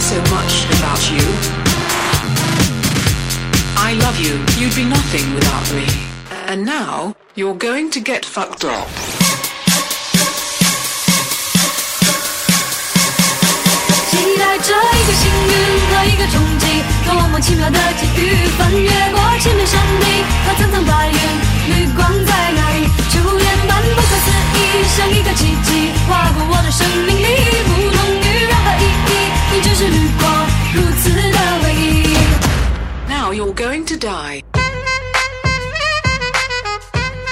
so much about you. I love you. You'd be nothing without me. And now you're going to get fucked up. 期待着一个幸运和一个冲击，多么奇妙的际遇，翻越过千面山顶，它层层白云，绿光在哪里？却无言般不可思议，像一个奇迹，划过我的生命里，不同于任何意义。你只是旅过，如此的唯一。 Now you're going to die.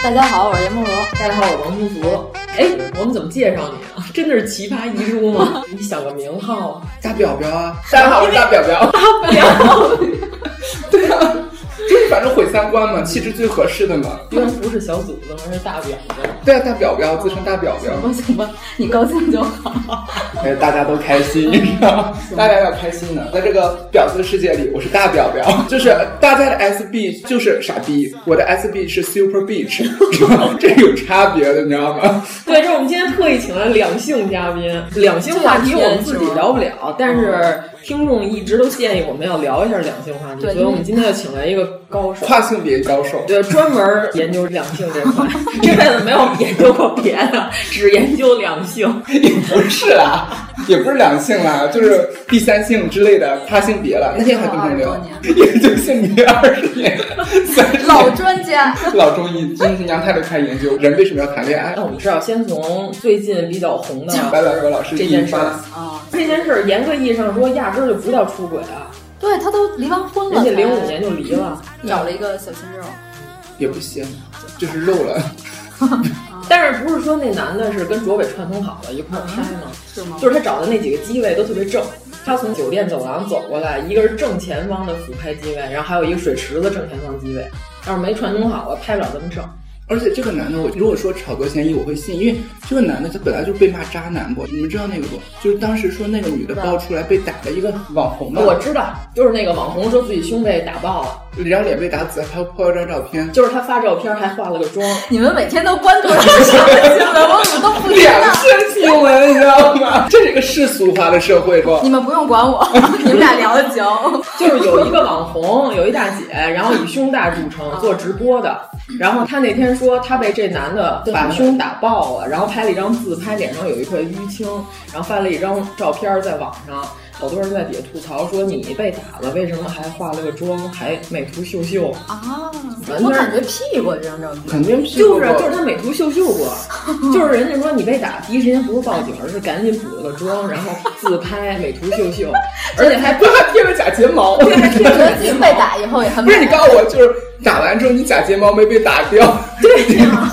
大家好，我是严梦龙。大家好，我是王苏福。哎，我们怎么介绍你啊？ 真的是奇葩遗书 吗？你想个名号啊？大表表啊！大家好，我是大表表。大表，对啊，就是反正毁三观嘛，气质最合适的嘛。居然不是小祖宗，而是大表表。 对啊，大表表自称大表表。 行吧行吧，你高兴就好。哎，大家都开心，你知道吗？大家要开心呢。在这个婊子的世界里，我是大表 表，就是大家的 SB 就是傻逼，我的 SB 是 Super Bitch，知道吗 这有差别的，你知道吗？ 对，这是我们今天特意请来两性嘉宾，两性话题我们自己聊不了，嗯但是听众一直都建议我们要聊一下两性话题，所以我们今天就请来一个高手，跨性别高手，对，专门研究两性这块， 这辈子没有研究过别的，只研究两 性，也不是啊，也不是两性啦，就是第三性之类的跨性别了。那天还跟朋哦友研究性别二十年，老专家，老中医，真是娘胎都开始研究人为什么要谈恋爱。哎那我们知道，先从最近比较红的白百合老师这件事儿嗯啊，这件事儿严格意义上说，压根儿就不叫出轨啊。对他都离完 婚了，而且零五年就离了，找了一个小鲜肉，也不行，就是漏了。但是不是说那男的是跟卓伟串通好了一块儿拍吗？啊是吗？就是他找的那几个机位都特别正，他从酒店走廊走过来，一个是正前方的俯拍机位，然后还有一个水池子正前方机位。要是没串通好了，拍不了这么正。而且这个男的，我如果说炒作嫌疑，我会信，因为这个男的他本来就被骂渣男过，你们知道那个不？就是当时说那个女的爆出来被打的一个网红嘛，我知道，就是那个网红说自己胸被打爆了，然后脸被打紫，还拍了张照片，就是他发照片还化了个妆。你们每天都关注这些新闻，我怎么都不知道？两性新闻，你知道吗？这是一个世俗化的社会，不？你们不用管我，你们俩聊的行。就是有一个网红，有一大姐，然后以胸大著称，做直播的，然后她那天。说她被这男的把胸打爆了，然后拍了一张自拍，脸上有一块淤青，然后发了一张照片在网上，好多人在底下吐槽说你被打了，为什么还化了个妆，还美图秀秀啊？我感觉 P 过这张照片，肯定 P 就是啊就是他美图秀秀过，就是人家说你被打，第一时间不是报警，而是赶紧补了个妆，然后自拍美图 秀秀，而且还不还贴了假睫毛，对，还贴了假睫毛。被打以后也很不是你告诉我就是打完之后你假睫毛没被打掉。对呀、 啊，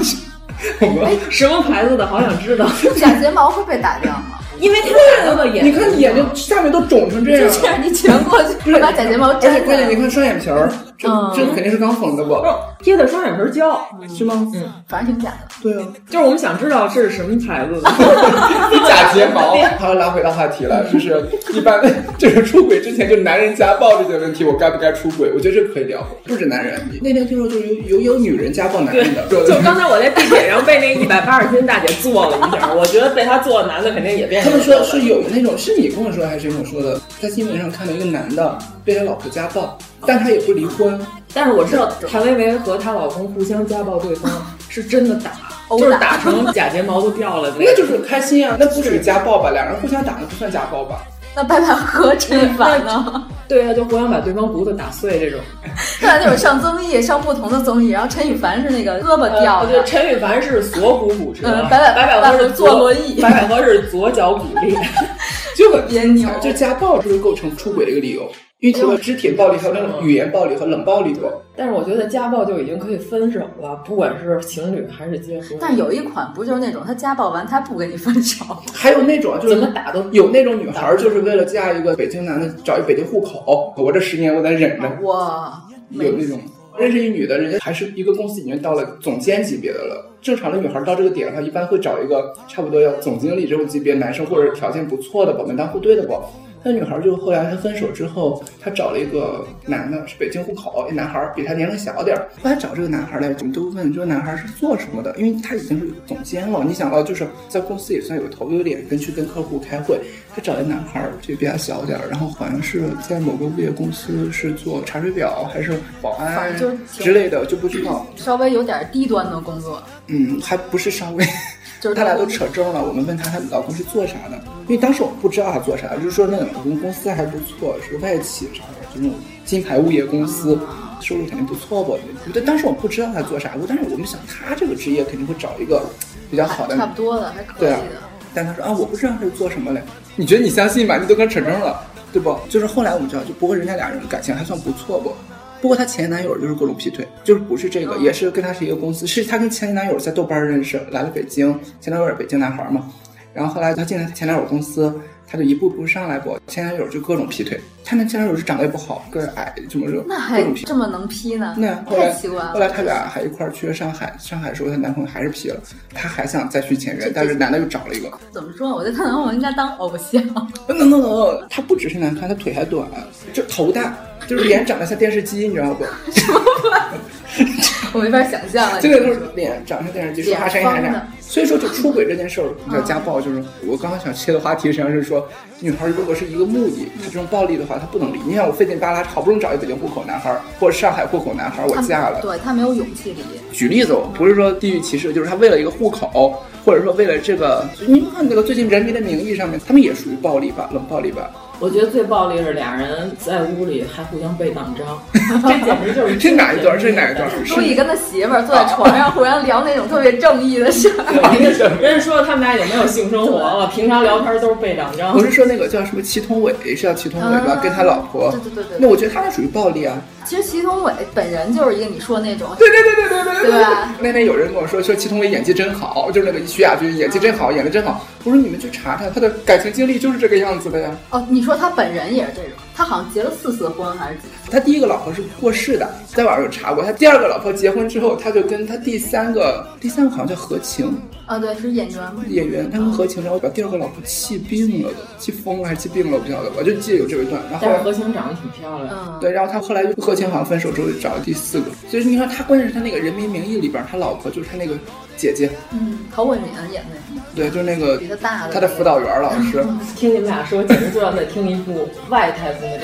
什么牌子的？好想知道。假睫毛会被打掉吗？因为太多的眼，你看你眼睛下面都肿成这样，就这 样你全过去把假睫毛粘。而且关键你看双眼皮儿，这、嗯、这肯定是刚缝的吧？贴的双眼皮胶、嗯、是吗？嗯，反正挺假的。对啊，就是我们想知道这是什么牌子的 假睫毛。好，拉回到话题了，就是一般就是出轨之前就男人家暴这些问题，我该不该出轨？我觉得这可以聊，不止男人。那天听说就是有有有女人家暴男人的，就刚才我在地铁上被那一百八十斤大姐坐了一下，我觉得被她坐的男的肯定也变。他们说是有那种，是你跟我说还是跟我说的？在新闻上看到一个男的被他老婆家暴，但他也不离婚。但是我知道谭维维和她老公互相家暴对方是真的打，就是打成假睫毛都掉了。那就是开心啊，那不属于家暴吧？两人互相打那不算家暴吧？那白百合这一版呢？对啊，就互相把对方骨头打碎这种。 看来就是上综艺，上不同的综艺。然后陈羽凡是那个胳膊掉呃的，对，陈羽凡是锁骨骨折，嗯白白百百合合是坐左轮椅白百合是左脚骨裂。就很别扭。就家暴是不是构成出轨的一个理由？因为除了肢体暴力，还有那种语言暴力和冷暴力嘛。但是我觉得家暴就已经可以分手了，不管是情侣还是结婚。但有一款不就是那种他家暴完他不跟你分手，还有那种啊就是怎么打都有那种女孩儿就是为了嫁一个北京男的，找一北京户口，我这十年我得忍哦着。哇，有那种认识一女的，人家还是一个公司已经到了总监级别的了。正常的女孩到这个点的话，一般会找一个差不多要总经理这种级别男生，或者条件不错的吧，门当户对的吧。那女孩就后来她分手之后，她找了一个男的，是北京户口，一男孩儿比她年龄小点儿。后来找这个男孩儿来，我们都问这个男孩儿是做什么的，因为他已经是总监了。你想到就是在公司也算有个头有脸，跟去跟客户开会。她找一男孩儿就比她小点儿，然后好像是在某个物业公司是做查水表还是保安反正就是挺之类的，就不知道。稍微有点低端的工作，嗯，还不是稍微，就是他俩都扯证了。我们问她她老公是做啥的，因为当时我不知道她做啥，就是说那个老公公司还不错，是外企啥的，就那种金牌物业公司，收入肯定不错吧？对，当时我不知道她做啥，但是我们想她这个职业肯定会找一个比较好的，差不多了，还可以对啊的。。但她说啊，我不知道她是做什么嘞。你觉得你相信吗？你都跟扯证了，对不？就是后来我们知道，就不过人家俩人感情还算不错不。不过她前男友就是各种劈腿，就是不是这个，也是跟她是一个公司，是她跟前男友在豆瓣认识，来了北京，前男友是北京男孩嘛，然后后来她进了她前男友公司，她就一步步上来过，前男友就各种劈腿，她那前男友是长得也不好，个儿矮，怎么说，那各还种劈这么能批呢？那后太来奇怪了。后来他俩还一块儿去了上海，上海时候她男朋友还是劈了，她还想再去签约，但是男的又找了一个。怎么说呢？我觉得他男朋友应该当偶像。 no no no no，他不只是难看，他腿还短，就头大，就是脸长得像电视机，你知 道不？我没法想象了。这个就是脸长像电视机，说话声音还脸方啥的。嗯所以说，就出轨这件事儿，叫家暴，就是我刚刚想切的话题，实际上是说，女孩如果是一个目的，她这种暴力的话，她不能离。你想，我费劲巴拉，好不容易找一北京户口男孩儿或者上海户口男孩儿，我他嗯嫁 了，对他没有勇气离。举例子，我不是说地域歧视，就是他为了一个户口，或者说为了这个，你看那个最近《人民的名义》上面，他们也属于暴力吧，冷暴 力吧。我觉得最暴力是俩人在屋里还互相背党 章，这简直就是这哪一段？这哪一段？陆毅跟他媳妇儿坐在床上，忽然聊那种特别正义的事儿。人家说他们俩有没有性生活了？平常聊天都是背党章。我是说那个叫什么祁同伟，是叫祁同伟吧？啊跟他老婆。对对对对那我觉得他们属于暴力啊。其实祁同伟本人就是一个你说那种，对对对对对对对吧？那天有人跟我说，说祁同伟演技真好，就是那个徐亚军演技真好，演的真好。我说你们去查查他的感情经历，就是这个样子的呀。哦，你说他本人也是这种，他好像结了四次婚还是几次？他第一个老婆是过世的，在网上有查过。他第二个老婆结婚之后，他就跟他第三个，第三个好像叫何晴，啊，对，是演员吗？演员，他们合情，然后把第二个老婆气病了，气疯了还是气病了，我不晓得，我就记得有这一段。然后但是何晴长得挺漂亮，对，然后他后来就和秦好像分手之后就找了第四个，所以你看他关键是他那个《人民名义》里边他老婆就是他那个姐姐，嗯，陶慧敏演的，对，就是那个比他大的嗯他的辅导员老师。听你们俩说，简直就像在听一部外太空的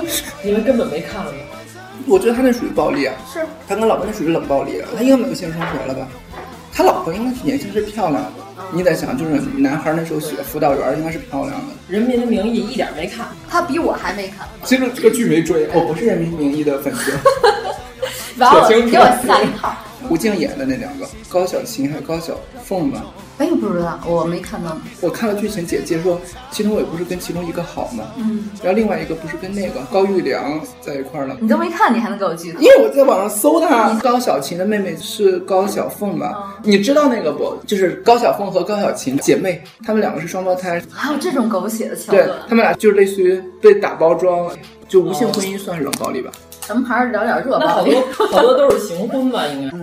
电 视剧，你们根本没看过。 我觉得他那属于暴力啊，是他跟老婆那属于冷暴力啊，他应该没有性生活了吧？他老婆应该是年轻是漂亮的，嗯你得想就是男孩那时候选辅导员应该是漂亮的。 《人民的名义》一点没看，他比我还没看，其实这个剧没追，哎我不是《人民名义》的粉 丝。然后小清给纯我吓一跳。胡静演的那两个高小琴还有高小凤吧，哎，不知道，我没看到。我看了剧情简介说，祁同伟不是跟其中一个好吗？嗯，然后另外一个不是跟那个高育良在一块儿了吗嗯你？都没看，你还能给我剧透？因为我在网上搜的，高小琴的妹妹是高小凤吧？嗯你知道那个不？就是高小凤和高小琴姐妹，她们两个是双胞胎，还有这种狗血的桥对段，她们俩就是类似于被打包装，就无性婚姻算是冷暴力吧？咱们还是聊点热那暴好力 多。好多都是行婚吧，应该。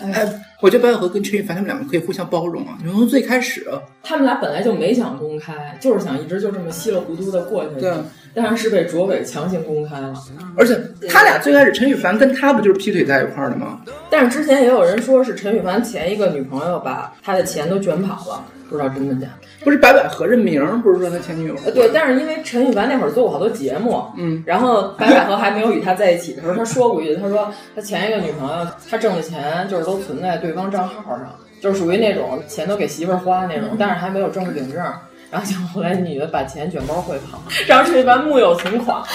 嗯，哎，我觉得白百合跟陈羽凡他们两个可以互相包容啊，你从最开始。他们俩本来就没想公开，就是想一直就这么稀里糊涂的过去。对，但是是被卓伟强行公开了。而且他俩最开始陈羽凡跟他不就是劈腿在一块儿的吗？但是之前也有人说是陈羽凡前一个女朋友把他的钱都卷跑了，不知道真的假的。不是白百合这名儿，不是说他前女友吗？呃，对，但是因为陈羽凡那会儿做过好多节目，嗯，然后白百合还没有与他在一起的时候，他说过一句，他说他前一个女朋友，他挣的钱就是都存在对方账号上，就是属于那种钱都给媳妇儿花那种，嗯但是还没有 嗯正儿八经证。然后就后来女的把钱卷包汇跑，然后陈羽凡木有存款了，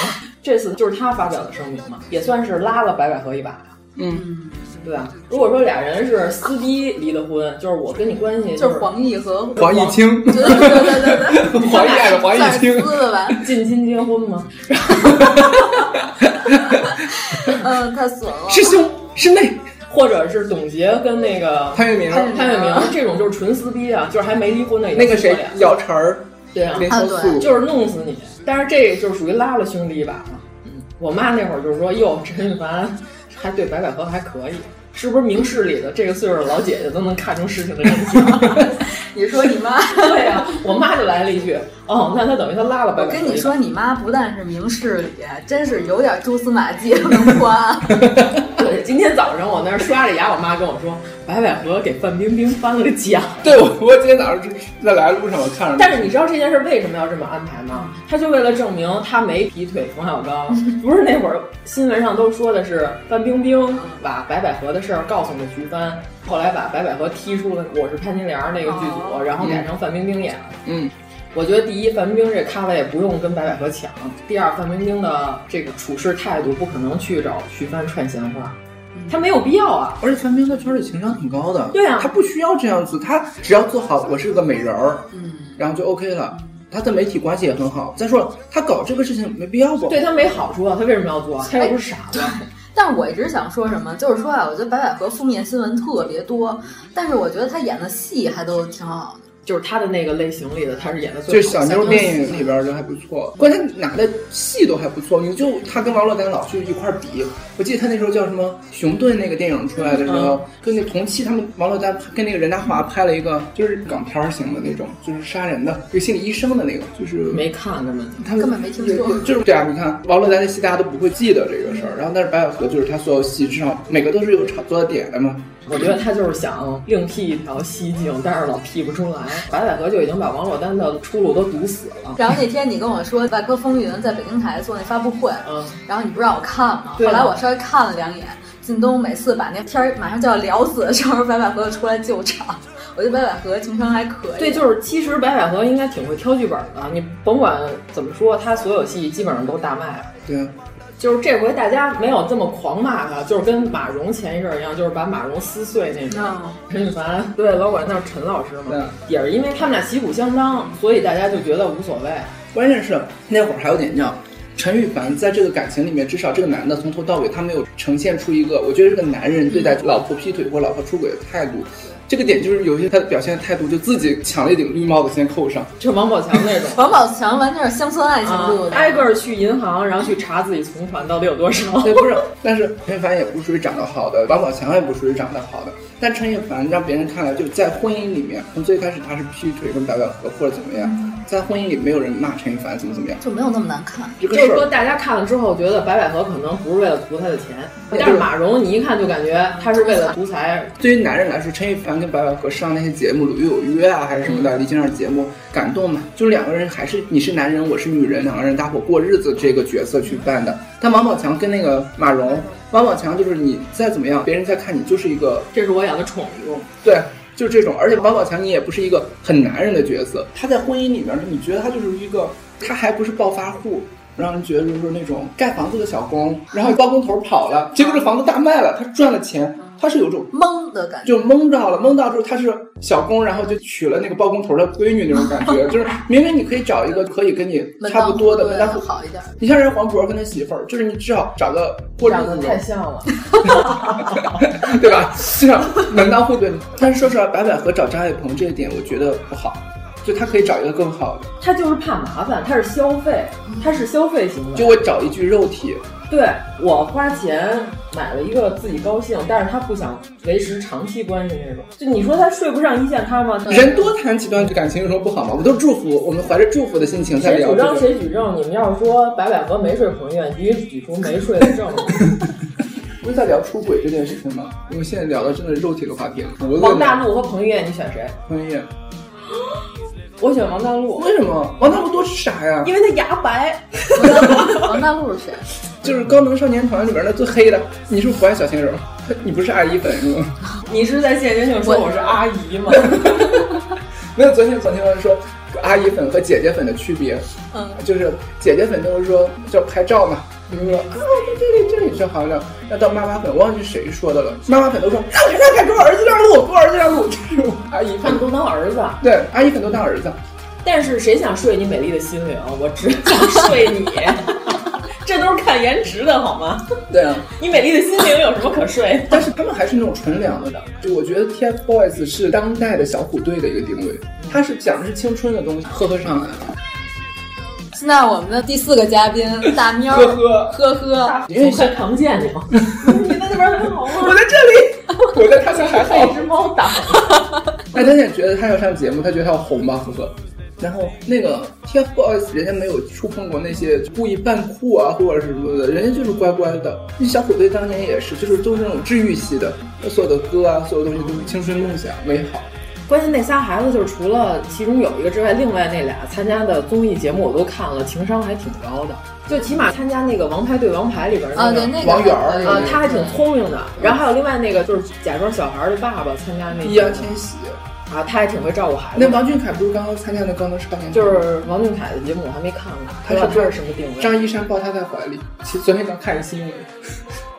这次就是他发表的声明嘛，也算是拉了白百合一把呀。嗯，对吧？如果说俩人是撕逼离的婚，就是我跟你关系就是黄奕 和黄奕清，对对对对对， 黄奕爱的黄奕清，撕的完，近亲结婚 吗？嗯，太损了，师兄师妹。或者是董洁跟那个潘粤明，潘粤明这种就是纯撕逼啊，就是还没离婚的那个谁姚晨儿，对啊，连胜素就是弄死你。但是这就是属于拉了兄弟一把嘛。嗯，我妈那会儿就是说，哟，陈羽凡还对白百合还可以，是不是明事理的这个岁数的老姐姐都能看出事情的真 相？你说你 妈对呀、啊，我妈就来了一句，哦，那她等于她拉了白百合。我跟你说，你妈不但是明事理，真是有点蛛丝马 迹能花。对，今天早上我那刷着牙，我妈跟我说，白百合给范冰冰颁了个奖。对，我我今天早上在来路上我看着。但是你知道这件事为什么要这么安排吗？他就为了证明他没劈腿冯小 刚。不是那会儿新闻上都说的是范冰冰把白百合的事儿告诉了徐帆，后来把白百合踢出了《我是潘金莲》那个剧组，哦、然后改成范冰冰演了。嗯。我觉得第一，范冰冰这咖位不用跟白百合抢；第二，范冰冰的这个处事态度不可能去找徐帆串闲话，她没有必要啊。而且范冰冰在圈里情商挺高的，对啊，她不需要这样子，她只要做好我是个美人儿，嗯，然后就 OK 了。她的媒体关系也很好。再说了，她搞这个事情没必要不？对她没好处啊，她为什么要做？她又不是傻子。但我一直想说什么，就是说啊，我觉得白百合负面新闻特别多，但是我觉得她演的戏还都挺好的。就是他的那个类型里的，他是演的最就是小妞电影里边就还不错，关键拿的戏都还不错。你就他跟王珞丹老师一块比，我记得他那时候叫什么《熊顿》那个电影出来的时候，嗯、跟那同期他们王珞丹跟那个任达华拍了一个就是港片型的那种，就是杀人的，就心理医生的那个，就是没看根本，他们根本没听说，嗯就是这样。你看王珞丹的戏大家都不会记得这个事儿，然后但是白百合就是他所有戏至少每个都是有炒作点的嘛。我觉得他就是想另辟一条蹊径，但是老辟不出来。白百合就已经把王珞丹的出路都堵死了。然后那天你跟我说《外科风云》在北京台做那发布会，嗯，然后你不让我看吗？后来我稍微看了两眼。靳东每次把那天儿马上就要聊死的时候，白百合出来救场。我觉得白百合情商还可以。对，就是其实白百合应该挺会挑剧本的。你甭管怎么说，她所有戏基本上都大卖了。对。啊就是这回大家没有这么狂骂他，就是跟马蓉前一阵儿一样，就是把马蓉撕碎那种。嗯陈羽凡对老管叫陈老师嘛，也是因为他们俩旗鼓相当，所以大家就觉得无所谓。关键是那会儿还有点尿。陈羽凡在这个感情里面，至少这个男的从头到尾他没有呈现出一个，我觉得这个男人对待老婆劈腿或老婆出轨的态度。这个点就是有些他的表现态度，就自己抢了一顶绿帽子先扣上，就王宝强那种。王宝强完全是乡村爱情路的，啊挨个儿去银行，然后去查自己存款到底有多少。对，不是，但是陈羽凡也不属于长得好的，王宝强也不属于长得好的，但陈羽凡让别人看来就在婚姻里面，从最开始他是劈腿跟白百合或者怎么样，嗯、在婚姻里没有人骂陈羽凡怎么怎么样，就没有那么难看。这个就是说大家看了之后觉得白百合可能不是为了图他的钱，但是马蓉你一看就感觉他是为了图财。对于男人来说，陈羽凡。跟白百合上那些节目，《鲁豫有约》啊，还是什么的，李金上节目，感动嘛，就是两个人还是你是男人，我是女人，两个人搭伙过日子这个角色去扮的。但王宝强跟那个马蓉，王宝强就是你再怎么样，别人在看你就是一个，这是我养的宠物，对，就是这种。而且王宝强你也不是一个很男人的角色，他在婚姻里面，你觉得他就是一个，他还不是暴发户。让人觉得就是那种盖房子的小工，然后包工头跑了，结果这房子大卖了，他赚了钱，他是有种懵的感觉，就懵到了，懵到之后他是小工，然后就娶了那个包工头的闺女那种感觉，就是明明你可以找一个可以跟你差不多的，门当户好一点。你像人黄渤跟他媳妇儿，就是你至少找个过日子太像了，对吧？至少门当户对。但是说实话，白百合找张爱鹏这一点，我觉得不好。就他可以找一个更好的，他就是怕麻烦，他是消费，他是消费型的。就我找一具肉体，对我花钱买了一个自己高兴，但是他不想维持长期关系那种。就你说他睡不上一线咖吗？人多谈几段感情有什么不好吗？我都祝福，我们怀着祝福的心情在聊、这个。谁举证谁举证？你们要是说白百合没睡彭于晏，必须举出没睡的证。不是在聊出轨这件事情吗？我们现在聊的真的肉体的话题。王大陆和彭于晏，你选谁？彭于晏。我选王大陆，为什么？王大陆多傻呀！因为他牙白。王大陆是谁？就是《高能少年团》里边那最黑的。你是不是不爱小鲜肉？ 你不是阿姨粉是 吗？你是在间接性说我是阿姨吗？没有，昨天昨天说阿姨粉和姐姐粉的区别。嗯，就是姐姐粉都是说叫拍照嘛，比如说啊，我这里这里就好像那到妈妈粉，我忘记谁说的了，妈妈粉都说让开让开，给我儿子让路，给我儿子让路，这种阿姨他们都当儿子，啊对，阿姨粉都当儿子。但是谁想睡你美丽的心灵？我只想睡你。这都是看颜值的好吗？对啊，你美丽的心灵有什么可睡？但是他们还是那种纯良的的。就我觉得 TFBOYS 是当代的小虎队的一个定位，它是讲的是青春的东西，呵呵上来了。现在我们的第四个嘉宾大喵，呵呵呵呵，因为快看不见你了。你在那边很好吗？ 啊我在 这里，我在他乡还好。被一只猫打。那他也觉得他要上节目，他觉得他要红吧，呵呵。然后那个 TFBOYS 人家没有触碰过那些故意扮酷啊或者什么的，人家就是乖乖的。那小虎队当年也是，就是都是那种治愈系的，所有的歌啊，所有东西都是青春梦想美好。关键那仨孩子就是除了其中有一个之外，另外那俩参加的综艺节目我都看了，情商还挺高的。就起码参加那个《王牌对王牌》里边啊，对个那个王源还儿可以啊，他还挺聪明的。然后还有另外那个就是假装小孩的爸爸参加那易烊个千玺，啊，他还挺会照顾孩子那的。王俊凯不是刚刚参加那《刚刚是少年》，就是王俊凯的节目我还没看过，不他知是道他是什么定位。张一山抱他在怀里。其实昨天刚看一新闻，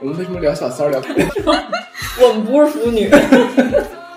我们为什么聊小三儿聊不了？ 我们不是腐女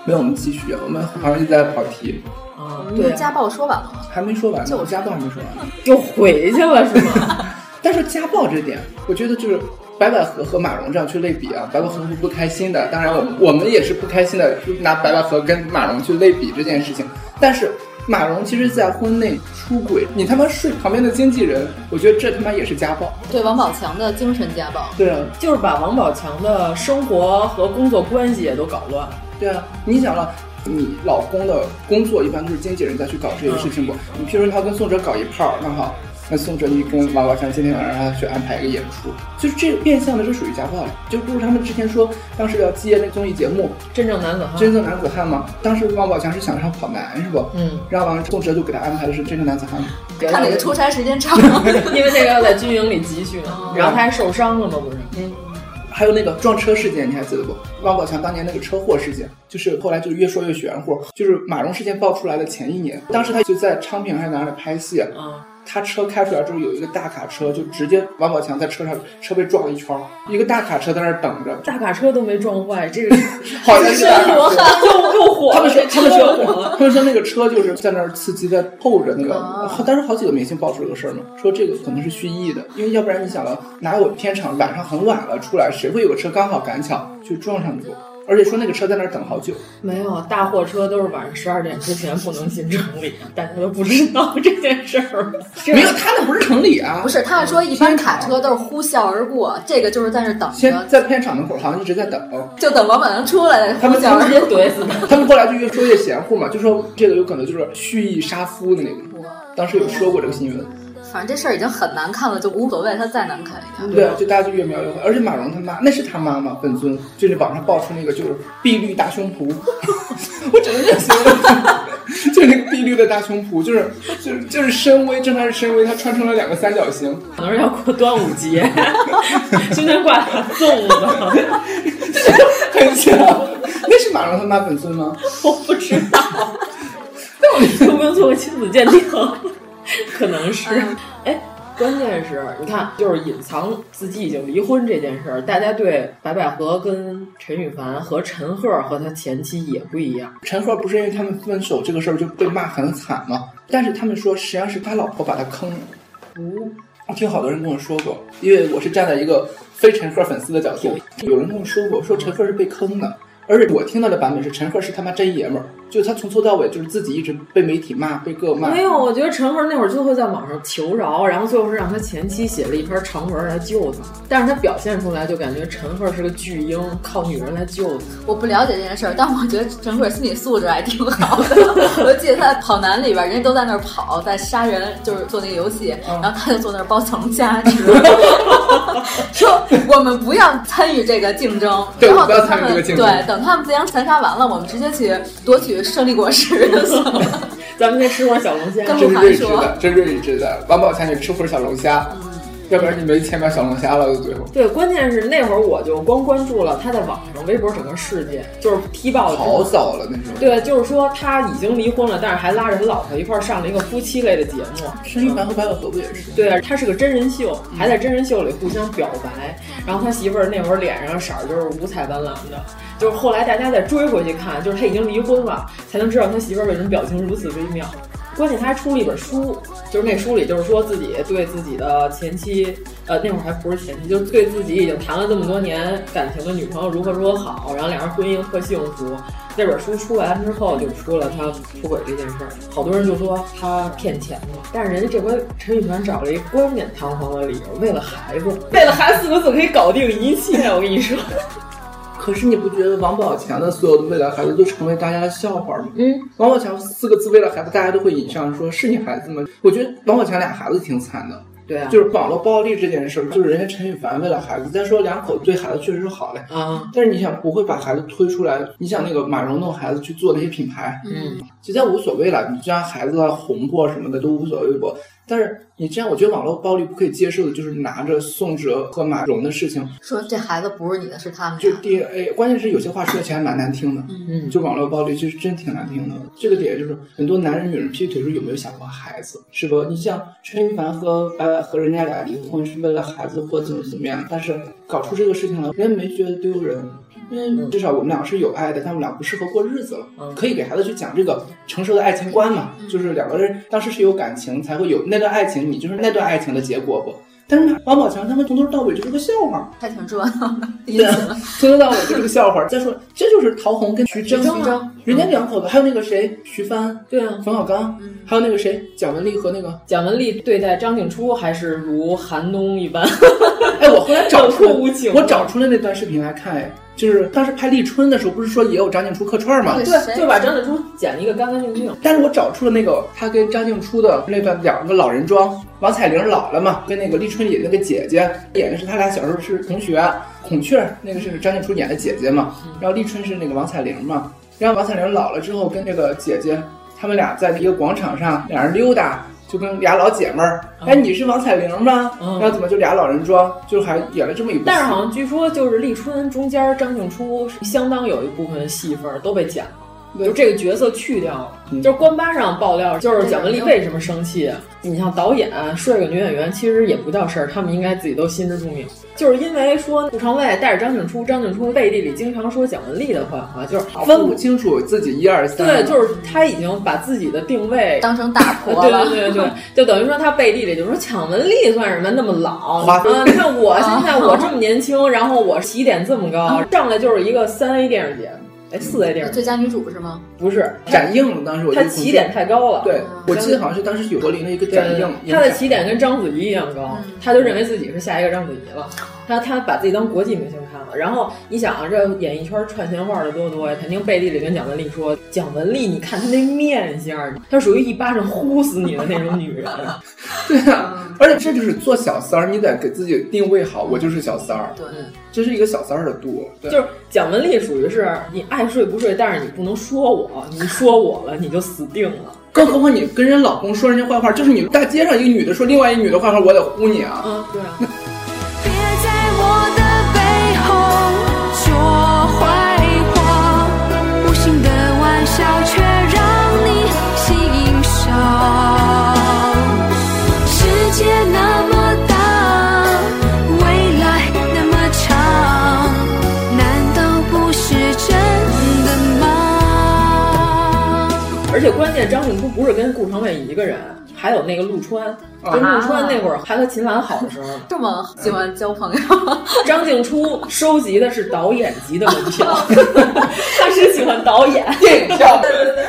没有，我们继续啊，我们好像一直在跑题，啊，你对们啊，家暴说完了吗？还没说完呢，我家暴还没说完呢。又回去了是吗？ 但是家暴这点，我觉得就是白百合和马蓉这样去类比啊，白百合是不开心的，当然我们我们也是不开心的，就拿白百合跟马蓉去类比这件事情。但是马蓉其实在婚内出轨，你他妈睡旁边的经纪人，我觉得这他妈也是家暴。对王宝强的精神家暴，对啊，就是把王宝强的生活和工作关系也都搞乱了。对啊，你想了。你老公的工作一般都是经纪人再去搞这些事情不？你譬如说他跟宋哲搞一炮，那好，那宋哲就跟王宝强今天晚上让他去安排一个演出，就是这变相的，这属于家暴了。就不如他们之前说，当时要接那综艺节目真正男子《汉，真正男子汉》嘛，当时王宝强是想上跑男是不？嗯，然后完了，宋哲就给他安排的是《真正男子汉》嘛。 看哪个出差时间 长。 因为那个在军营里集训，哦然后他还受伤了嘛，不是？还有那个撞车事件，你还记得不？王宝强当年那个车祸事件，就是后来就是越说越玄乎，就是马蓉事件爆出来的前一年，当时他就在昌平还是哪里拍戏，啊，他车开出来之后有一个大卡车，就直接王宝强在车上车被撞了一圈儿，一个大卡车在那儿等着，大卡车都没撞坏，这个 好像是大卡车。又又火他了，们说，这车他又们说火了。，他们说那个车就是在那儿刺激，在透着那个啊。当时好几个明星爆出这个事儿嘛，说这个可能是蓄意的，因为要不然你想了，哪有片场晚上很晚了出来，谁会有个车刚好赶巧去撞上你？而且说那个车在那儿等好久，没有，大货车都是晚上十二点之前不能进城里，大家都不知道这件事儿。没有，他那不是城里啊，不是，他是说一般卡车都是呼啸而过，这个就是在那儿等先着，在片场门口好像一直在等。就等王宝强出来了，他呼们啸而他们直接过。怼死他。 他们后来就越说越玄乎嘛，就说这个有可能就是蓄意杀夫的那个，当时有说过这个新闻。反正这事儿已经很难看了，就无所谓，他再难看一点。对，啊就大家就越描越黑，而且马蓉他妈那是他妈妈本尊，就是网上爆出那个就是碧绿大胸脯， 我只能这样形容， 就是那个碧绿的大胸脯，就是就是就是深 V，正常是深 V，她穿成了两个三角形，可能是要过端午节， 今天挂俩粽子，很像， 那是马蓉他妈本尊吗？我不知道。有没有做过亲子鉴定？可能是。哎，关键是，你看，就是隐藏自己已经离婚这件事儿，大家对白百合跟陈羽凡和陈赫和他前妻也不一样。陈赫不是因为他们分手这个事儿就被骂很惨吗？但是他们说实际上是他老婆把他坑了。我听好多人跟我说过，因为我是站在一个非陈赫粉丝的角度，有人跟我说过，说陈赫是被坑的，而且我听到的版本是陈赫是他妈真爷们儿，就是他从头到尾就是自己一直被媒体骂，被各骂没。有，我觉得陈赫那会儿就会在网上求饶，然后最后是让他前妻写了一篇长文来救他，但是他表现出来就感觉陈赫是个巨婴，靠女人来救他。我不了解这件事儿，但我觉得陈赫心理素质还挺好的。我记得他在跑男里边，人家都在那儿跑，在杀人，就是做那个游戏，然后他就坐那儿包小龙虾吃，说我们不要参与这个竞争，对然后我不要等他参与们这个竞争对，等他们自相残杀完了，我们直接去夺取胜利果实就行了。咱们先吃会儿小龙虾。跟真是睿智的，真睿智的。王宝强也吃会儿小龙虾，要不然你没钱买小龙虾了，最后。对，关键是那会儿我就光关注了他在网上、微博整个事件，就是踢爆了。好早了那时候。哦对，就是说他已经离婚了，但是还拉着他老婆一块儿上了一个夫妻类的节目。申一凡和白百合不也是？对啊，他是个真人秀，还在真人秀里互相表白。然后他媳妇儿那会儿脸上色儿就是五彩斑斓的，就是后来大家再追回去看，就是他已经离婚了，才能知道他媳妇儿为什么表情如此微妙。关键他还出了一本书，就是那书里就是说自己对自己的前妻，呃，那会儿还不是前妻，就是对自己已经谈了这么多年感情的女朋友如何如何好，然后两人婚姻特幸福。那本书出完之后，就出了他出轨这件事儿，好多人就说他骗钱了，但是人家这回陈羽凡找了一冠冕堂皇的理由，为了孩子， 为了孩子四个字可以搞定一切，我跟你说。可是你不觉得王宝强的所有的未来孩子都成为大家的笑话吗？嗯，王宝强四个字未来孩子，大家都会引向说是你孩子吗？我觉得王宝强俩孩子挺惨的。对啊，就是网络暴力这件事儿，就是人家陈羽凡为了孩子，再说两口对孩子确实是好嘞啊，但是你想不会把孩子推出来，你想那个马蓉弄孩子去做那些品牌，嗯，其实无所谓了，你就让孩子红过什么的都无所谓不？但是你这样，我觉得网络暴力不可以接受的就是拿着宋哲和马蓉的事情说这孩子不是你的，是他们就 DNA，关键是有些话说起来蛮难听的，嗯，就网络暴力其实真挺难听的。这个点就是很多男人女人劈腿时候有没有想过孩子，是不？你像陈羽凡和白百合人家俩离婚是为了孩子或怎么怎么样，但是搞出这个事情来，人家没觉得丢人。因为至少我们俩是有爱的，但我们俩不适合过日子了。嗯可以给孩子去讲这个成熟的爱情观嘛，就是两个人当时是有感情，才会有那段爱情，你就是那段爱情的结果不？但是呢，王宝强他们从头到尾就是个笑话，还挺热闹的。 对，从头到尾就是个笑话。再说，这就是陶虹跟徐峥徐峥啊啊，人家两口子，还有那个谁，徐帆，对啊，冯小刚，还有那个谁，蒋雯丽和那个，蒋雯丽对待张静初还是如寒冬一般。哎，我后来找出来冷酷无情我找出来那段视频来看，哎，就是当时拍《立春》的时候，不是说也有张静初客串吗？对， 就把张静初剪了一个干干净净。但是我找出了那个他跟张静初的那段两个老人装，王彩玲老了嘛，跟那个立春里那个姐姐演的是他俩小时候是同学，孔雀那个是张静初演的姐姐嘛，嗯然后立春是那个王彩玲嘛，然后王彩玲老了之后跟这个姐姐，他们俩在一个广场上俩人溜达。就跟俩老姐们儿，嗯哎，你是王彩玲吗？然后怎么就俩老人装，就还演了这么一部戏。但是好像据说就是立春中间张静初相当有一部分戏份都被剪了，就这个角色去掉了。就是关八上爆料，就是蒋雯丽为什么生气？你像导演睡个女演员，其实也不叫事儿，他们应该自己都心知肚明。就是因为说顾长卫带着张静初，张静初背地里经常说蒋雯丽的坏话，就是分不清楚自己一二三。对，就是他已经把自己的定位当成大婆对了啊对对对，就等于说他背地里就说抢文丽算什么？那么老花啊！你看我现在我这么年轻，然后我起点这么高，上来就是一个三 A 电视节，哎，四 A 电视节最佳女主是吗？不是展映了，当时我就他起点太高了。对，我记得好像是当时有柏林的一个对展映，他的起点跟章子怡一样高，他就认为自己是下一个章子怡了。他他把自己当国际明星看了，然后你想啊，这演艺圈串闲话的多多呀，肯定背地里跟蒋雯丽说，蒋雯丽，你看她那面相，她属于一巴掌呼死你的那种女人。对啊，而且这就是做小三儿，你得给自己定位好，我就是小三儿，对，这是一个小三儿的度，对就是蒋雯丽属于是你爱睡不睡，但是你不能说我，你说我了你就死定了。更何况你跟人老公说人家坏话，就是你大街上一个女的说另外一个女的坏话，我得呼你啊，嗯，对 啊。别在我的背后说坏话，无心的玩笑却让你欣赏。世界那么大，未来那么长，难道不是真的吗？而且关键，张静初不是跟顾长卫一个人，还有那个陆川，跟陆川那会儿还和秦岚好的时候 呢。这么喜欢交朋友，张静初收集的是导演级的门 票，他是喜欢导演。电影票，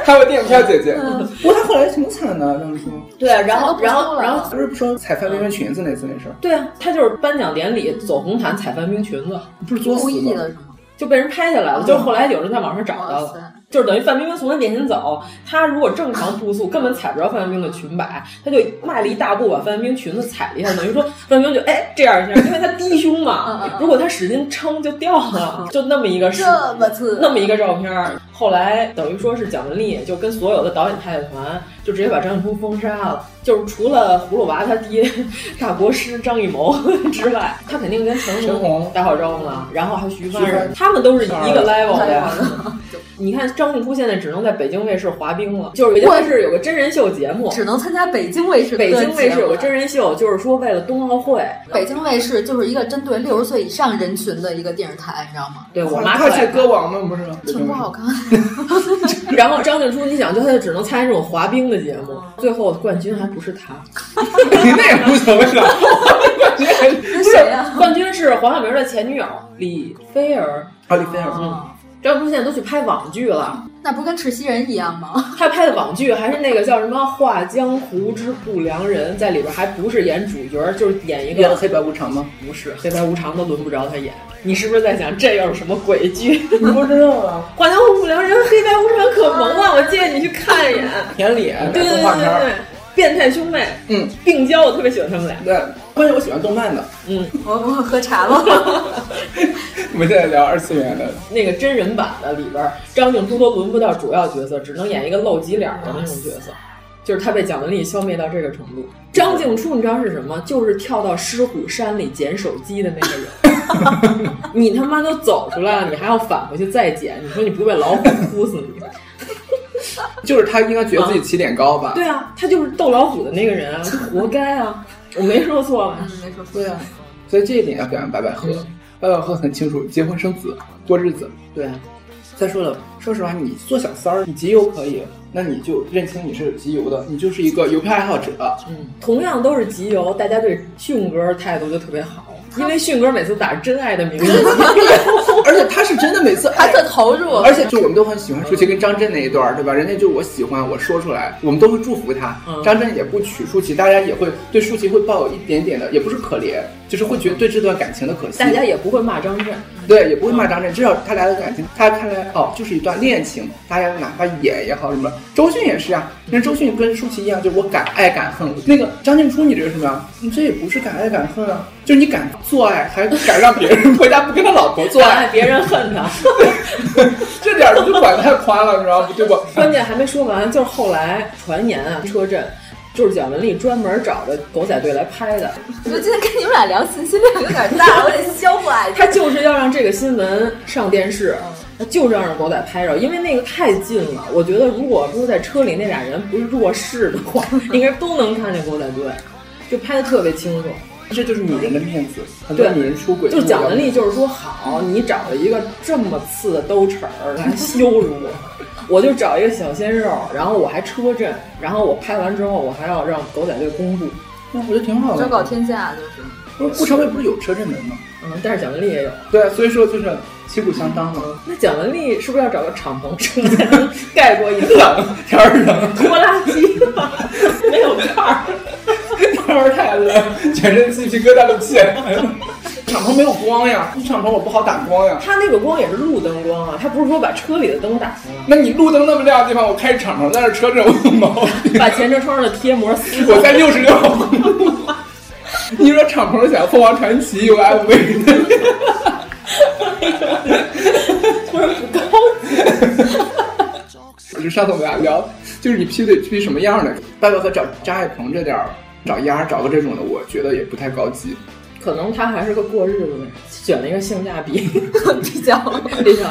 还有电影票姐姐，不过她后来挺惨的，当时 对，啊然后然后然后不是说踩范冰冰裙子那次那事儿，对啊，他就是颁奖典礼走红毯踩范冰裙子，不是作死 故意吗的？是吗？啊就被人拍下来了。就是后来有人在网上找到了，就是等于范冰冰从他面前走，他如果正常步速，根本踩不着范冰冰的裙摆，他就迈了一大步把范冰冰裙子踩了一下，等于说范冰冰就哎这样一下，因为她低胸嘛，如果她使劲撑就掉了，就那么一个这么次那么一个照片儿。后来等于说是蒋雯丽就跟所有的导演太太团就直接把张艺初封杀了，就是除了葫芦娃他爹大国师张艺谋 之外，他肯定跟陈红打好招呼了，然后还有徐帆，他们都是一个 level 的。你看张艺初现在只能在北京卫视滑冰了，就是北京卫视有个真人秀节目，只能参加北京卫视。北京卫视有个真人秀，就是说为了冬奥会，北京卫视就是一个针对六十岁以上人群的一个电视台，你知道吗？对我妈快去歌王了，不是吗？挺不好看。然后张静初，你想，就他就只能参加这种滑冰的节目，最后冠军还不是他，那也无所谓了。冠军 还是谁啊呀？冠军是黄晓明的前女友李菲儿啊，李菲儿，嗯。张初现在都去拍网剧了，那不跟赤西仁一样吗？他拍的网剧还是那个叫什么《画江湖之不良人》，在里边还不是演主角，就是演一个演黑白无常吗？不是，黑白无常都轮不着他演。你是不是在想这又是什么鬼剧？你不知道啊， 《 画江湖不良人》黑白无常可萌了，我建议你去看一眼。舔脸， 对对对对对，变态兄妹，嗯，病娇，我特别喜欢他们俩。对，关键我喜欢动漫的，嗯，我我喝茶了。 我们现在聊二次元的那个真人版的里边，张静初都轮不到主要角色，只能演一个露脊脸的那种角色，就是他被蒋雯丽消灭到这个程度。张静初你知道是什么？就是跳到狮虎山里捡手机的那个人。 你他妈都走出来了，你还要返回去再捡？你说你不被老虎扑死你？就是他应该觉得嗯自己起点高吧？ 对啊，他就是斗老虎的那个人啊，活该啊！我没说错吧？嗯，没说错。对啊，所以这一点要表扬白百合。嗯白百合很清楚，结婚生子，过日子。对，啊再说了，说实话，你做小三儿，你集邮可以，那你就认清你是集邮的，你就是一个邮票爱好者。嗯，同样都是集邮，大家对迅哥态度就特别好，因为迅哥每次打着真爱的名义， 而且他是真的每次他特投入，而且就我们都很喜欢舒淇跟张震那一段，对吧？人家就我喜欢，我说出来，我们都会祝福他。嗯张震也不娶舒淇，大家也会对舒淇会抱有一点点的，也不是可怜，就是会觉得对这段感情的可惜。大家也不会骂张震。对，也不会骂张震，至少他俩的感情，他看来哦，就是一段恋情，大家哪怕演也好什么，周迅也是啊，你看周迅跟舒淇一样，就是我敢爱敢恨。那个张静初，你这是什么呀？嗯你这也不是敢爱敢恨啊，就是你敢做爱，还敢让别人 回家不跟他老婆做爱，别人恨他。 这点儿就管太宽了，你知道吗？对不？ 关键还没说完，就是后来传言啊，车震就是蒋雯丽专门找的狗仔队来拍的，我觉得今天跟你们俩聊信息量有点大，我得消化一下。他就是要让这个新闻上电视，他就是要让狗仔拍着，因为那个太近了。我觉得如果说在车里那俩人不是弱势的话，应该都能看见狗仔队，就拍的特别清楚。 这就是女人的面子，很多对女人出轨，就是蒋雯丽，就是说好，你找了一个这么次的兜齿儿来羞辱我，我就找一个小鲜肉，然后我还车震，然后我拍完之后，我还要让狗仔队公布。那我觉得挺好昭的。告天下就是。不是顾长卫不是有车震门吗？嗯，但是蒋雯丽也有。嗯对，所以说就是旗鼓相当嘛。那蒋雯丽是不是要找个敞篷车才能 盖过一个冷， 天儿冷，拖拉机？ 没有盖儿。天儿太冷，全身鸡皮疙瘩都起来了。 敞篷没有光呀，敞篷我不好打光呀。它那个光也是路灯光啊，它不是说把车里的灯打开了，那你路灯那么亮的地方，我开敞篷，在那车震我有毛病。把前车窗上的贴膜撕我在六十六。你说敞篷想凤凰传奇有 MV，就是不高级。我就上次我们俩聊，就是你劈腿劈什么样的？白百合找张爱鹏这点儿，找丫儿找个这种的，我觉得也不太高级。可能他还是个过日子的人，选了一个性价比 比较比较。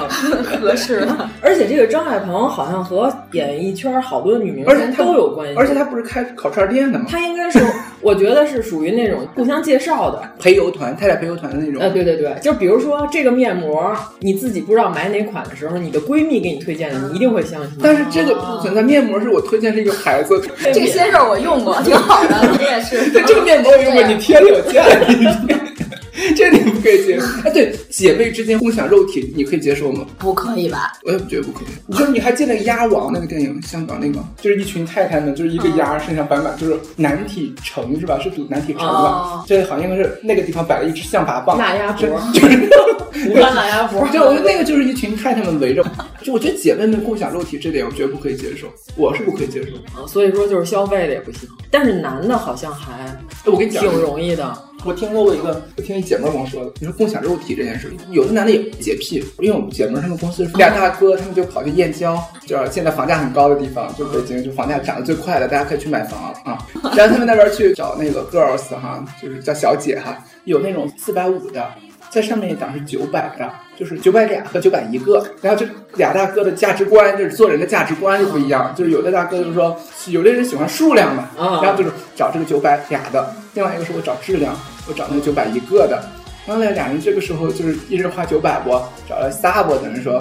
合适的，而且这个张海鹏好像和演艺圈好多女明而且星他都有关系，而且他不是开烤串店的吗？他应该是，我觉得是属于那种互相介绍的。陪游团，他俩陪游团的那种。呃，对对对，就比如说这个面膜，你自己不知道买哪款的时候，你的闺蜜给你推荐的，你一定会相信。但是这个不存在，面膜是我推荐是一个牌 子，这些肉我用过，挺好的，我也是。 对这个面膜我用过，对你贴了我见了你，这你不可以接受。 哎，对，姐妹之间共享肉体，你可以接受吗？不可以吧？我也觉得不可以。你就是你还记得《鸭王》那个电影，香港那个，就是一群太太们，就是一个鸭身上摆满，就是男体城是吧？是读男体城吧？这好像应该是那个地方摆了一只象拔蚌，哦大鸭脖是就是武汉狼牙脖。 对，我觉得那个就是一群看他们围着，就我觉得姐妹们共享肉体这点，我绝不可以接受，我是不可以接受。啊，所以说就是消费的也不行，但是男的好像还，哎我跟你讲，挺容易的。我听说过一个，我听一姐妹跟我说的，你说共享肉体这件事，有的男的也洁癖，因为我们姐妹他们公司俩大哥他们就跑去燕郊，就是现在房价很高的地方，就北京就房价涨得最快的，大家可以去买房啊。然后他们那边去找那个 girls 哈，就是叫小姐哈，有那种四百五的，在上面一档是九百的。就是九百俩和九百一个，然后这俩大哥的价值观就是做人的价值观就不一样，就是有的大哥就是说，有的人喜欢数量的，然后就是找这个九百俩的，另外一个是我找质量，我找那个九百一个的，然后呢俩人这个时候就是一人花九百不，找了仨不等于说，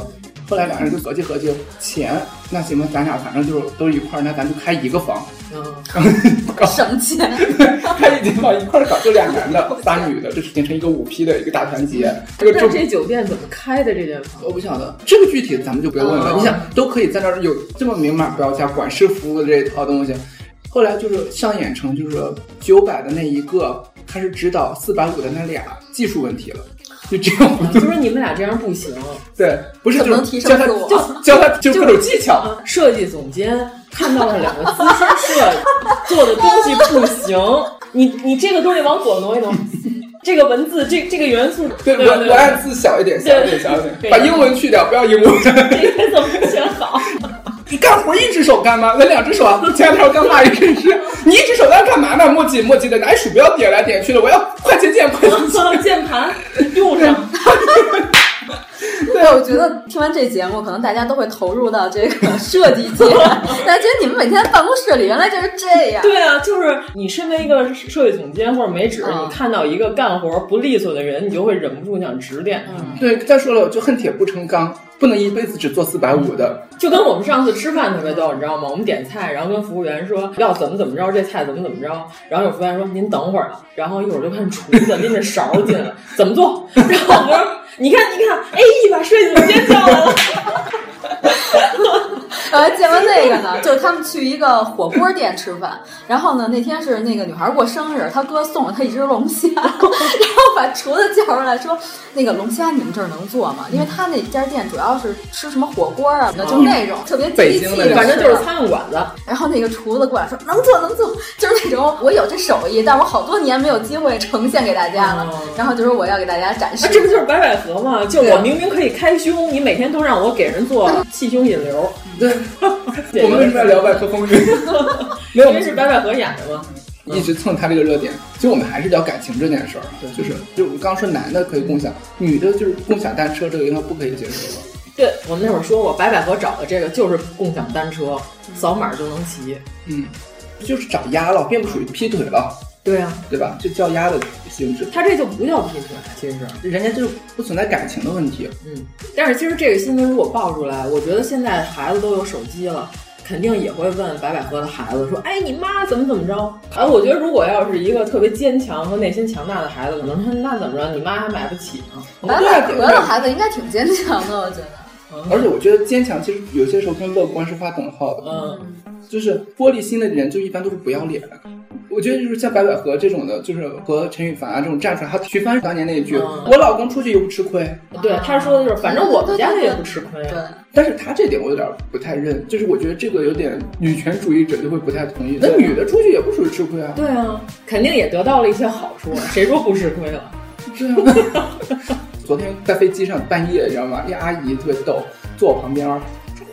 后来俩人就合计合计，钱那行吧，咱俩反正就是都一块儿，那咱就开一个房， 嗯，省钱，开一间房一块儿搞，就俩男的仨女的，这是形成一个五批的一个大团结，这个那这酒店怎么？开的这间 房，我不晓得，这个具体咱们就不要问了。你想，都可以在那儿有这么明码标价、管事服务的这一套东西。后来就是上演成就是九百的那一个开始指导四百五的那俩技术问题了，就这样。就是你们俩这样不行。对，不是就是教他就教他就各种技巧。设计总监看到了两个资深设计做的东西不行，你你这个东西往左挪一挪。这个文字，这这个元素，对文文案字小一点，小一点，小一点，把英文去掉，不要英文。 这个怎么选好？你干活一只手干吗？咱两只手啊！前两天我刚骂一个人，你一只手在干嘛呢？墨迹墨迹的，拿鼠标点来点去的，我要快捷键，快捷键，键盘用上。对，我觉得听完这节目，可能大家都会投入到这个设计界。大家觉得你们每天办公室里原来就是这样。对啊，就是你身为一个设计总监或者美指，嗯、你看到一个干活不利索的人，你就会忍不住想指点他。嗯、对，再说了，就恨铁不成钢，不能一辈子只做四百五的。就跟我们上次吃饭特别逗，你知道吗？我们点菜，然后跟服务员说要怎么怎么着，这菜怎么怎么着。然后有服务员说您等会儿，然后一会儿就看厨子拎着勺进来，怎么做？ 然后我说。你看，你看，哎，把设计总监叫来了。我还见过那个呢，就是他们去一个火锅店吃饭，然后呢，那天是那个女孩过生日，她哥送了她一只龙虾， 然后把厨子叫出来说：“那个龙虾你们这儿能做吗？”因为他那家店主要是吃什么火锅啊，就那种特别北京的，反正就是餐馆子。然后那个厨子过来说：“能做，能做。”就是那种我有这手艺，但我好多年没有机会呈现给大家了。然后就是我要给大家展示，啊这不就是白百合啊吗？就我明明可以开胸，你每天都让我给人做气胸引流。对， 我们为什么要聊百合风云？ 没有，因为是白百合演的嘛。一直蹭他这个热点，其实我们还是聊感情这件事儿。啊就是，就我们刚刚说男的可以共享，女的就是共享单车，这个应该不可以接受吧？对，我们那会儿说过，白百合找的这个就是共享单车，扫码就能骑。嗯，就是找丫了，并不属于劈腿了。对啊，对吧？这叫丫的性质，他这就不叫劈腿，其实人家就是不存在感情的问题。嗯，但是其实这个新闻如果爆出来，我觉得现在孩子都有手机了，肯定也会问白百合的孩子说：“哎，你妈怎么怎么着？”哎，我觉得如果要是一个特别坚强和内心强大的孩子，可能说：“那怎么着？你妈还买不起呢、啊？”白百合的孩子应该挺坚强的，我觉得。而且我觉得坚强其实有些时候跟乐观是画等号的。嗯，就是玻璃心的人就一般都是不要脸。我觉得就是像白百合这种的，就是和陈羽凡啊这种站出来。还有徐帆当年那一句：“嗯、我老公出去又不吃亏。”对，他说的就是，反正我们家也不吃亏。对。但是他这点我有点不太认，就是我觉得这个有点女权主义者就会不太同意。那女的出去也不属于吃亏啊。对啊，肯定也得到了一些好处，谁说不吃亏了？对啊。 昨天在飞机上半夜，你知道吗？一阿姨特别逗，坐我旁边，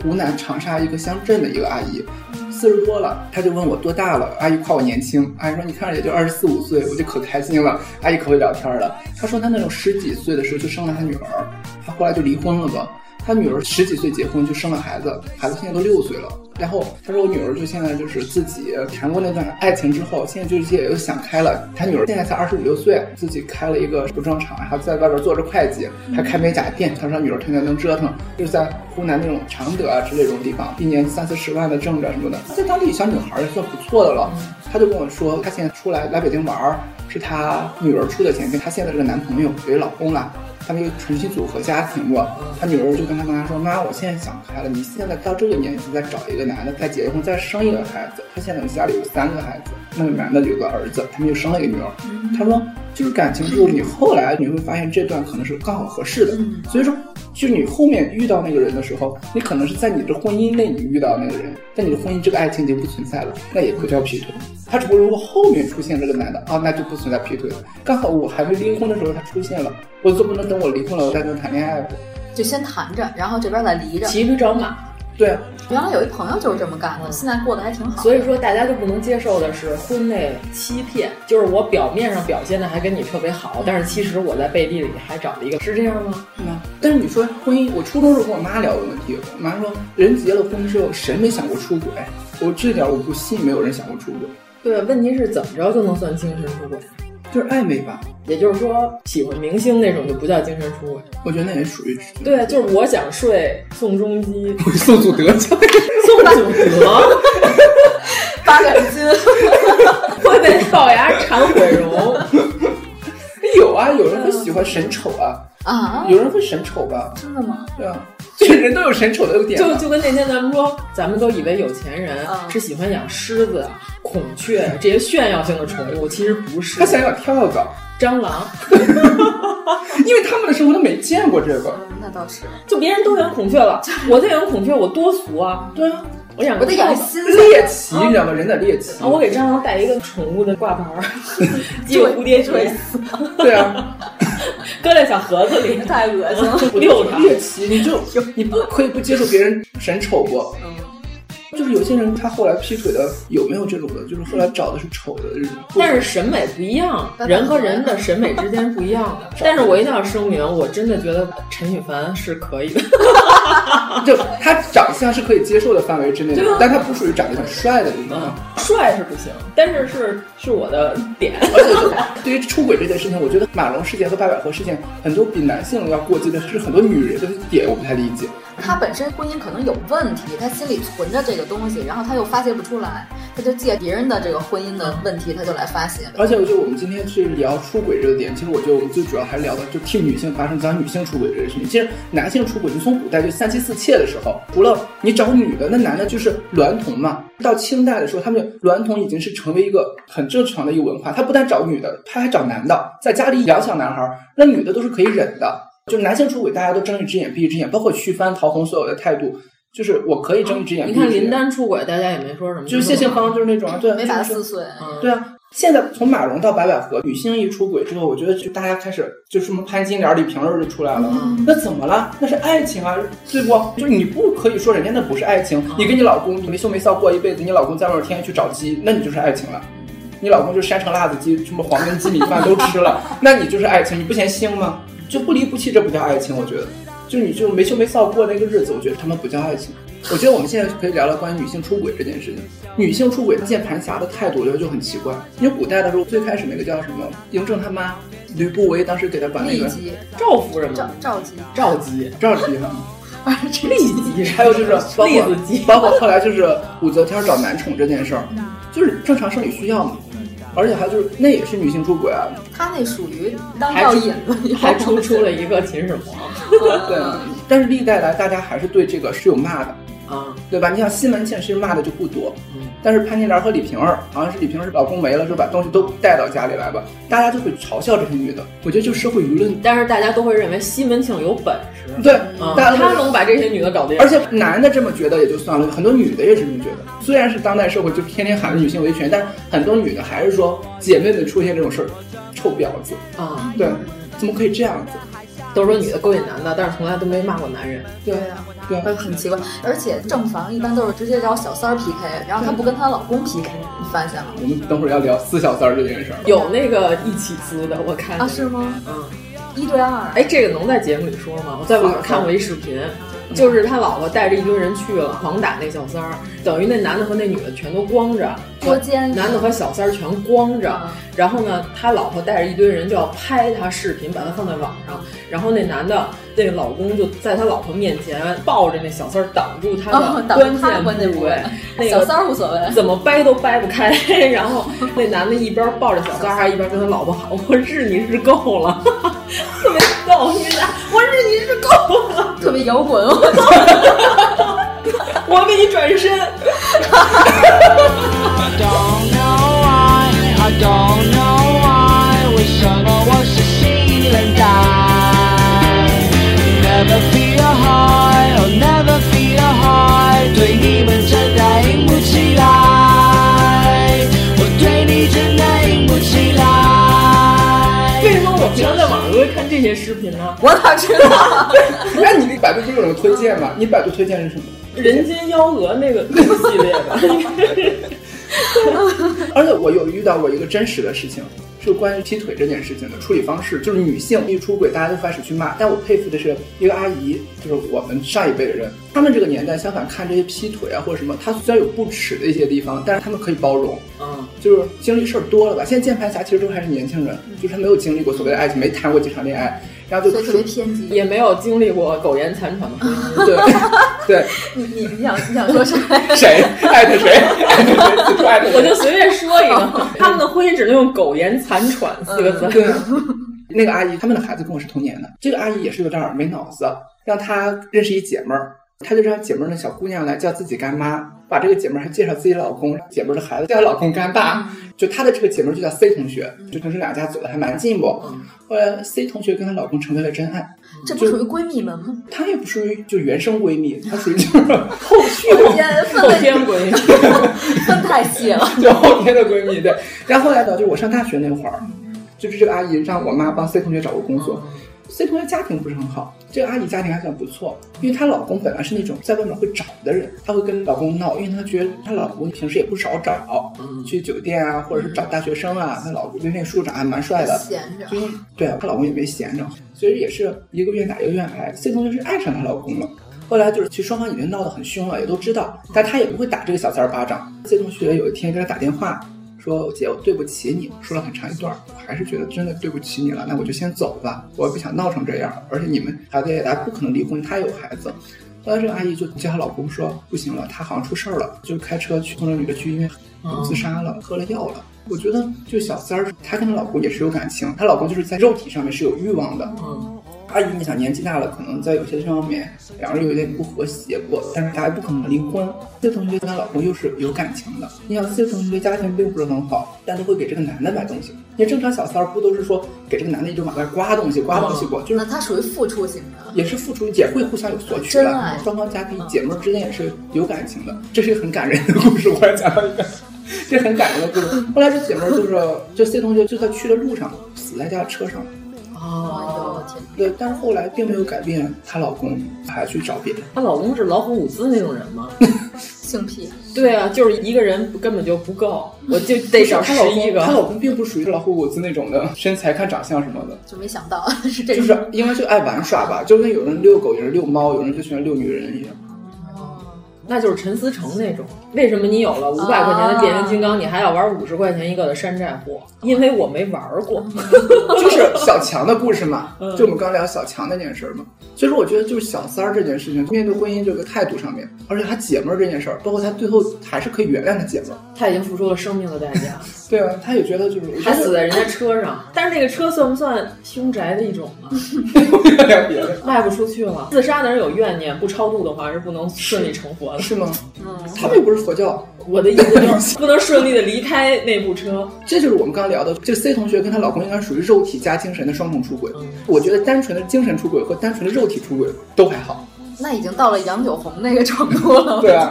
湖南长沙一个乡镇的一个阿姨，四十多了，她就问我多大了。阿姨夸我年轻，阿姨说你看着也就二十四五岁，我就可开心了。阿姨可会聊天了，她说她那种十几岁的时候就生了她女儿，她后来就离婚了吧。她女儿十几岁结婚就生了孩子，孩子现在都六岁了。然后她说我女儿就现在就是自己谈过那段爱情之后，现在就是也想开了。她女儿现在才二十五六岁，自己开了一个服装厂，还在外边做着会计，还开美甲店。她说女儿天天能折腾，就是在湖南那种常德啊之类这种地方，一年三四十万的挣着什么的，在当地小女孩也算不错的了。她就跟我说，她现在出来来北京玩儿，是她女儿出的钱，跟她现在这个男朋友为老公了。他们又重新组合家庭过，他女儿就跟他妈说：“妈，我现在想开了，你现在到这个年纪再找一个男的，再结婚，再生一个孩子。”他现在我们家里有三个孩子，那个男的有个儿子，他们又生了一个女儿。他说：“就是感情之后，你后来你会发现这段可能是刚好合适的。所以说，就是你后面遇到那个人的时候，你可能是在你的婚姻内你遇到那个人，但你的婚姻这个爱情已经不存在了，那也不叫劈腿。他只不过如果后面出现这个男的啊，那就不存在劈腿了。刚好我还没离婚的时候他出现了，我总不能等我离婚了我再跟他谈恋爱吧？就先谈着，然后这边再离着，骑驴找马。对，啊原来有一朋友就是这么干的，现在过得还挺好。所以说，大家就不能接受的是婚内欺骗，就是我表面上表现的还跟你特别好，但是其实我在背地里还找了一个，是这样吗？嗯。但是你说婚姻，我初中时候跟我妈聊的问题，我妈说人结了婚之后，谁没想过出轨？我这点我不信，没有人想过出轨。对，问题是怎么着就能算精神出轨？就是暧昧吧，也就是说喜欢明星那种就不叫精神出轨，我觉得那也属于 对，啊就是我想睡宋仲基，宋祖德，宋祖德，八两金， 我得龅牙缠毁容。有啊，有人会喜欢神丑啊，啊，有人会神丑吧？真的吗？对啊。这人都有神丑的优点，啊嗯就就跟那天咱们说，咱们都以为有钱人是喜欢养狮子、孔雀这些炫耀性的宠物，其实不是。他想养跳蚤、蟑螂，因为他们的生活都没见过这个。那倒是，就别人都养孔雀了，我再养孔雀，我多俗啊！对啊，我养我得养新猎奇，你知道吗？人的猎奇。啊哦我给蟑螂带一个宠物的挂牌， 有蝴蝶结。对啊。搁在小盒子 里，太恶心了。六条猎奇，你就你不可以不接受别人审丑不？嗯，就是有些人他后来劈腿的有没有这种的？就是后来找的是丑的这种。但是审美不一样，人和人的审美之间不一 样的。但是我一定要声明，我真的觉得陈羽凡是可以的，就他长相是可以接受的范围之内的，但他不属于长得很帅的那种。嗯帅是不行，但是是是我的点。而且对于出轨这件事情，我觉得马龙事件和八百合事件，很多比男性要过激的是很多女人的点，我不太理解。他本身婚姻可能有问题，他心里存着这个东西，然后他又发泄不出来，他就借别人的这个婚姻的问题，他就来发泄。而且我觉得我们今天去聊出轨这个点，其实我觉得我们最主要还是聊的就替女性发声，讲女性出轨这个事情。其实男性出轨，就从古代就三妻四妾的时候，除了你找女的，那男的就是娈童嘛。到清代的时候，他们娈童已经是成为一个很正常的一个文化。他不但找女的，他还找男的，在家里养小男孩，那女的都是可以忍的。就是男性出轨，大家都睁一只眼闭一只眼，包括徐帆、陶虹所有的态度，就是我可以睁一只眼闭一只眼。哦你看林丹出轨，大家也没说什么，就是谢杏芳就是那种，啊对，没把他撕碎。嗯对啊，现在从马蓉到白百合，女性一出轨之后，我觉得就大家开始就什么潘金莲、李瓶儿就出来了。嗯、那怎么了？那是爱情啊，对不？就是你不可以说人家那不是爱情。你跟你老公没羞没臊过一辈子，你老公在外面天天去找鸡，那你就是爱情了。你老公就山城辣子鸡、什么黄焖鸡米饭都 吃了，那你就是爱情，你不嫌腥吗？就不离不弃，这不叫爱情，我觉得，就是你就是没羞没臊过那个日子，我觉得他们不叫爱情。我觉得我们现在可以聊聊关于女性出轨这件事情。女性出轨键盘侠的态度，我觉得就很奇怪。因为古代的时候，最开始那个叫什么嬴政他妈吕不韦，当时给他把那个赵夫人嘛，赵姬，赵姬，赵姬嘛。栗 姬， 还有就是包括 包括后来就是武则天找男宠这件事儿，就是正常生理需要嘛。而且还就是那也是女性出轨啊，他那属于当药引子， 还出出了一个秦始皇。对，啊但是历代来大家还是对这个是有骂的啊，对吧？你像西门庆其实骂的就不多，但是潘金莲和李瓶儿好像是李瓶儿老公没了之后把东西都带到家里来吧，大家就会嘲笑这些女的。我觉得就社会舆论，但是大家都会认为西门庆有本事，嗯对，他能把这些女的搞定。而且男的这么觉得也就算了，很多女的也是这么觉得。虽然是当代社会就天天喊着女性维权，但是很多女的还是说姐妹们出现这种事儿，臭婊子啊！对，怎么可以这样子？都说女的勾引男的，但是从来都没骂过男人。对啊，对，很奇怪。而且正房一般都是直接找小三儿 PK，然后她不跟她老公 PK，你发现了？我们等会儿要聊撕小三儿这件事儿。有那个一起撕的，我看啊，是吗？嗯，一对二。哎，这个能在节目里说吗？我在网上看过一视频。就是他老婆带着一堆人去了，狂打那小三儿，等于那男的和那女的全都光着，捉奸，男的和小三儿全光着。嗯、然后呢，他老婆带着一堆人就要拍他视频，把他放在网上。然后那男的那个老公就在他老婆面前抱着那小三儿，挡住他哦的关键部位。哦、哎那个小三儿无所谓，怎么掰都掰不开。 然后那男的一边抱着小三儿，还一边跟他老婆喊：“我日你日够了！” 特别逗，你俩，我日你日够了！特别摇 滚，我操！我给你转身。 I don't know why, I don't know why，为什么为什么我平常在网上会看这些视频呢？我哪知道？那你百度不是有推荐吗？你百度推荐是什么？人间幺蛾那个那个系 列吧。 而且我有遇到过一个真实的事情，是关于劈腿这件事情的处理方式，就是女性一出轨，大家都开始去骂。但我佩服的是一个阿姨，就是我们上一辈的人，他们这个年代相反看这些劈腿啊或者什么，他虽然有不耻的一些地方，但是他们可以包容。嗯，就是经历事儿多了吧？现在键盘侠其实都还是年轻人，就是他没有经历过所谓的爱情，没谈过几场恋爱。然 后就特别偏激，也没有经历过苟延残喘的婚 姻。对对，你你你想你想说谁？ 谁艾特谁？艾特谁？此处艾特我就随便说一 个，他们的婚姻只能用“苟延残喘”四个字。 对，那个阿姨，他们的孩子跟我是同年的。这个阿姨也是有点没脑子，让她认识一姐们儿，她就让姐们儿的小姑娘来叫自己干妈，把这个姐们儿还介绍自己老公，姐们儿的孩子叫她老公干爸。就她的这个姐们儿就叫 C 同学，就同时两家走的还蛮进步。后来 C 同学跟她老公成为了真爱，这不属于闺蜜们吗？她也不属于就原生闺蜜，她属于就是后续天后天闺蜜，分太细 了，就后天的闺蜜。对，然后后来呢，就是我上大学那会儿，就是这个阿姨让我妈帮 C 同学找过工作。C 同学家庭不是很好，这个阿姨家庭还算不错，因为她老公本来是那种在外面会找的人，她会跟老公闹，因为她觉得她老公平时也不少找，去酒店啊，或者是找大学生啊，她老公那个处长还蛮帅的，闲着，所以对啊她老公也没闲着，所以也是一个愿打一个愿挨。C 同学是爱上她老公了，后来就是其实双方已经闹得很凶了，也都知道，但她也不会打这个小三儿巴掌。C 同学有一天给她打电话。说姐，我对不起你，说了很长一段，我还是觉得真的对不起你了，那我就先走吧，我也不想闹成这样，而且你们孩子也大，不可能离婚，她也有孩子。后来这个阿姨就叫她老公说，不行了，她好像出事儿了，就开车去送这女的去医院，自杀了，喝了药了。我觉得就小三儿，她跟她老公也是有感情，她老公就是在肉体上面是有欲望的。 嗯，阿姨，你想年纪大了，可能在有些方面两人有点不和谐过，但是大家不可能离婚。这同学跟她老公又是有感情的，你想这同学家庭并不是很好，但她会给这个男的买东西。你正常小三儿不都是说给这个男的一直往外刮东西、刮东西过，就是那他属于付出型的，也是付出，也会互相有索取真爱的。双方家庭姐妹之间也是有感情的，这是一个很感人的故事。我也讲到一个。这很感人的故事。后来这姐妹儿就是，这 C 同学就在去的路上死在家车上了。哎哦，对，但是后来并没有改变她老公，还去找别人。她老公是老虎伍兹那种人吗？性癖，对啊，就是一个人根本就不够，我就得找她十老一公，个。她老公并不属于老虎伍兹那种的身材，看长相什么的，就没想到 是这就种，是应该就爱玩耍吧，就跟有人遛狗，有人遛猫，有人就喜欢遛女人一样。哦那就是陈思诚那种。为什么你有了五百块钱的变形金刚，你还要玩五十块钱一个的山寨货？因为我没玩 过。就是小强的故事 嘛，嗯就我们刚聊小强那件事儿嘛。所以说，我觉得就是小三儿这件事情，面对婚姻这个态度上面，而且她姐妹儿这件事儿，包括她最后还是可以原谅她姐妹儿。他已经付出了生命的代价，对啊，她也觉得就是 我还死在人家车上。但是那个车算不算凶宅的一种啊呢？家 别人卖不出去了。自杀的人有怨念，不超度的话是不能顺利成佛的。是吗？嗯他们又不是佛教，我的意思就是不能顺利的离开那部车。这就是我们刚刚聊的，这个 C 同学跟她老公应该属于肉体加精神的双重出嗯轨。我觉得单纯的精神出轨和单纯的肉体出轨都还好。那已经到了杨九红那个程度哦了，对啊，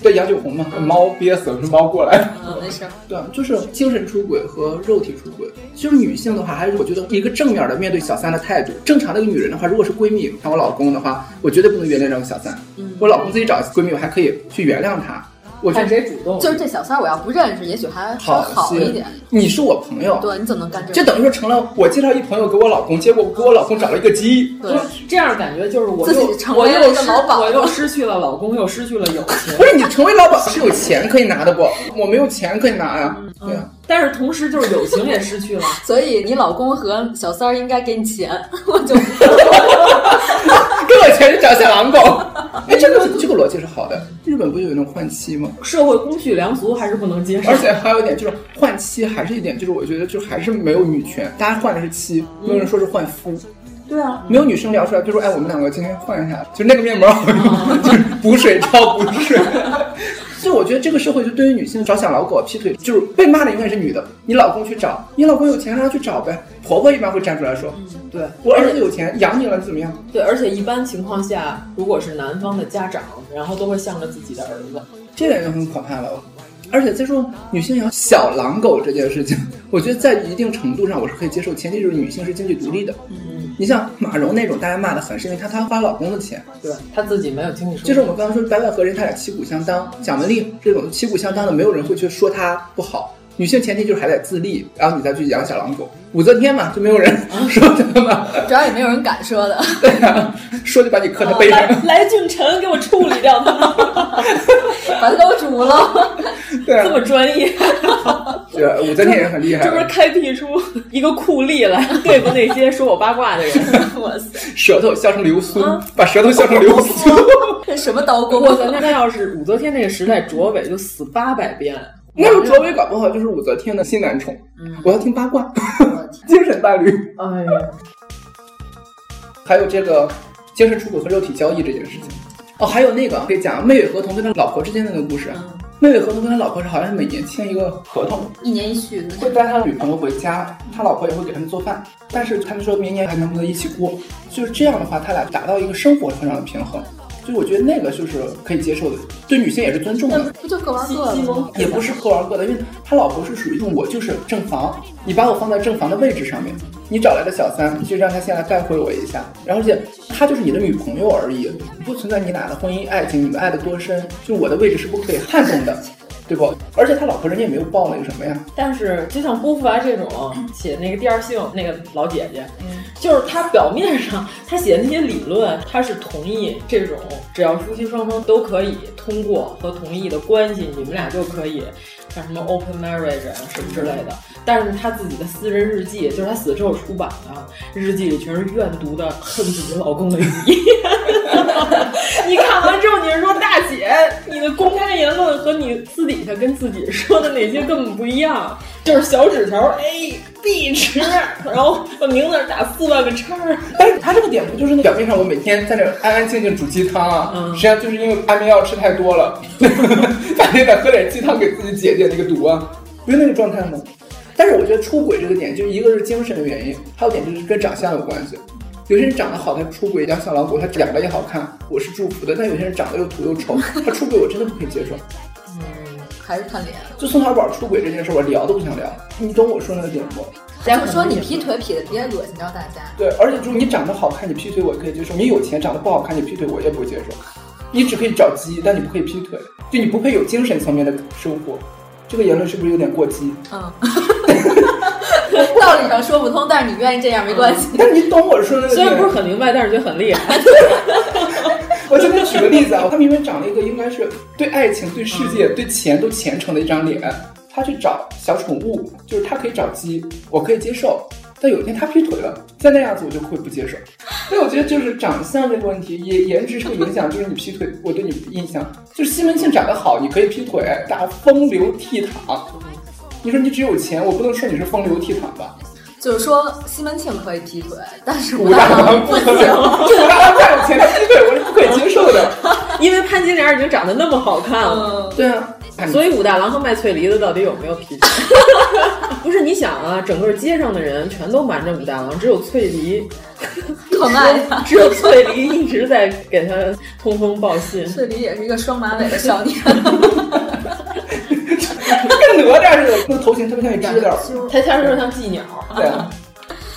对杨九红嘛，猫憋死了，是猫过来。嗯，没事儿。对，啊就是精神出轨和肉体出轨。就是女性的话，还是我觉得一个正面的面对小三的态度。正常的一个女人的话，如果是闺蜜像我老公的话，我绝对不能原谅这个小三。嗯我老公自己找闺蜜，我还可以去原谅他。我觉看得谁主动，就是这小三儿，我要不认识，也许还稍微好些一点。你是我朋友，对，你怎么能干这就种？等于说成了我介绍一朋友给我老公，结果给我老公找了一个鸡。对，这样感觉就是我自又己成我为了又一个失老鸨我又失去了老公，又失去了友情 不。是你成为老板是有钱可以拿的不？我没有钱可以拿呀、对啊呀、嗯但是同时就是友情也失去了。所以你老公和小三儿应该给你钱， 我就 给我钱就找小狼狗。哎，这个这个逻辑是好的。日本不就有那种换妻吗？社会公序良俗还是不能接受而。且还有一点就是换妻，还是一点就是我觉得就还是没有女权，大家换的是妻，没有人说是换夫。对啊，没有女生聊出来，就说哎，我们两个今天换一下，就那个面膜好用，就是补水超补水。所以我觉得这个社会就对于女性找小老狗劈腿，就是被骂的永远是女的。你老公去找，你老公有钱让他去找呗。婆婆一般会站出来说，对，我儿子有钱养你了，你怎么样？对，而且一般情况下，如果是男方的家长，然后都会向着自己的儿子。这点就很可怕了。而且再说女性养小狼狗这件事情，我觉得在一定程度上我是可以接受，前提就是女性是经济独立的。嗯，你像马蓉那种，大家骂的很，是因为她她花老公的钱，对她自己没有经济。就是我们刚刚说白百合人，她俩旗鼓相当，蒋雯丽这种旗鼓相当的，没有人会去说她不好。女性前提就是还得自立，然后你再去养小狼狗。武则天嘛，就没有人 说她嘛， 主要也没有人敢说的。对啊，说就把你磕他背上。啊、来俊臣，给我处理掉他， 把他给我煮了。 对、啊，这么专业。对，武则天也很 厉害。这不是开辟出一个酷吏来对付那些说我八卦的人。 哇塞， 舌头削成流苏，啊、把舌头削成流哦苏。 这什么刀工？哇塞，那要是武则天那个时代，卓伟就死八百遍。那个卓伟搞不好就是武则天的新男宠，嗯、我要听八卦， 精神伴侣。哎呀，还有这个精神出轨和肉体交易这件事情。哦，还有那个可以讲妹妹合同跟他老婆之间的那个故事。啊嗯、妹妹合同跟他老婆是好像是每年签一个合同，一年一续的， 会带他女朋友回家，他老婆也会给他们做饭，但是他们说明年还能不能一起过？就是这样的话，他俩达到一个生活上的平衡。所以我觉得那个就是可以接受的，对女性也是尊重的。不就各玩各的吗？也不是各玩各的，因为他老婆是属于一种我就是正房，你把我放在正房的位置上面，你找来的小三就让他先来拜会我一下，然后而且她就是你的女朋友而已，不存在你俩的婚姻爱情，你们爱的多深，就我的位置是不可以撼动的。对不？而且他老婆人家也没有报那个什么呀。但是就像郭富华这种写那个第二性那个老姐姐，嗯就是她表面上她写的那些理论，她是同意这种只要夫妻双方都可以通过和同意的关系，你们俩就可以像什么 open marriage 啊什么之类的。但是她自己的私人日记，就是她死之后出版的日记里全是怨毒的恨自己老公的语言。 你看完之后，你是说大姐，你的公开言论和你私底下跟自己说的那些根本不一样，就是小纸条 A B 池，然后把名字打四万个叉。但是他这个点不就是那表面上我每天在那安安静静煮鸡汤啊，嗯、实际上就是因为安眠药吃太多了， 白天得喝点鸡汤给自己解解那个毒啊，不是那个状态吗？但是我觉得出轨这个点，就是一个是精神的原因，还有点就是跟长相有关系。有些人长得好，他出轨养小老虎，他长得也好看，我是祝福的。但有些人长得又土又丑，他出轨我真的不可以接受。嗯，还是看脸。就宋小宝出轨这件事，我聊都不想聊。你懂我说那个点不？然后说你劈腿劈的别恶心着大家。对，而且就是你长得好看，你劈腿我可以接受；你有钱长得不好看，你劈腿我也不接受。你只可以找鸡，但你不可以劈腿，就你不配有精神层面的收获。这个言论是不是有点过激？嗯。道理上说不通，但是你愿意这样没关系。 但是你懂我说的， 虽然不是很明白，但是觉得很厉害。 我就给你举个例子啊，他明明长了一个应该是对爱情、对世界、嗯、对钱都虔诚的一张脸，他去找小宠物，就是他可以找鸡，我可以接受。但有一天他劈腿了，再那样子我就会不接受。所以我觉得就是长相这个问题，也颜值是个影响，就是你劈腿，我对你印象就是西门庆长得好，你可以劈腿，大风流倜傥。你说你只有钱，我不能说你是风流倜傥吧？就是说西门庆可以劈腿，但是武大郎 不行。武大郎再有钱，他劈腿我是不可以接受的， 因为潘金莲已经长得那么好 看了。嗯、 对啊，所以武大郎和卖翠梨的到底有没有劈腿？不是你想啊，整个街上的人全都瞒着武大郎，只有翠梨疼爱他，只有翠梨一直在给他通风报信。翠梨也是一个双马尾的少年。 跟哪吒似的，那个头型特别像一知 了，他像是像寄鸟。对啊，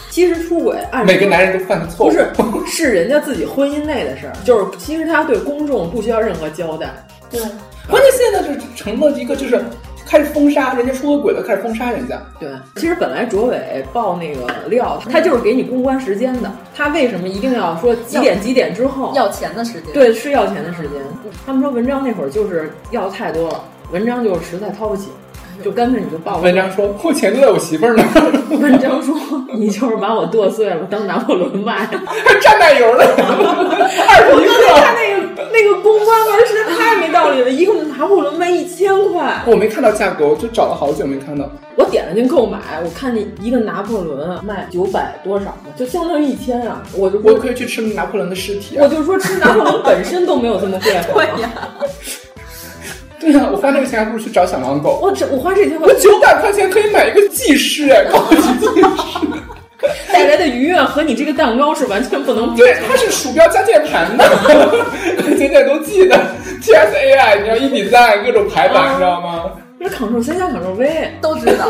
其实出轨，按每个男人都犯的错误，不是是人家自己婚姻内的事儿，就是其实他对公众不需要任何交代。对， 关键现在是成了一个就是。开始封杀人家出个鬼了，开始封杀人家。对，其实本来卓伟爆那个料，他就是给你公关时间的。他为什么一定要说几点几点之后要钱的时间？对，是要钱的时间。他们说文章那会儿就是要太多了，文章就是实在掏不起，就干脆你就爆。文章说我钱都在我媳妇儿 那儿。文章说你就是把我剁碎了当拿破仑 卖，还蘸奶油了。 二我觉得他那个。那个公关玩实在太没道理了，一个拿破仑卖一千块，我没看到价格，我就找了好久没看到。我点了进购买，我看见一个拿破仑卖九百多少，就相当于一千啊！我就我可以去吃拿破仑的尸体、啊。我就说吃拿破仑本身都没有这么贵， 对呀、啊。对呀、啊，我花这个钱还不如去找小狼狗。我这我花这钱，我九百块钱可以买一个技师 哎，高级技师。带来的愉悦和你这个蛋糕是完全不能对，它是鼠标加键盘的， 现在都记得 T S A I，你知道一比赞各种排版，你知道吗？那 Ctrl C 加 Ctrl V 都知道。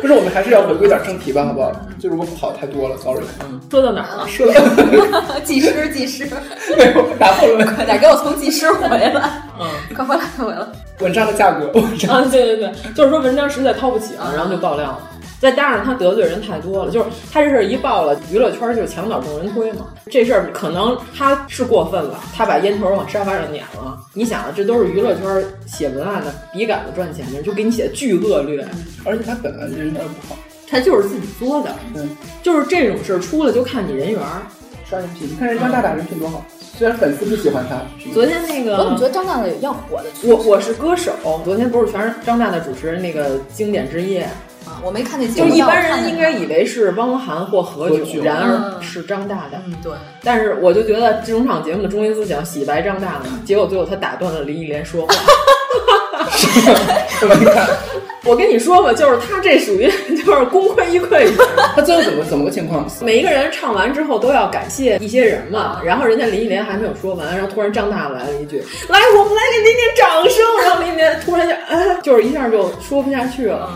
不是，我们还是要回归点正题吧，好不好？就如果跑太多了，sorry。嗯，说到哪儿了？说到技师，技师。没有，打错了。快点给我从技师回来。嗯，快回来，快回来。文章的价格，文 章。啊，对对对，就是说文章实在掏不起啊，然后就爆料了。再加上他得罪人太多了，就是他这事儿一爆了，娱乐圈就是墙倒众人推嘛。这事儿可能他是过分了，他把烟头往沙发上撵了。你想啊，这都是娱乐圈写文案的笔杆子赚钱的，就给你写巨恶劣，而且他本来人缘不好，他就是自己作的。嗯，就是这种事儿出了就看你人缘。刷人品，你看人张大大人品多好，虽然粉丝不喜欢他。昨 天那个，我怎么觉得张大大有要火的？我我是歌手，昨天不是全是张大大主持那个经典之夜。嗯我没看那节目，就一般人应该以为是汪涵或何炅，然而是张大大。嗯，对。但是我就觉得这种场节目的中心思想洗白张大大，结果最后他打断了林忆莲说话。 我跟你说吧，就是他这属于 就是功亏一篑。他最后怎么怎么个情况？每一个人唱完之后都要感谢一些人嘛，然后人家林忆莲还没有说完，然后突然张大来了一句：“来，我们来给林莲掌声。”然后林莲突然就哎，就是一下就说不下去了。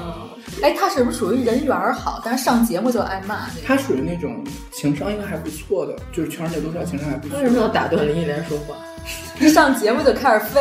哎，他是不是属于人缘好，但是上节目就挨骂？他属于那种情商应该还不错的，就是全世界都知道情商还不错。为什么要打断林忆莲说话？一上节目就开始飞，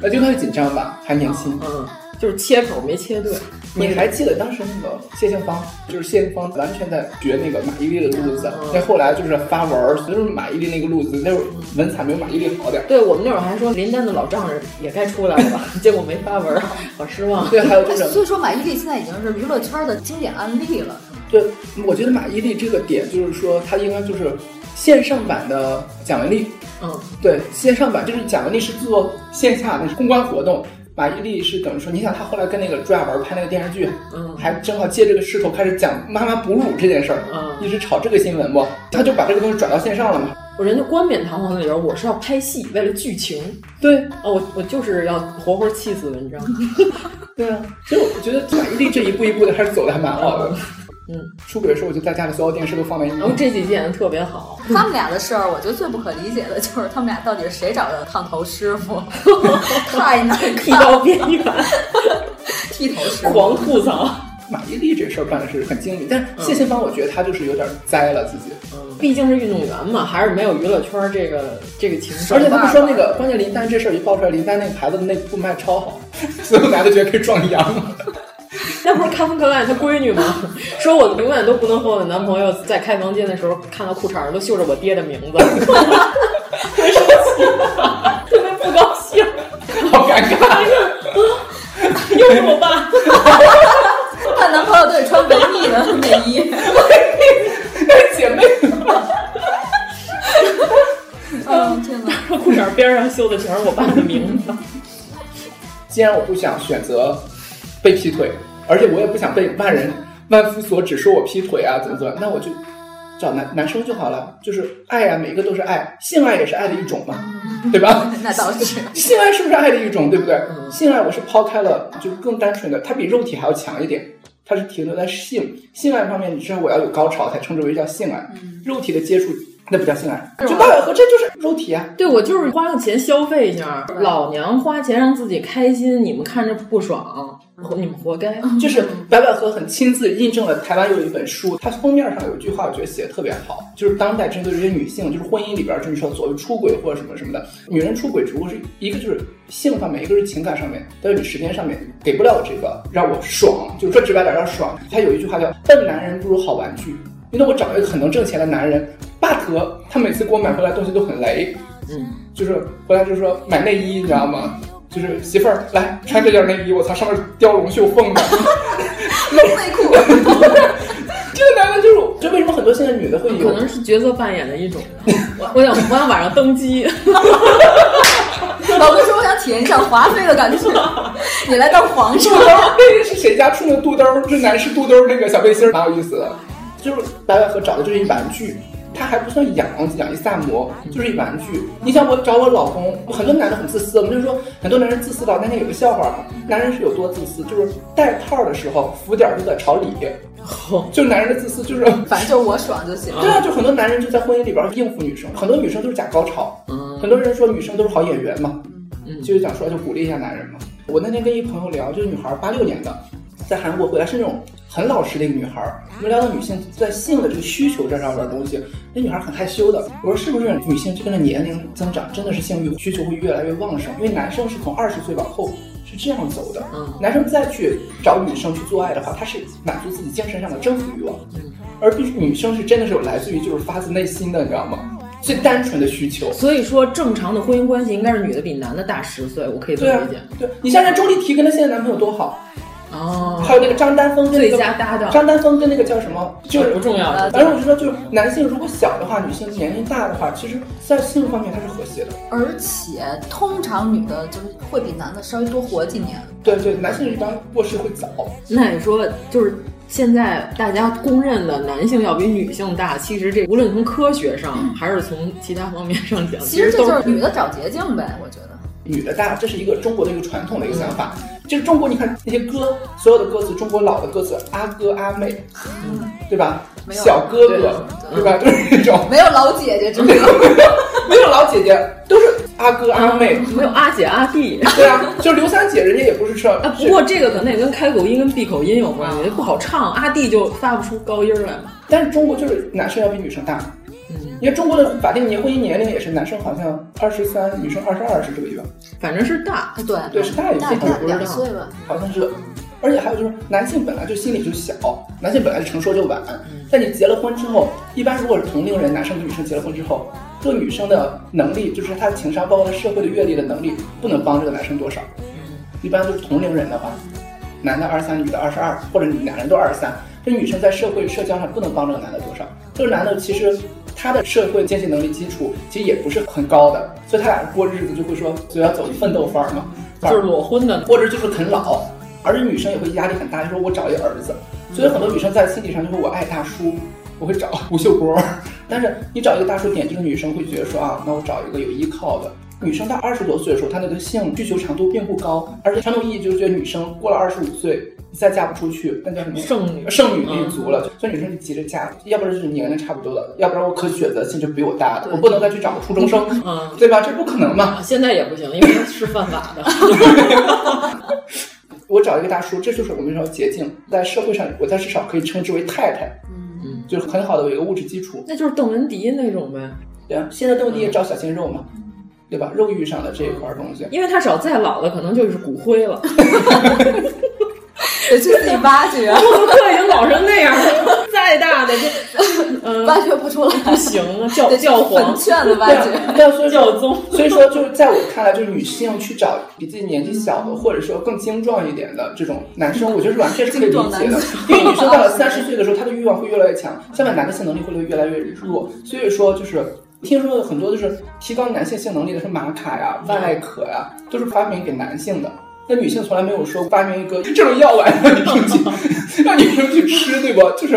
那就他紧张吧，还年轻。嗯，就是切口没切对。嗯你还记得当时那个谢杏芳，就是谢杏芳完全在学那个马伊琍的路子，那、嗯、后来就是发文，就是马伊琍那个路子，那会儿文采没有马伊琍好点。对我们那会儿还说林丹的老丈人也该出来了吧， 结果没发文，好失望。对，还有就是，所以说马伊琍现在已经是娱乐圈的经典案例了。对，我觉得马伊琍这个点就是说，她应该就是线上版的蒋雯丽。嗯，对，线上版就是蒋雯丽是做线下的公关活动。马伊琍是等于说，你想她后来跟那个朱亚文拍那个电视剧，嗯，还正好借这个势头开始讲妈妈哺乳这件事儿，嗯，一直炒这个新闻不，她就把这个东西转到线上了嘛。我人家冠冕堂皇的理由，我是要拍戏，为了剧情。对，哦，我我就是要活活气死文章。 对啊，所以我觉得马伊琍这一步一步的还是走的还蛮好的。嗯，出轨的时候我就在家里所有电视都放在一起。然后这几集演的特别好。 他们俩的事儿，我觉得最不可理解的就是他们俩到底是谁找的烫头师 傅，太难剃到边缘， 剃头师狂吐槽。马伊琍这事儿办的是很精明，但是谢杏芳我觉得她就是有点栽了自己。嗯，毕竟是运动员嘛，还是没有娱乐圈这个这个情商。而且他们说那个，关键林丹这事儿一爆出来，林丹那个牌子的内裤卖超好，所有男的觉得可以壮阳。 那不是开封克莱他闺女吗？说我永远都不能和我的男朋友在开房间的时候看到裤衩上都绣着我爹的名字， 特别生气， 特别不高兴，好尴尬，又是我爸。她男朋友都得穿维密的内衣，那姐 妹。嗯，天哪！裤衩边上绣的全是我爸的名字。既然我不想选择。被劈腿，而且我也不想被万人万夫所指，说我劈腿啊，怎么怎么，那我就找男男生就好了。就是爱啊，每一个都是爱，性爱也是爱的一种嘛，对吧？那倒是，性爱是不是爱的一种，对不对？性爱我是抛开了，就更单纯的，它比肉体还要强一点，它是停留在性性爱方面，你至少我要有高潮才称之为叫性爱，肉体的接触。那不叫性爱，就大百合这就是肉体啊！对，我就是花了钱消费一下，老娘花钱让自己开心，你们看着不爽，你们活该。就是白百合很亲自印证了台湾有一本书，它封面上有一句话，我觉得写的特别好，就是当代针对这些女性，就是婚姻里边，就是说所谓出轨或者什么什么的，女人出轨只不过是一个就是性方面，一个是情感上面，但是你时间上面给不了我这个，让我爽，就是说直白点要爽。它有一句话叫“笨男人不如好玩具”。因为我找一个很能挣钱的男人，but 他每次给我买回来东西都很雷，嗯，就是回来就说买内衣，你知道吗？就是媳妇儿来穿这件内衣，我操，上面雕龙绣凤的， 内裤。这个男的就是，就为什么很多现在女的会有，可能是角色扮演的一种。我我想我想晚上登基。老公说：“我想体验一下华妃的感觉，你来当皇 上。”那个是谁家出的肚兜？是男士肚兜那个小背心，蛮有意思的。就是白百合找的就是一玩具，它还不算养养一萨摩，就是一玩具。你想我找我老公，很多男的很自私，我们就说很多男人自私到那天有个笑话嘛，男人是有多自私，就是戴套的时候服点就在朝里，就男人的自私就是反正就是我爽就行。对啊，就很多男人就在婚姻里边应付女生，很多女生都是假高潮，嗯、很多人说女生都是好演员嘛。嗯，就是想说就鼓励一下男人嘛。我那天跟一朋友聊，就是女孩八六年的，在韩国回来是那种很老实的一个女孩。我们聊到女性在性的这个需求这上面的东西，那女孩很害羞的。我说是不是女性跟着年龄增长，真的是性欲需求会越来越旺盛？因为男生是从二十岁往后。是这样走的，嗯男生再去找女生去做爱的话，他是满足自己精神上的征服欲望，而必须女生是真的是有来自于就是发自内心的，你知道吗？最单纯的需求。 所以说，正常的婚姻关系应该是女的比男的大十岁，我可以这对么啊理解。，对你像人周丽缇跟她现在男朋友多好，哦，还有那个张丹峰跟那最个佳搭档张丹峰跟那个叫什么，就是不重要反正我就说，就是男性如果小的话，女性年龄大的话，其实在性方面它是和谐的。而且通常女的就是会比男的稍微多活几年。对对，男性一般过世会早。那你说，就是现在大家公认的男性要比女性大，其实这无论从科学上、还是从其他方面上讲，嗯其实这都就是女的找捷径呗，我觉得。女的大，这是一个中国的一个传统的一个想法。嗯就是中国，你看那些歌，所有的歌词，中国老的歌词，阿哥阿妹，嗯对吧？没有小哥哥，对吧？就是那种没有老姐姐之名，没有老姐姐，都是阿哥啊阿妹，没有阿姐阿 弟。对啊，就刘三姐，人家也不是说。啊，不过这个可能也跟开口音跟闭口音有关啊系，不好唱，阿弟就发不出高音来嘛。但是中国就是男生要比女生大，嗯因为中国的法定年婚姻年龄也是男生好像二十三，女生二十二，是这个样。反正是大，对对是大一些，我不知道。吧。好像是，而且还有就是男性本来就心理就小，男性本来就成熟就晚，嗯但你结了婚之后，一般如果是同龄人，男生跟女生结了婚之后，这个女生的能力，就是她的情商，包括她社会的阅历的能力，不能帮这个男生多少。嗯一般就是同龄人的话，男的二三，女的二十二，或者俩人都二十三，这女生在社会社交上不能帮这个男的多少。这个男的其实他的社会经济能力基础其实也不是很高的，所以他俩过日子就会说，所以要走奋斗范儿嘛，就是裸婚的，或者就是啃老。而且女生也会压力很大，就说我找一个儿子，所以很多女生在心理上就说我爱大叔，我会找吴秀波。但是你找一个大叔点，就是女生会觉得说啊，那我找一个有依靠的。女生到二十多岁的时候，她那个性需求长度并不高，而且传统意义就是觉得女生过了二十五岁，你再嫁不出去，那叫什么呃剩女嗯剩女立足了。所以女生就急着嫁，要不然就是年龄差不多的，要不然我可选择性就比我大的，我不能再去找个初中生，嗯，对吧？这不可能嘛。啊现在也不行，因为是犯法 的。我找一个大叔，这就是我们说捷径，在社会上，我在至少可以称之为太太，嗯，就是很好的有一个物质基础。那就是邓文迪那种呗，对啊，现在邓迪也找小鲜肉嘛，对吧？肉欲上的这一块东西，因为他找再老的可能就是骨灰 了，得去自己挖掘， 顾客已经老成那样了， 再大的就，嗯，挖掘不出来，不行啊，教教皇粉圈的挖对啊掘。对啊，所以教宗说，所以说就是在我看来，就是女性去找比自己年纪小的，或者说更精壮一点的这种男生，我觉得是完全是可以理解精壮男的，因为女生到了三十岁的时候，她的欲望会越来越强，相反男的性能力会越来越弱，所以说就是。听说很多就是提高男性性能力的，是玛卡呀、万艾可呀，都是发明给男性的。那女性从来没有说发明一个这种药丸让女生去 让女生去吃，对不？就是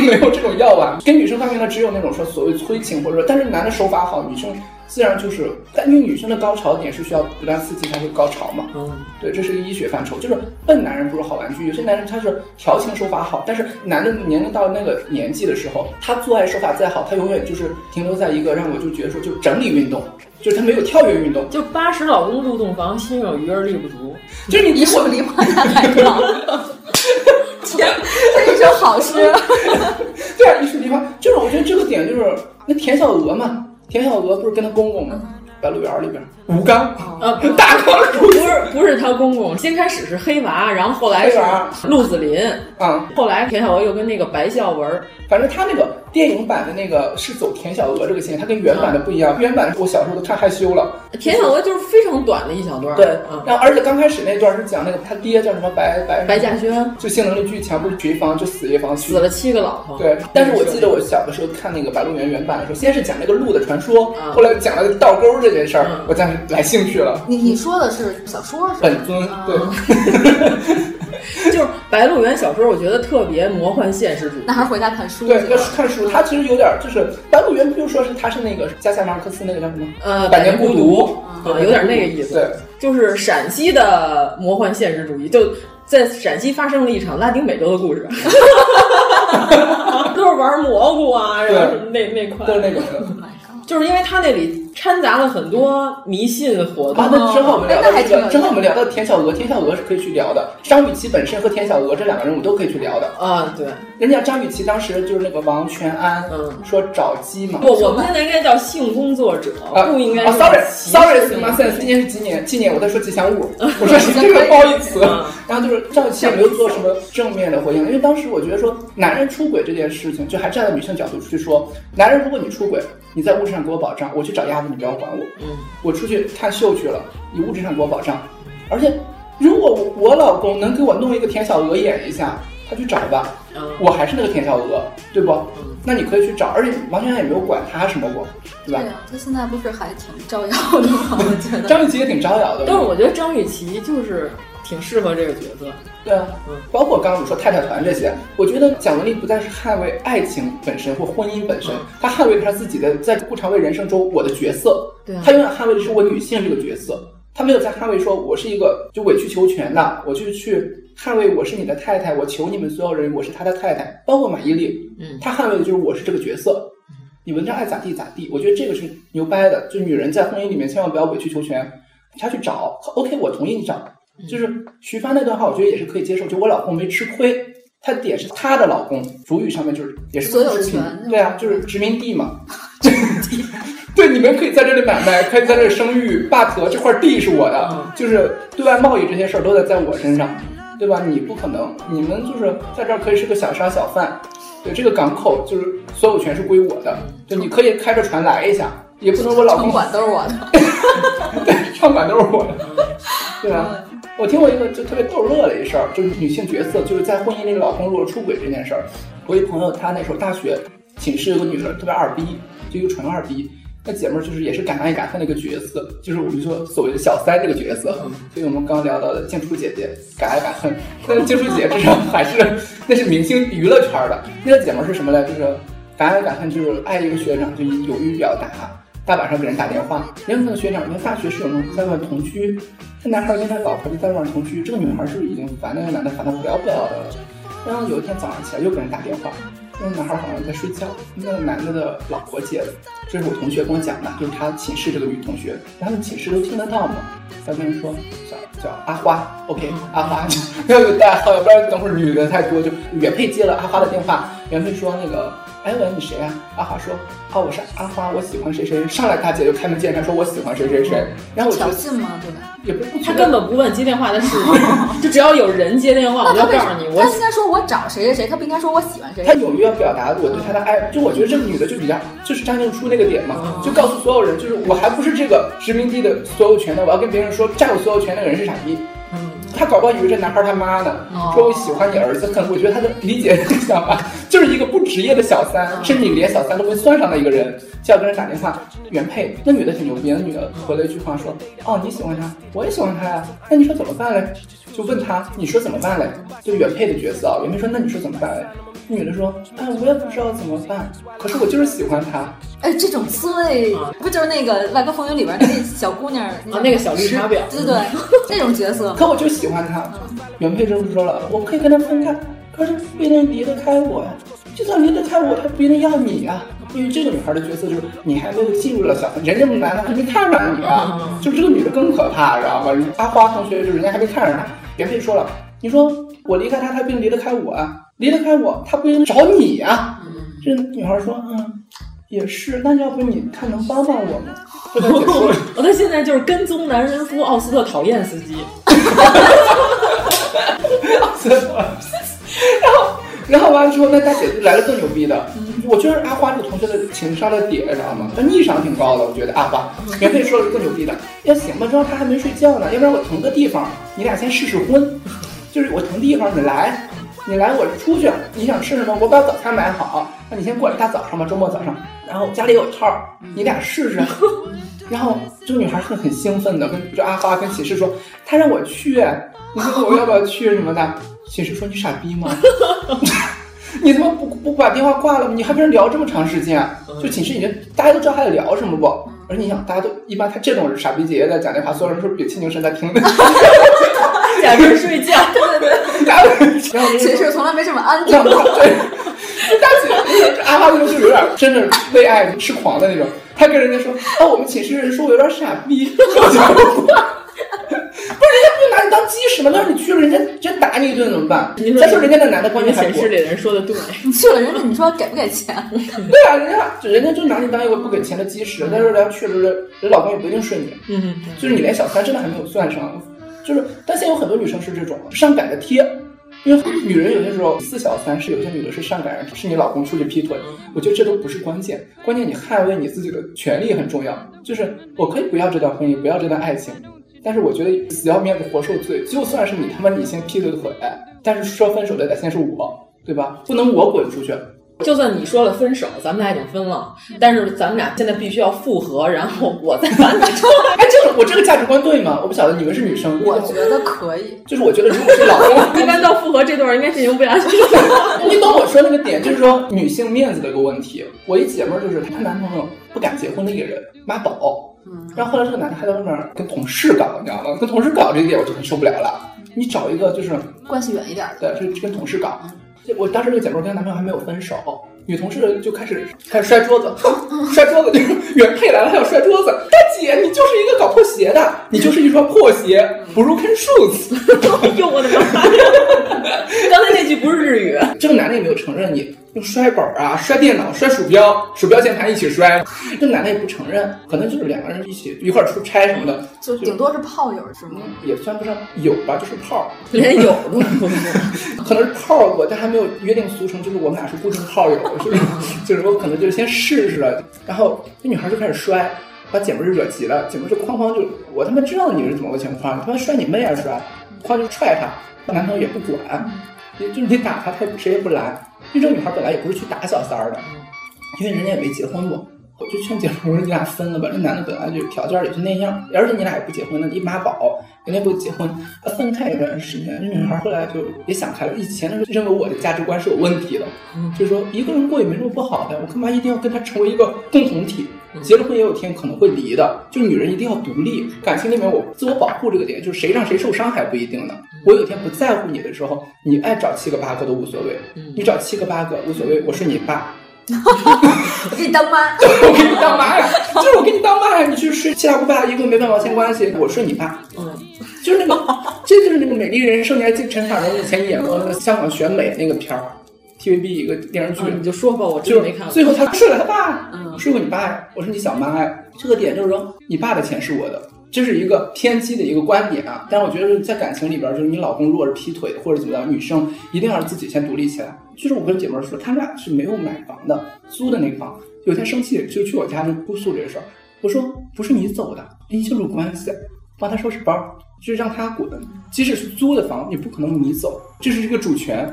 没有这种药丸，给女生发明的只有那种说所谓催情，或者说，但是男的手法好，女生自然就是，但因为女生的高潮点是需要不断刺激才会高潮嘛。嗯，对，这是一个医学范畴，就是笨男人不是好玩具。有些男人他是调情手法好，但是男的年龄到那个年纪的时候，他做爱手法再好，他永远就是停留在一个让我就觉得说就整理运动，就是他没有跳跃运动，就八十老公入洞房，心有余而力不 足。就是你一树梨花压海棠，天， 这是一首好诗。对啊，艺术地方就是我觉得这个点就是那田小娥嘛，田小娥不是跟她公公嘛，《白鹿原》里边吴刚，呃，大光不是不是他公公，先开始是黑娃，然后后来黑娃是陆子霖，啊，后来田小娥又跟那个白孝文，反正他那个电影版的那个是走田小娥这个线，他跟原版的不一样，原版我小时候都看害羞了。田小娥就是非常短的一小段儿，对嗯，，然后而且刚开始那段是讲那个他爹叫什么白白白嘉轩就性能力巨强，不是绝方就死一嗯方去死了七个老婆，对，但是我记得我小的时候看那个《白鹿原》原版的时候，先是讲那个鹿的传说，后来讲了倒钩这件事儿，我再来兴趣了。你你说的是小说是吧？本尊对，就是《白鹿原》小时候，我觉得特别魔幻现实主义那。还是回家看 书去对，要了。是看书，它其实有点儿就是《白鹿原》，不就说是它是那个加西亚马尔克斯那个叫什么？呃，百年孤独啊，有点那个意思。对，就是陕西的魔幻现实主义，就在陕西发生了一场拉丁美洲的故 事，都是玩蘑菇啊，然后啊对什么那那块，都是那种的。就是因为他那里掺杂了很多迷信活动。啊，那之后我们聊到这个，之后我们聊到田小娥，田小娥是可以去聊的。张雨绮本身和田小娥这两个人，我们都可以去聊的。啊，对，人家张雨绮当时就是那个王全安，嗯，说找鸡嘛。不，我们现在应该叫性工作者，不应该。啊，sorry，sorry，nonsense，今年是几年？今年我在说吉 祥物，我说是这个褒义词。嗯啊然后就是张雨绮也没有做什么正面的回应，因为当时我觉得说，男人出轨这件事情，就还站在女性角度去说，男人如果你出轨。你在物质上给我保障，我去找鸭子，你不要管我。 嗯，我出去看秀去了，你物质上给我保障。而且，如果我老公能给我弄一个田小娥演一下，他去找吧，嗯、我还是那个田小娥，对不？嗯、那你可以去找，而且王全安也没有管他什么我，对吧？啊对啊，他现在不是还挺招摇 的吗？我觉得张雨绮也挺招摇的。但是我觉得张雨绮就是挺适合这个角色。对啊，嗯、包括刚刚我们说太太团这些，我觉得蒋雯丽不再是捍卫爱情本身或婚姻本身，她、嗯、捍卫她自己的在顾长卫人生中我的角色，她、啊、永远捍卫的是我女性这个角色，她没有在捍卫说我是一个就委曲求全的，我就是去捍卫我是你的太太，我求你们所有人我是他的太太，包括马伊琍，嗯，她捍卫的就是我是这个角色，你文章爱咋地咋地，我觉得这个是牛掰的，就女人在婚姻里面千万不要委曲求全，她去找，OK，我同意你找。嗯就是徐帆那段话，我觉得也是可以接受。就我老公没吃亏，他点是他的老公，主语上面就是也是所有权，对啊，就是殖民地嘛。 对，你们可以在这里买卖，可以在这里生育。坝头这块地是我的，就是对外贸易这些事儿都得在我身上，对吧？你不可能，你们就是在这儿可以是个小商小贩。对，这个港口就是所有权是归我的，就你可以开着船来一下，也不能我老公管都是 我的，哎对， 唱管都是我的，对啊。我听过一个就特别逗乐的一事儿，就是女性角色，就是在婚姻里老公如果出轨这件事儿。我一朋友，她那时候大学寝室有个女的特别二逼，就一个纯二逼。那姐们儿就是也是敢爱敢恨的一个角色，就是我们说所谓的小三这个角色。所以我们刚聊到的静初姐姐敢爱敢恨，但是静初姐至少还是 那是明星娱乐圈的。那个姐们儿是什么呢？就是敢爱敢恨，就是爱一个学长就勇于表达。大晚上给人打电话，人家那个学长，人家大学室友在外同居，这男孩跟他老婆就在外面同居，这个女孩是已经烦那个男的烦的不要不要的了。然后有一天早上起来又给人打电话，那个男孩好像在睡觉，那个男的的老婆接的，这是我同学跟我讲的，就是他寝室这个女同学，然后寝室都听得到嘛，他跟人说叫叫阿花，OK，阿嗯花要有代号，要不然等会儿女的太多就原配接了阿花的电话，原配说那个。哎喂，你谁呀、啊？阿华说，哦，我是阿花，我喜欢谁谁。上来大姐就开门见山说，我喜欢谁谁谁。然后我挑衅吗？对吧？也不是不，嗯他根本不问接电话的事情， 就只要有人接电话，我就告诉你，我他应该说我找谁谁谁，他不应该说我喜欢谁。他踊跃表达我对他的爱，就我觉得这个女的就比较，就是张静初那个点嘛，就告诉所有人，就是我还不是这个殖民地的所有权的，我要跟别人说占有所有权那个人是傻逼。他搞不好以为这男孩他妈呢，说我喜欢你儿子，可能我觉得他的理解这个想法， 就是一个不职业的小三，甚至你连小三都会算上的一个人，就要跟人打电话。原配那女的挺牛逼，那女的回了一句话说：“哦，你喜欢他，我也喜欢他呀、啊，那你说怎么办嘞？”就问他：“你说怎么办嘞？”就原配的角色啊，原配说：“那你说怎么办嘞？”女的说：“哎，我也不知道怎么办，可是我就是喜欢他。”哎，这种思维不就是那个《外国风云》里边那小姑娘啊，啊那个小绿茶婊，嗯对对，这种角色。可我就喜欢他。原配这么说了，我可以跟他分开，可是不一定离得开我呀。就算离得开我，他不一定要你啊。因为这个女孩的角色就是你还没有进入了小三，人家男的还没看上你啊。就这个女的更可怕，知道吗？阿花同学就是人家还没看上她，原配说了，你说我离开他，他不一定离得开我啊。离得开我，他不一定找你啊。这女孩说：“嗯，也是。那要不你看能帮帮我吗？” 我到现在就是跟踪男人夫奥斯特讨厌司 机。奥斯特，然后，然后完了之后，那大姐就来了更牛逼的。我觉得阿花这个同学的情商的点，知道吗？她逆商挺高的，我觉得阿花。原配说了更牛逼的，要行吧，之后他还没睡觉呢，要不然我腾个地方，你俩先试试婚，就是我腾地方，你来。你来，我出去。你想吃什么？我把早餐买好。那你先过来，大早上吧，周末早上。然后家里有套儿，你俩试试。然后这个女孩是很兴奋的，跟就阿花跟喜事说，她让我去，你说我要不要去什么的？喜事说你傻逼吗？ 你他妈不不把电话挂了吗？你还跟人聊这么长时间？就寝室已经大家都知道还在聊什么不？而且你想，大家都一般，她这种傻逼姐姐在讲电话，所有人是屏气凝神在听的。 假装睡 觉，对对对，然后寝室从来没这么 安 静过。对，大姐，阿花那种就有点真的为爱痴狂的那种。他跟人家说啊，我们寝室人说我有点傻逼，我就不管不是人家不拿你当鸡使吗？那你去了，人家真打你一顿怎么办？再说人家那男的关键还寝室里人说的对， 你去了人家你说给不给钱？对啊，人家人家就拿你当一个不给钱的鸡使，但是人家去了，人老公也不一定顺你。嗯，就是你连小三真的还没有算上，就是但现在有很多女生是这种上赶着贴。因为女人有些时候四小三是有些女的是上赶人，是你老公出去劈腿，我觉得这都不是关键，关键你捍卫你自己的权利很重要。就是我可以不要这段婚姻，不要这段爱情，但是我觉得死要面子活受罪，就算是你他妈你先劈腿腿，但是说分手的得先是我，对吧？不能我滚出去。哎就算你说了分手，咱们俩已经分了，但是咱们俩现在必须要复合，然后我再把你出来。哎，这个我这个价值观对吗？我不晓得你们是女生，我觉得可以。就是我觉得如果是老公， 一般到复合这段应该进行不下 去。 你懂我说那个点，就是说女性面子的一个问题。我一姐妹就是她男朋友不敢结婚的一个人，妈宝。嗯。然后后来这个男的还在外面跟同事搞，你知道吗？跟同事搞这一点我就很受不了了。你找一个就是关系远一点的，对，是跟同事搞。我当时这个姐妹跟她男朋友还没有分手，女同事就开始开始摔桌子， 摔桌子就是 原配来了还要摔桌子。大姐，你就是一个搞破鞋的，你就是一双破鞋，broken shoes。哟我的妈呀！ 刚才那句不是日语。这个男的也没有承认你用摔本啊、摔电脑、摔鼠标、鼠标键盘一起摔，这个男的也不承认，可能就是两个人一起一块儿出差什么的，就顶多是炮友是吗？也算不上友吧，就是炮，连友都不是。 可能是炮过，但还没有约定俗成，就是我们俩是固定炮友，就是就是我可能就是先试试了，然后这女孩就开始摔，把姐妹就惹急了，姐妹就哐哐就我他妈知道你是怎么个情况，他妈摔你妹啊摔，哐就踹她，男朋友也不管，也就是你打她，她谁也不拦，因为这女孩本来也不是去打小三儿的，因为人家也没结婚过。我就劝姐夫，我说你俩分了吧，这男的本来就条件也就那样，而且你俩也不结婚，那一妈宝，人家不结婚，分开一段时间，这女孩后来就也想开了。以前是认为我的价值观是有问题的，就是说一个人过也没什么不好的，我干嘛一定要跟他成为一个共同体？结了婚也有天可能会离的，就女人一定要独立。感情里面我自我保护这个点，就是谁让谁受伤还不一定呢。我有一天不在乎你的时候，你爱找七个八个都无所谓，你找七个八个无所谓，我是你爸。 我给你当妈， 我给你当妈呀！就是我给你当妈呀！你去睡七大姑八大姨跟我没半毛钱关系，我睡你爸。嗯，就是那个，这就是那个《美丽人生》，你还记得陈凯歌以前演过那个香港选美那个片儿，TVB 一个电视剧。你嗯就说吧，我就没看。嗯最后他睡了他爸，睡过你爸呀？我是你小妈呀！这个点就是说，你爸的钱是我的，这是一个偏激的一个观点啊。但是我觉得在感情里边，就是你老公如果是劈腿或者怎么样，女生一定要让自己先独立起来。就是我跟姐妹说，他们俩是没有买房的，租的那个房。有天生气就去我家就哭诉这事儿，我说不是你走的，你进入关系，帮他收拾包，就是让他滚。即使是租的房，也不可能你走，这是一个主权。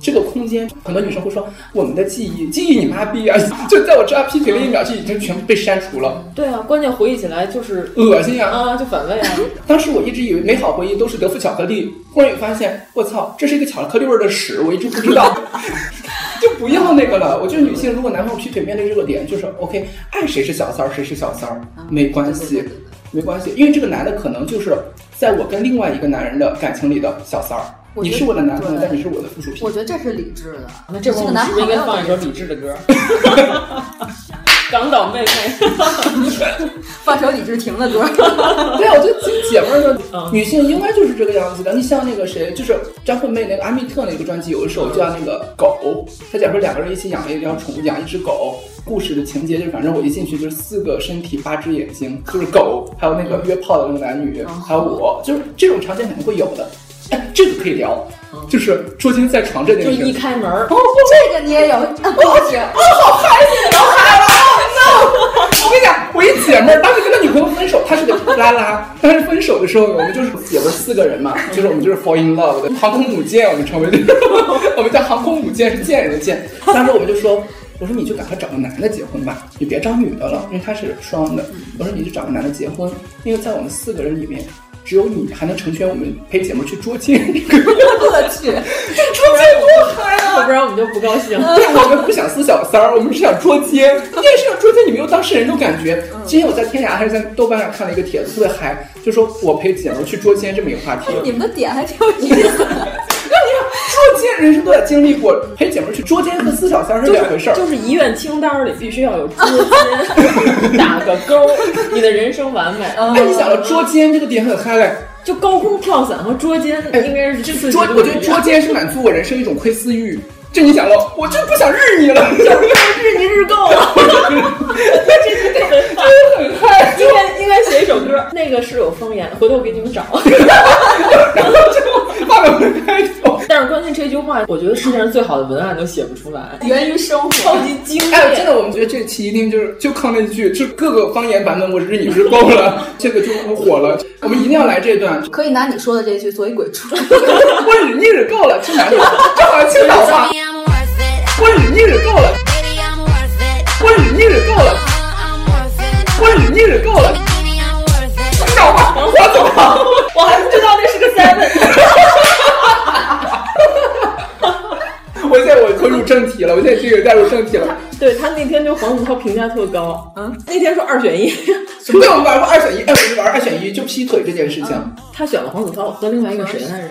这个空间，很多女生会说我们的记忆，记忆你妈逼啊！就在我这劈腿的一秒，就已经全部被删除了。对啊，关键回忆起来就是恶心啊！啊，就反胃啊！当时我一直以为美好回忆都是德芙巧克力，忽然有发现，我操，这是一个巧克力味的屎，我一直不知道。 就不要那个了。我觉得女性如果男朋友劈腿，面对这个点，就是 OK，爱谁是小三儿，谁是小三儿，没关系，没关系，因为这个男的可能就是在我跟另外一个男人的感情里的小三儿。你是我的男朋友，但你是我的附属品。我觉得这是理智的。那这是个男朋友应该放一首理智的歌。港岛妹妹，放首李治廷的歌。 对，啊我觉得姐妹呢，嗯女性应该就是这个样子的。你像那个谁，就是张惠妹那个阿密特那个专辑，有一嗯首叫那个狗，她讲说两个人一起养了一条宠物，养一只狗。故事的情节就反正我一进去就是四个身体八只眼睛，就是狗，还有那嗯个约炮的那个男女，还有我，就是这种场景肯定会有的。哎，这个可以聊，就是捉奸在床这件事。嗯就一开门，哦，这个你也有， 我天，我好嗨，你好嗨了，no！我跟你讲，我一姐妹当时跟她女朋友分手，她是个拉拉，当时分手的时候，我们就是姐妹四个人嘛，就是我们就是 fall in love 的航空母舰，我们称为 这种，我们叫航空母舰，是贱人的贱。当时我们就说。我说你就赶快找个男的结婚吧，你别找女的了，因为他是双的。我说你就找个男的结婚，因为在我们四个人里面，只有你还能成全我们陪姐妹去捉奸。 我去，捉奸多嗨啊！要不然我们就不高兴。我们不想撕小三儿，我们是想捉奸。你也是想捉奸，你没有当事人这种感觉。之前我在天涯还是在豆瓣上看了一个帖子，特别嗨，哎就说我陪姐妹去捉奸这么一个话题。你们的点还挺有意思的。 捉间人生都在经历过，陪姐妹去捉奸和撕小三是两回事儿、 就是。就是遗愿清单里必须要有捉奸，打个勾，你的人生完美。哎但哎是你想到捉奸这个点很嗨嘞。就高空跳伞和捉奸应该是就捉，我觉 得捉奸是满足我人生一种窥私欲。这你想了，我就不想日你了， 就日你日够 了。这这很嗨，应该应该写一首歌，那个是有方言，回头我给你们找。然后就放了开头，但是关键这句话，我觉得世界上最好的文案都写不出来，源于生活，超级精炼。哎，真的，我们觉得这期一定就是就靠那句，就各个方言版本，我日你日够了， 这个就火了。我们一定要来这段， 可以拿你说的这句作为鬼畜。 我日你日够了，去哪里？这好像青岛话。我日你日够了，我日你日够了，我日你日够了，你知道吗？我走了，我还不知道那是个 seven。我现在我快入正题了，我现在这个带入正题了。对他那天对黄子韬评价特高啊，那天说二选一， 对，我们玩过二选一，哎，我们玩二选一就劈腿这件事情。嗯、他选了黄子韬和另外一个谁来着？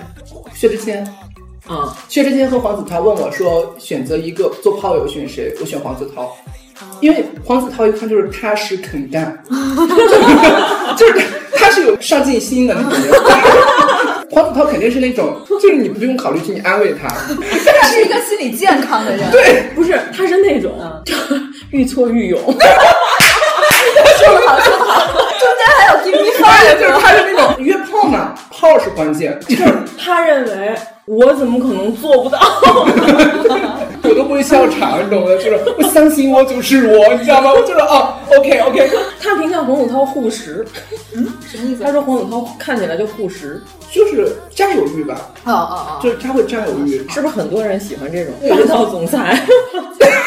薛之谦。嗯，薛之谦和黄子韬问我说：“选择一个做炮友选谁？”我选黄子韬，因为黄子韬一看就是踏实肯干，就是他是有上进心的那种人。 黄子韬肯定是那种，就是你不用考虑去你安慰他，他是一个心理健康的人。对，不是，他是那种 愈挫愈勇。说好说好，中间还有 give me five，就是他是那种约炮嘛，炮是关键，就是他认为。我怎么可能做不到？ 我都不会笑场，你懂吗？就是我相信我就是我，你知道吗？我就是啊，OK OK。他评价黄子韬护食，嗯，什么意思？他说黄子韬看起来就护食，就是占有欲吧？哦哦哦，就是他会占有欲，是不是很多人喜欢这种霸道总裁？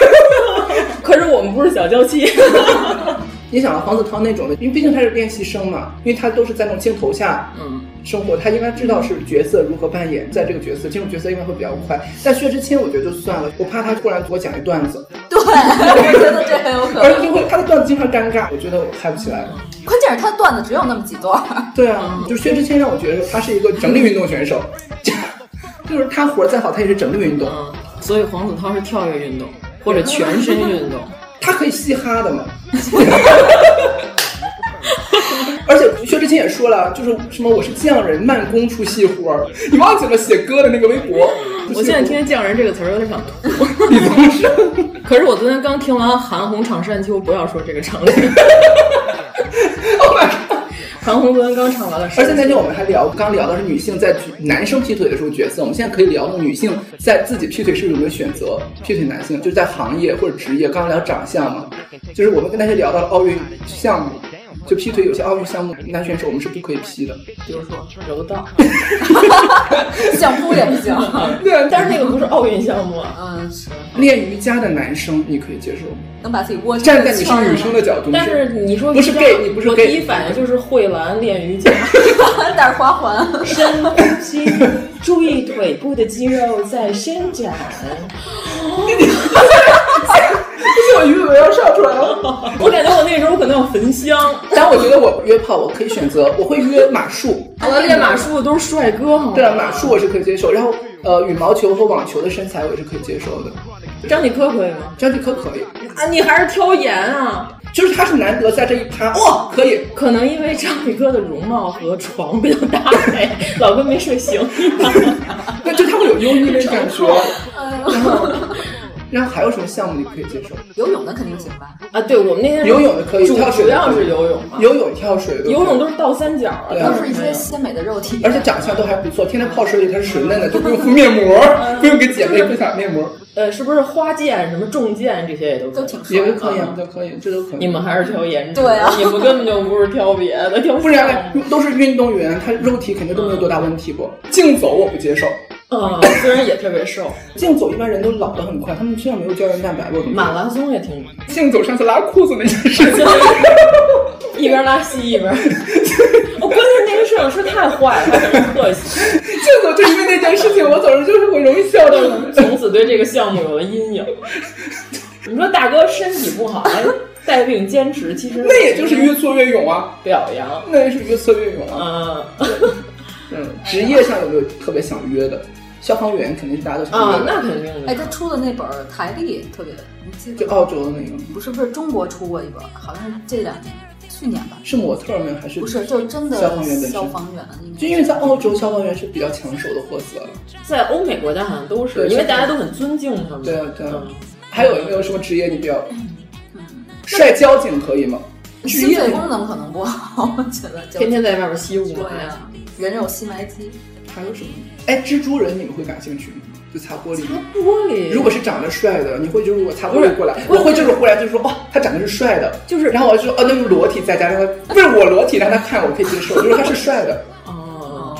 可是我们不是小娇 妻。你想黄子韬那种的，因为毕竟他是练习生嘛，因为他都是在那种镜头下，嗯。生活，他应该知道是角色如何扮演，在这个角色进入角色应该会比较快。但薛之谦，我觉得就算了，我怕他突然给我讲一段子。对，我觉得这很有可能。而且会他的段子经常尴尬，我觉得我嗨不起来。关键是他段子只有那么几段。对啊，就薛之谦让我觉得他是一个整理运动选手， 就是他活再好，他也是整理运动。嗯、啊所以黄子韬是跳跃运动或者全身运动，他可以嘻 哈的嘛。而且薛之谦也说了，就是什么我是匠人，慢工出细活儿。你忘记了写歌的那个微博？ 我现在听见“匠人”这个词儿有点想吐。你不是？ 可是我昨天刚听完韩红唱《山丘》，不要说这个 场景。 oh my god！韩红昨天刚唱完了。而且那天我们还聊，刚聊的是女性在男生劈腿的时候角色，我们现在可以聊女性在自己劈腿时有没有选择劈腿男性，就是在行业或者职业。刚刚聊长相嘛，就是我们跟那些聊到了奥运项目。就劈腿，有些奥运项目男选手我们是不可以劈的，比如说柔道， 想扑也不行。对，但是那个不是奥运项目。啊嗯，是。练瑜伽的男生你可以接受，能把自己窝站在你是女生的角度，但是你说不是 gay，你不是 gay，我第一反应就是慧兰练瑜 伽，胆花环，深呼吸，注意腿部的肌肉在伸 展。我鱼尾要上出来了，我感觉我那时候可能要焚香。 但我觉得我约炮，我可以选择，我会约马术。我练马术的都是帅哥哈。对啊，马术我是可以接受，然后呃，羽毛球和网球的身材我也是可以接受的。张继科可以吗？张继科可以啊，你还是挑颜啊。就是他是难得在这一趴，哇、哦，可以。可能因为张宇哥的容貌和床比较搭配，老哥没睡醒。那就他会有忧郁的感觉。然后。然后还有什么项目你可以接受？游泳的肯定行吧？ 啊，对我们那天游泳的可以，主跳水主要是游泳嘛，游泳、跳水的，游泳都是倒三角啊，都是一些鲜美的肉体，而且长相都还不错。天天泡水里，它是水嫩的，就不用敷面膜，不用给姐妹分享 面膜。呃，是不是花剑、什么重剑这些也都嗯都挺也都可以，啊都可以，这都可以。你们还是挑颜值，对啊，你们根本就不是挑别的，挑不然都是运动员，他肉体肯定都没有多大问题不？竞走我不接受。嗯，虽然也特别瘦，竞走一般人都老得很快，他们身上没有胶原蛋白了。马拉松也挺竞走上次拉裤子那件事情，一边拉稀一边。 我关键那个摄影师太坏了，真是可惜。竞走就因为那件事情，我总是就是会容易笑到， 从此对这个项目有了阴影。你说大哥身体不好，还带病坚持，其实那也就是越挫越勇啊，表扬，嗯那也是越挫越勇啊。嗯，职业上有没有特别想约的？消防员肯定是大家都想嗯啊，那肯定的。哎，他出的那本儿台历特别，你记得就澳洲的那个，不是不是中国出过一本，好像是这两年，去年吧。是模特吗？还是不是？就是真的消防员本身。消防员应该就因为在澳洲，消防员是比较抢手的货色，在欧美国家好像都是，对因为大家都很尊敬他们。嗯对啊对啊。还有没有什么职业你比较？晒交警可以吗？职心业肺功能可能不好，我觉得就天天在外边吸雾霾对啊呀，人肉吸霾机。还有什么？哎，蜘蛛人你们会感兴趣吗？就擦玻璃。玻璃，如果是长得帅的，你会就是我擦玻璃过来，我会就是忽然就是说哇，他长得是帅的，就是然后我就说哦，那就裸体在家让他不是我裸体让他看，我可以接受，就是他是帅的。哦，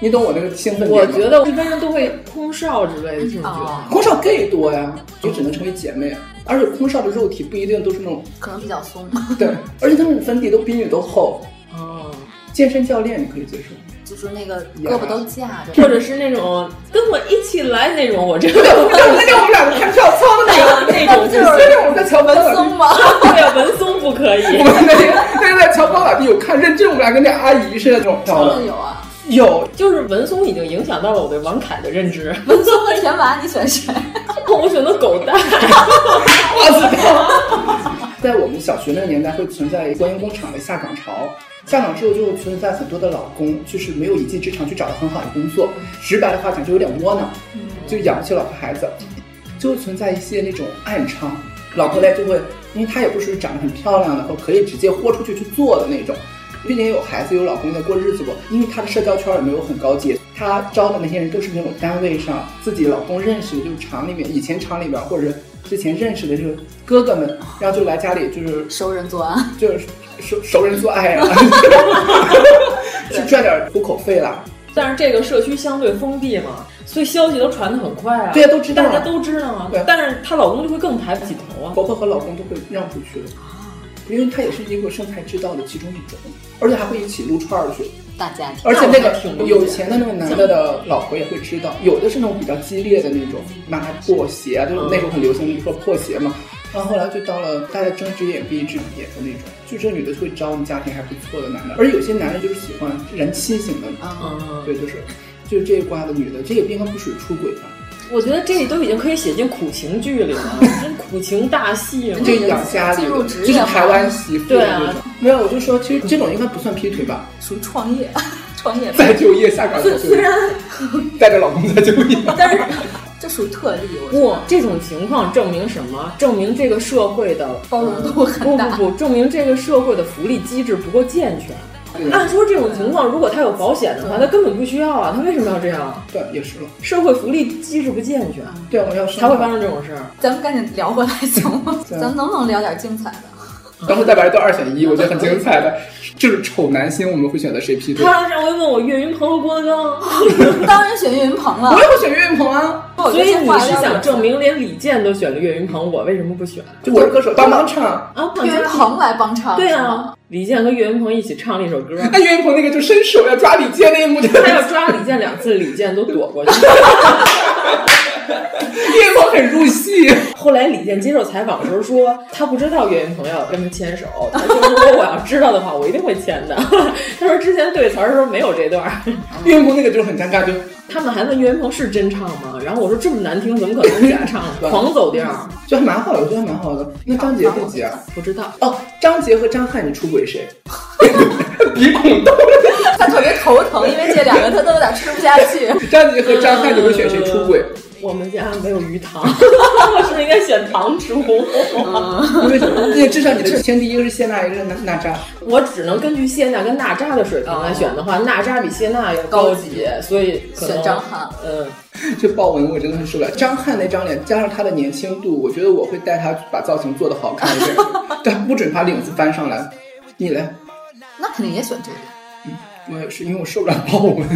你懂我那个兴奋点吗？我觉得一般人都会空少之嗯类的这种角哦色。空少 gay 多呀，也只能成为姐妹，而且空少的肉体不一定都是那种，可能比较松，对，而且他们粉底都比女都厚。哦，健身教练你可以接受。就是那个胳膊都架着，或者是那种跟我一起来那种，我这个那天我们两个看跳操的那个，那种就是那天我们在乔班松吗？对啊，文松不可以。我们那天那天在乔帮老弟有看认真，我们俩跟那阿姨似的那种跳真的的。有啊。有，就是文松已经影响到了我对王凯的认 知。文松和田娃，你选谁？我选择狗蛋，我操！在我们小学那个年代，会存在观音工厂的下岗潮。下岗之后，就会存在很多的老公，就是没有一技之长去找到很好的工作。直白的话讲，就有点窝囊，就养不起老婆孩子，就会存在一些那种暗娼。老婆来就会，因为她也不是长得很漂亮的，或可以直接豁出去去做的那种。毕竟有孩子有老公在过日子过，因为她的社交圈也没有很高级，她招的那些人都是那种单位上自己老公认识的，就是厂里面以前厂里边或者是之前认识的这个哥哥们，然后就来家里就是熟人作案，就是熟熟人做爱啊， 去赚点糊口费啦。但是这个社区相对封闭嘛，所以消息都传的很快啊。对呀都知道啊大家都知道啊对。但是她老公就会更抬不起头啊。婆婆和老公都会让出去的，因为她也是一个生财之道的其中一种，而且还会一起撸串儿去。大家庭。而且那个挺理解有钱的那个男的的老婆也会知道，有的是那种比较激烈的那种，骂他破鞋，啊就是那时候很流行说破鞋嘛。然后后来就到了大家睁只眼闭一只眼的那种，就这女的会招你家庭还不错的男的，而有些男的就是喜欢人妻型的，嗯对，就是就是这一挂的女的，这也应该不属于出轨吧？我觉得这都已经可以写进苦情剧里 了，真苦情大戏嘛。就养家里进入的，职业就是化台湾媳妇对的啊那种。没有，我就说其实这种应该不算劈腿吧，属于创业， 创业再就业下岗就虽业，然，带着老公再就业。但是这属于特例，我觉不，这种情况证明什么？证明这个社会的呃包容度很不大不不，证明这个社会的福利机制不够健全。对按说这种情况，如果他有保险嗯的话，他根本不需要啊，他为什么要这样？对，也是了。社会福利机制不健全，嗯对，我要说才会发生这种事儿。得。咱们赶紧聊回来行 吗？咱们能不能聊点精彩的？然后再把这段二选一，我觉得很精彩的，就是丑男星我们会选择谁劈嗯腿？他上回问我岳云鹏和郭德纲，当然选岳云鹏了我。也会选岳云鹏啊， 我觉所得以这你话是聊想得证明连李健都选了岳云鹏，我为什么不选？就我是歌手帮忙唱。啊，岳云鹏来帮唱？对是吗，啊，李健跟岳云鹏一起唱了一首 歌，哎，岳云鹏那个就伸手要抓李健那一幕，就 他要抓李健两次，李健都躲 过去。 岳云鹏很入 戏。后来李健接受采访的时候说，他不知道岳云鹏要跟他牵手， 他说如果我要知道的话，我一定会牵的。 他说之前对词儿的时候没有这段儿，岳云鹏那个就是很尴尬，就他们还问岳云鹏是真唱吗？然后我说这么难听，怎么可能是假唱？狂走调，就还蛮好的，我觉得还蛮好的。那张杰自己啊，不知道。哦，张杰和张翰，你出轨 谁？鼻孔动了。他特别头疼，因为这两个他都有点吃不下 去。张杰和张翰，你会选谁出 轨？我们家没有鱼塘，我是不是应该选塘厨？因为因为至少你的前提一个是谢娜，一个是娜娜扎。我只能根据谢娜跟娜扎的水平来选的话，娜扎比谢娜要高级，所以可能选张翰。嗯，这豹纹我真的是受不了。张翰那张脸加上他的年轻度，我觉得我会带他把造型做得好看一点，但不准把领子翻上来。你嘞？那肯定也选这个。我也是，因为我受不了豹纹。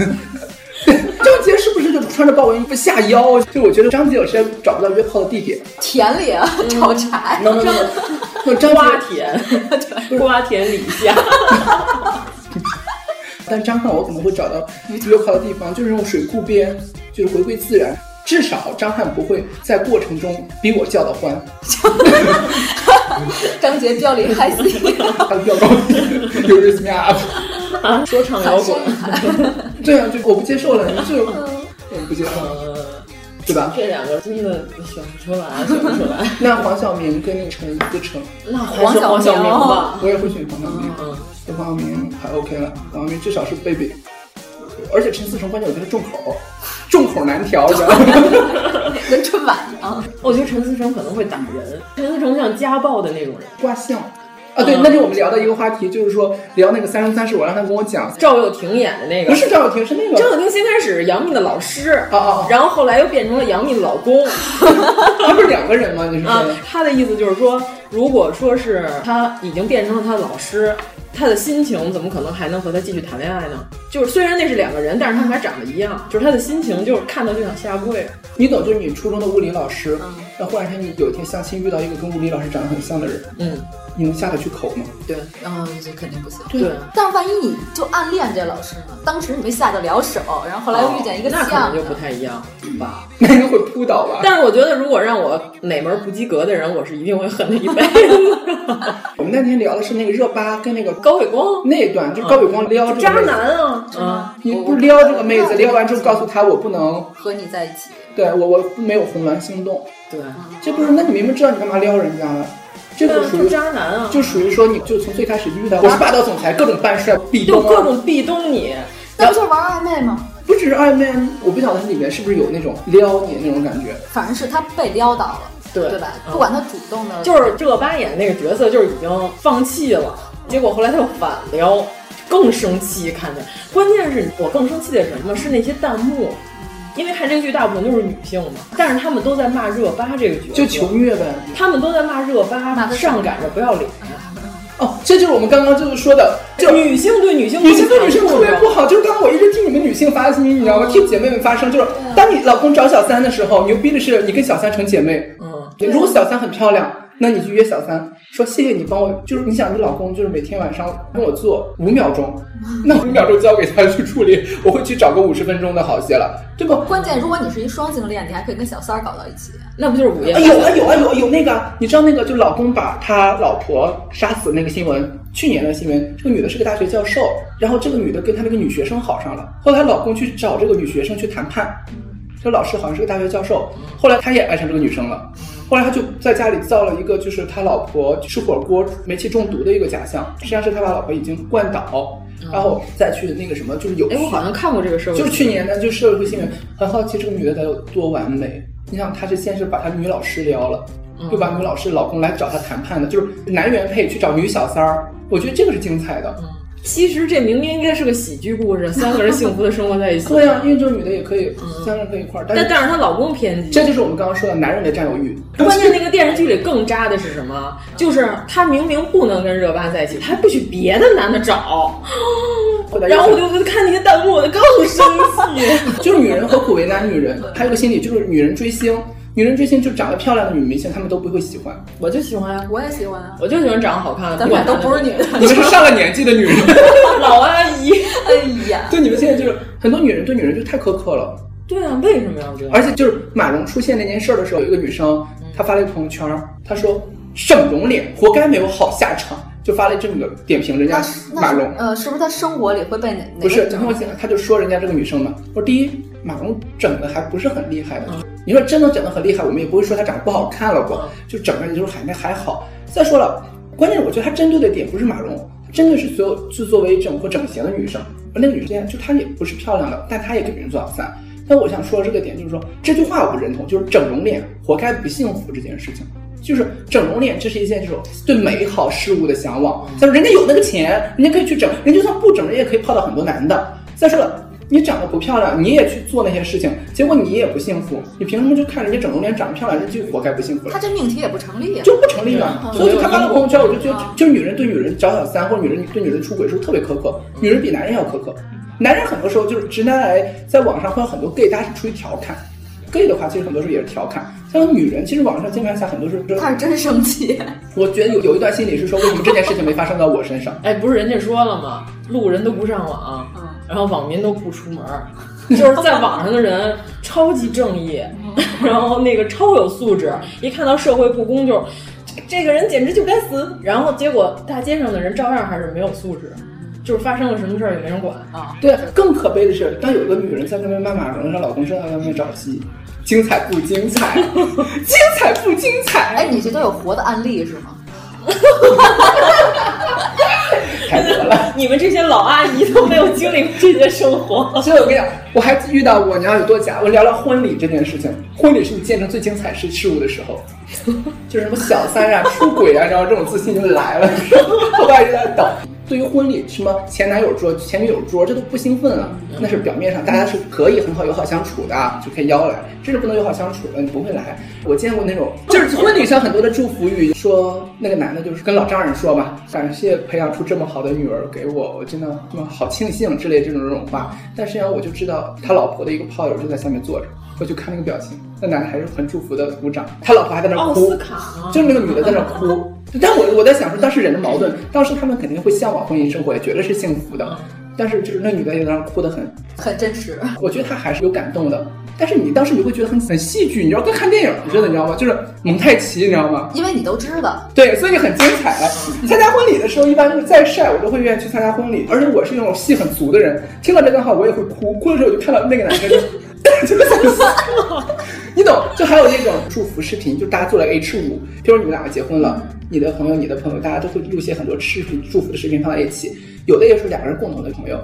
张杰是不是就穿着豹纹不下腰？就我觉得张杰有些找不到约炮的地点。田里啊，嗯找柴， no no no，no 张瓜杰，田，瓜田李下。但张翰我可能会找到约炮的地方，就是那种水库边，就是回归自然。至少张翰不会在过程中逼我叫的欢， 张杰 标里嗨死你。他飙高低， 有 r i s me up。 啊，说唱摇滚，对啊，就我不接受了，就。嗯不接受，对吧？啊这两个真的选不出来，选不出 来。那黄晓明跟那陈思诚，那还是黄晓明哦吧，嗯我也会选黄晓明。对黄晓明还 OK 了，黄晓明至少是贝贝，而且陈思诚关键我觉得重口，重口难调，你知道吗？ 跟春晚一样。我觉得陈思诚可能会打人，陈思诚像家暴的那种人，卦象。啊，对，那天我们聊的一个话题，就是说聊那个《三生三世》，我让他跟我讲赵又廷演的那个，不是赵又廷，是那个赵又廷先开始是杨幂的老师，哦哦， 然后后来又变成了杨幂的老 公，他不是两个人吗？你是啊，他的意思就是说，如果说是他已经变成了他的老师，他的心情怎么可能还能和他继续谈恋爱呢？就是虽然那是两个人，但是他们俩长得一样，就是他的心情就是看到就想下跪。你懂，就是你初中的物理老师，嗯那忽然间你有一天相亲遇到一个跟物理老师长得很像的人，嗯。你能下得去口吗？对，嗯，这肯定不行。对，但是万一你就暗恋这老师呢？当时你没下得了手，然后后来又遇见一个像、哦，那可能就不太一样吧？ 那就会扑倒吧？但是我觉得，如果让我哪门不及格的人，我是一定会恨他一辈子。我们那天聊的是那个热巴跟那个高伟光那段，就高伟光撩、嗯、渣男啊，啊、嗯，你不撩这个妹子，撩完之后告诉她我不能和你在一起，对我我没有红鸾心动，对，这不是？那你明明知道你干嘛撩人家了？这个属于渣男啊，就属于说，你就从最开始遇到我是霸道总裁，各种办事壁咚，各种壁咚你，那不就是玩暧昧吗？啊不只是暧昧，我不晓得它里面是不是有那种撩你那种感觉，反正是他被撩到了，对对吧？嗯不管他主动的，就是热巴演那个角色就是已经放弃了，结果后来他又反撩，更生气，看着。关键是我更生气的是什么？是那些弹幕。因为看这个剧大部分都是女性嘛，但是他们都在骂热巴这个角色，就求虐呗。他们都在骂热巴上赶着不要脸。哦，这就是我们刚刚就是说的，就女性对 女性，女性对女性特别不好。就是刚刚我一直替你们女性发心，你知道吗？替姐妹们发声。就是当你老公找小三的时候，牛逼的是你跟小三成姐妹。嗯，如果小三很漂亮。那你去约小三，说谢谢你帮我，就是你想你老公就是每天晚上跟我做五秒钟， 那五秒钟交给他去处理，我会去找个五十分钟的好些了，对不？关键如果你是一双性恋，你还可以跟小三儿搞到一起，那不就是午夜、哎？有啊有啊有有那个，你知道那个就老公把他老婆杀死那个新闻，去年的新闻，这个女的是个大学教授，然后这个女的跟她那个女学生好上了，后来老公去找这个女学生去谈判。这老师好像是个大学教授，后来他也爱上这个女生了，后来他就在家里造了一个，就是他老婆吃火锅煤气中毒的一个假象，实际上是他把老婆已经灌倒，然后再去那个什么，就是有。哦哎，我好像看过这个事儿，就是去年的，就社会新闻，很好奇这个女的得有多完美。你想，她是先是把她女老师撩了，嗯又把女老师老公来找她谈判的，就是男原配去找女小三儿，我觉得这个是精彩的。嗯其实这明明应该是个喜剧故事，三个人幸福的生活在一起。对呀、啊，因为这个女的也可以，三个人可以一块儿。嗯但但是她老公偏激，这就是我们刚刚说的男人的占有欲。关键那个电视剧里更渣的是什么？就是她明明不能跟热巴在一起，她还不许别的男的找。然后我就看那些弹幕，我更生气。就是女人何苦为难女人？还有个心理就是女人追星。女人追星就长得漂亮的女明星，她们都不会喜欢。我就喜欢啊，我也喜欢啊，我就喜欢长得好看的。咱俩都不是女的，你们是上了年纪的女人， 老阿姨。哎呀，对，你们现在就是很多女人对女人就太苛刻了。对啊，为什么要这样？而且就是马蓉出现那件事的时候，有一个女生她发了一个朋友圈，她说整容脸活该没有好下场，就发了这么个点评人家嗯马蓉。呃，是不是她生活里会被哪？不是，你看我讲，她就说人家这个女生嘛，我第一。马蓉整的还不是很厉害的，嗯、你说真的整的很厉害，我们也不会说她长得不好看了不，嗯、就整的也就是还那还好。再说了，关键是我觉得她针对的点不是马蓉，她针对是所有就作为整或整形的女生，而那个女生就她也不是漂亮的，但她也给别人做小三。那我想说这个点就是说这句话我不认同，就是整容脸活该不幸福这件事情。就是整容脸，这是一件这种对美好事物的向往。再说人家有那个钱，人家可以去整，人就算不整，人也可以泡到很多男的。再说了。你长得不漂亮，你也去做那些事情，结果你也不幸福。你凭什么就看人家整容脸长得漂亮，人就活该不幸福了？他这命题也不成立、啊，就不成立啊！所以就他发了朋友圈，我就觉得，就女人对女人找小三，或者女人对女人出轨是特别苛刻，女人比男人要苛刻。男人很多时候就是直男癌，在网上会有很多 gay，大家是出于调侃。gay 的话，其实很多时候也是调侃。像女人，其实网上键盘侠很多时候他是真生气。我觉得有有一段心理是说，为什么这件事情没发生到我身上？哎，不是人家说了吗？路人都不上网，嗯、然后网民都不出门， 就是在网上的人超级正义， 然后那个超有素质，一看到社会不公就，这个人简直就该死。然后结果大街上的人照样还是没有素质。就是发生了什么事儿也没人管啊。对，更可悲的是，当有一个女人在外面骂马蓉，让老公知道她外面找戏，精彩不精彩？精彩不精彩？哎，你这都有活的案例是吗？太多了！ 你们这些老阿姨都没有经历过这些生 活，所以我跟你讲，我还遇到过，你要有多假。我聊聊婚礼这件事情，婚礼是你见证最精彩事事物的时候，就是什么小三啊、出轨啊，然后这种自信就来了。 后边就在等。对于婚礼，什么前男友桌、前女友桌，这都不兴奋啊，那是表面上，大家是可以很好友好相处的，就可以邀来。真是不能友好相处的，你不会来。我见过那种，就是婚礼上很多的祝福语，说那个男的就是跟老丈人说嘛，感谢培养出这么好的女儿给我，我真的好庆幸之类这种这种话。但实际上我就知道他老婆的一个炮友就在下面坐着。我就看那个表情，那男的还是很祝福的鼓掌，他老婆还在那哭，啊、就是那个女的在那哭。但我我在想说，当时人的矛盾，当时他们肯定会向往婚姻生活，也觉得是幸福的。但是就是那女的也在那哭的很很真实，我觉得她还是有感动的。但是你当时你会觉得很很戏剧，你知道跟看电影似的，你知道吗？就是蒙太奇，你知道吗？因为你都知道， 对，所以很精彩。你参加婚礼的时候，一般就是再晒，我都会愿意去参加婚礼。而且我是那种戏很足的人，听到这段话我也会哭，哭的时候我就看到那个男生就。 就是 你懂，就还有那种祝福视频，就大家做了 H 五，比如你们两个结婚了，你的朋友、你的朋友，大家都会录些很多视频祝福的视频放在一起，有的也是两个人共同的朋友，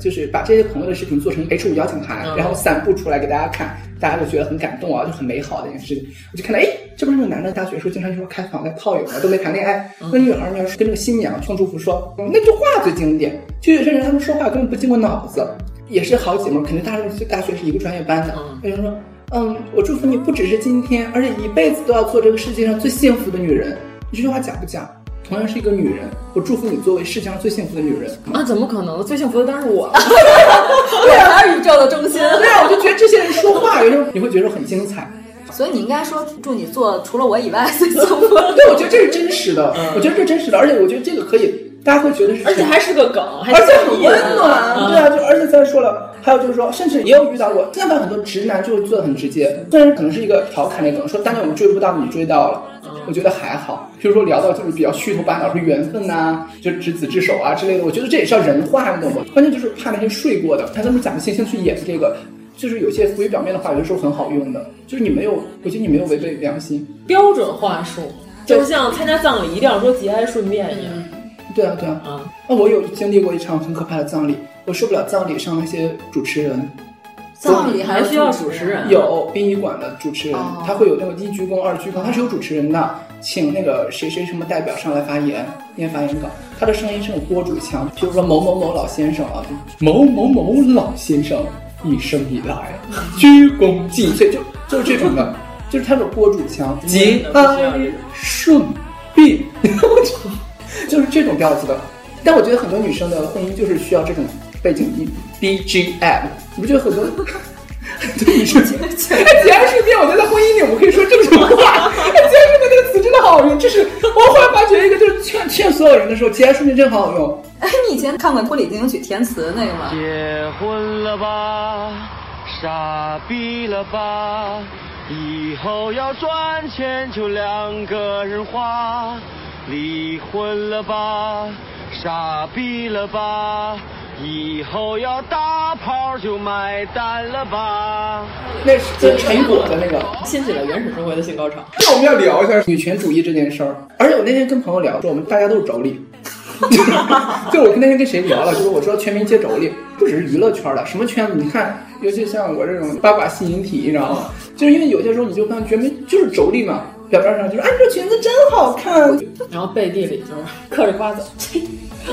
就是把这些朋友的视频做成 H 五邀请函，然后散布出来给大家看，大家就觉得很感动啊，就很美好的一件事情。我就看到，哎，这不是那个男的大学时候经常一块开房在泡友啊，都没谈恋爱，那女孩要是跟这个新娘送祝福说，嗯那句话最经典，就有些人他们说话根本不经过脑子。也是好姐妹，肯定大学大学是一个专业班的。有人说，嗯，我祝福你不只是今天，而且一辈子都要做这个世界上最幸福的女人。你这句话假不假？同样是一个女人，我祝福你作为世界上最幸福的女人。啊，怎么可能？最幸福的当然是我， 对，才是宇宙的中心。对啊，我就觉得这些人说话，有时候你会觉得很精彩。所以你应该说，祝你做除了我以外最幸福。 对，我觉得这是真实的，我觉得这是真实的，而且我觉得这个可以。大家会觉得是，而且还是个梗，而且很温暖，对啊，就而且再说了，还有就是说，甚至也有遇到过，现在很多直男就会做的很直接，虽然可能是一个调侃的梗，说当年我们追不到你追到了，我觉得还好。比如说聊到就是比较虚头巴脑，说缘分呐、啊，就执子之手啊之类的，我觉得这也是要人话，你懂吗？关键就是怕那些睡过的，他他们假惺惺去演这个。就是有些浮于表面的话，有的时候很好用的，就是你没有，我觉得你没有违背良心。标准话术，就像参加葬礼一定要说节哀顺变一样。嗯对啊，对啊，啊！那我有经历过一场很可怕的葬礼，我受不了葬礼上那些主持人。葬礼还需要主持人？有殡仪馆的主持人，哦、他会有那个一鞠躬、二鞠躬，他是有主持人的，请那个谁谁什么代表上来发言，念发言稿。他的声音是有播主腔，比如说某某某老先生啊，某某某老先生一生以来鞠躬尽瘁，就就是这种的，就是他的播主腔，节哀顺 变。就是这种调子的，但我觉得很多女生的婚姻就是需要这种背景音 BGM，你不觉得很多？ 对，哎你说节哀顺变，我觉得婚姻里我们可以说这种话。哎节哀顺变这个词真的好好用，这是我后来发觉一个，就是劝劝所有人的时候，节哀顺变真好好用。哎，你以前看过婚礼进行曲填词那个吗？结婚了吧，傻逼了吧，以后要赚钱就两个人花。离婚了吧，傻逼了吧，以后要大炮就买单了吧。那是陈果的那个，掀起了原始社会的性高潮。那我们要聊一下女权主义这件事儿。而且我那天跟朋友聊，说我们大家都是妯娌。 就我跟那天跟谁聊了，就是我说全民皆妯娌，不只是娱乐圈的，什么圈子？你看，尤其像我这种八卦吸引体，你知道吗？就是因为有些时候你就感觉没，就是妯娌嘛。表面上就是哎，这裙子真好看，然后背地里就是嗑着 瓜子。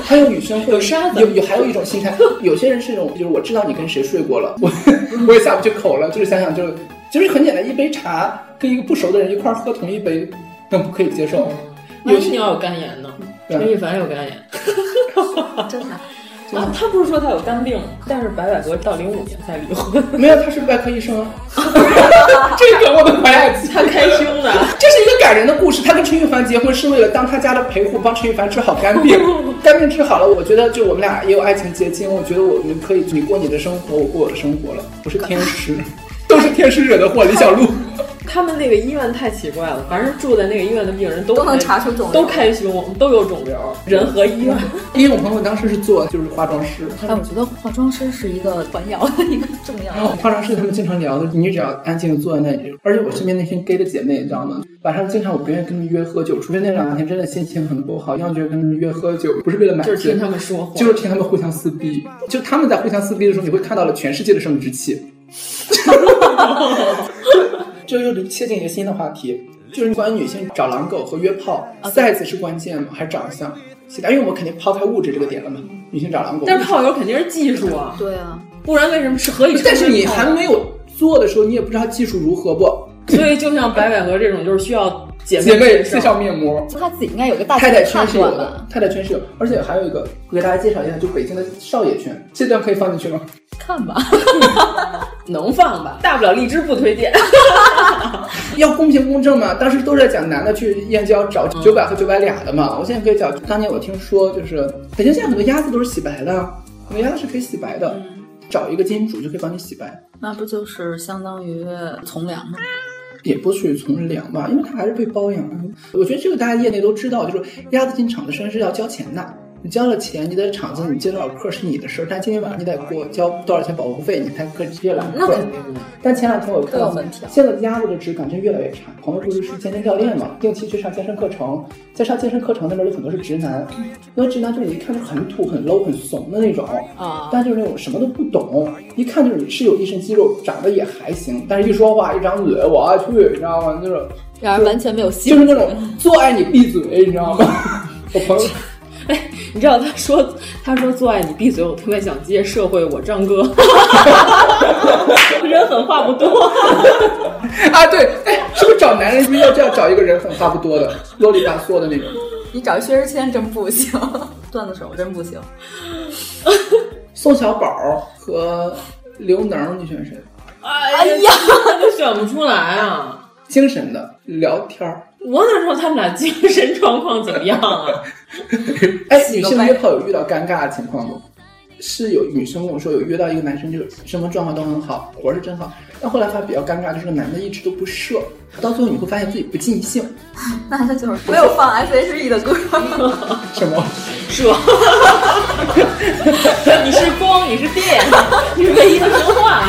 还有女生会有沙子，有有还有一种心态，有些人是一种就是我知道你跟谁睡过了， 我我也下不去口了，就是想想就是就是很简单，一杯茶跟一个不熟的人一块喝同一杯，那不可以接受。有些你要有肝炎呢，陈羽凡有肝炎， 真的。啊，他不是说他有肝病吗？但是白百合到零五年才离 婚。 没有，他是外科医生啊。 这个我都不爱记。 他开胸的，这是一个感人的故事。他跟陈羽凡结婚是为了当他家的陪护，帮陈羽凡治好肝 病。肝病治好了，我觉得就我们俩也有爱情结晶。我觉得我们可以， 你过你的生活，我过我的生活了。不是天使，都是天使惹的祸。李小璐。他们那个医院太奇怪了，反正住在那个医院的病人都都能查出肿瘤都开胸，都有肿瘤，人和医 院。因为我朋友当时是做就是化妆师，哎，我觉得化妆师是一个传谣的一个重要的。化妆师他们经常聊的，你只要安静地坐在那里，而且我身边那些 gay 的姐妹，你知道吗？晚上经常我不愿意跟他们约喝酒，除非那两天真的心情很不好，要么就是跟他们约喝酒，不是为了买醉，就是听他们说 话就是听他们互相撕逼。就他们在互相撕逼的时候，你会看到了全世界的生殖器。这又切进一个新的话题，就是关于女性找狼狗和约炮，size 是关键吗？还是长相？其他，因为我们肯定抛开物质这个点了嘛，女性找狼狗。但是泡友肯定是技术啊，对啊，不然为什么是合理？但是你还没有做的时候，你也不知道技术如何不？ 所以就像白百合这种，就是需要姐姐妹妹四笑面膜，他自己应该有个大太概太的圈判是有断的吧。，太太圈是有，而且还有一个，我给大家介绍一下，就北京的少爷圈，这段可以放进去吗？看吧，能放吧？大不了荔枝不推荐。 要公平公正嘛，当时都是在讲男的去燕郊找嗯九百和九百俩的嘛。我现在可以讲，当年我听说就是北京现在很多鸭子都是洗白的，很多鸭子是可以洗白的，嗯找一个金主就可以帮你洗白，那不就是相当于从良吗？也不属于从良吧，因为他还是被包养。我觉得这个大家业内都知道，就是鸭子进厂子虽然是要交钱的。你交了钱，你在厂子你接多少客是你的事儿，但今天晚上你得给我交多少钱保护费，你才可以接揽客。但前两天我都看到有问题啊现在的鸭子的质感真越来越差。朋友不是是健身教练嘛，定期去上健身课程，在上健身课程那边有很多是直男，那直男就是你一看就是很土、很 low、很怂的那种啊但就是那种什么都不懂，一看就是是有一身肌肉，长得也还行，但是一说话一张嘴，我爱去，你知道吗？就是然而完全没有吸就引是力那种做爱你闭嘴，你知道吗？ 我朋友你知道他说他说做爱你闭嘴，我特别想接社会我张哥， 人狠话不多。 啊，对，哎，是不是找男人一定要这样找一个人很话不多的，啰里吧嗦的那种？你找薛之谦真不行，段子手真不行。宋小宝和刘能，你选谁？哎呀， 就选不出来啊！精神的聊天 儿。我哪知道他们俩精神状况怎么样啊？哎，女性约炮有遇到尴尬的情况吗？是有女生跟我说有约到一个男生，这个什么状况都很好，活儿是真好。但后来发现比较尴尬，就是这个男的一直都不射，到最后你会发现自己不尽兴。那他就是没有放 S H E 的歌，什么？射？ 你是光，你是 电，你是唯一的神话。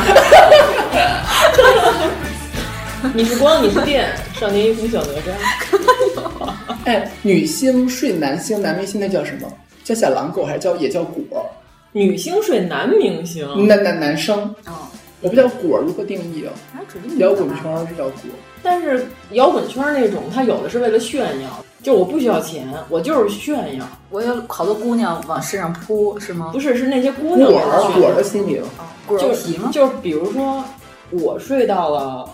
你是光，你是电，少年英雄小哪吒。哎，女星睡男星，男明星那叫什么？叫小狼狗还是叫也叫果儿？女星睡男明星，男男男生？我不叫果儿如何定义嗯啊？摇滚圈儿是叫果儿。但是摇滚圈那种，他有的是为了炫耀，就我不需要钱，我就是炫耀。 我有好多姑娘往身上扑，是吗？不是，是那些姑娘果为了儿啊炫果儿耀的，心理，果儿就是皮吗？就是比如说我睡到了。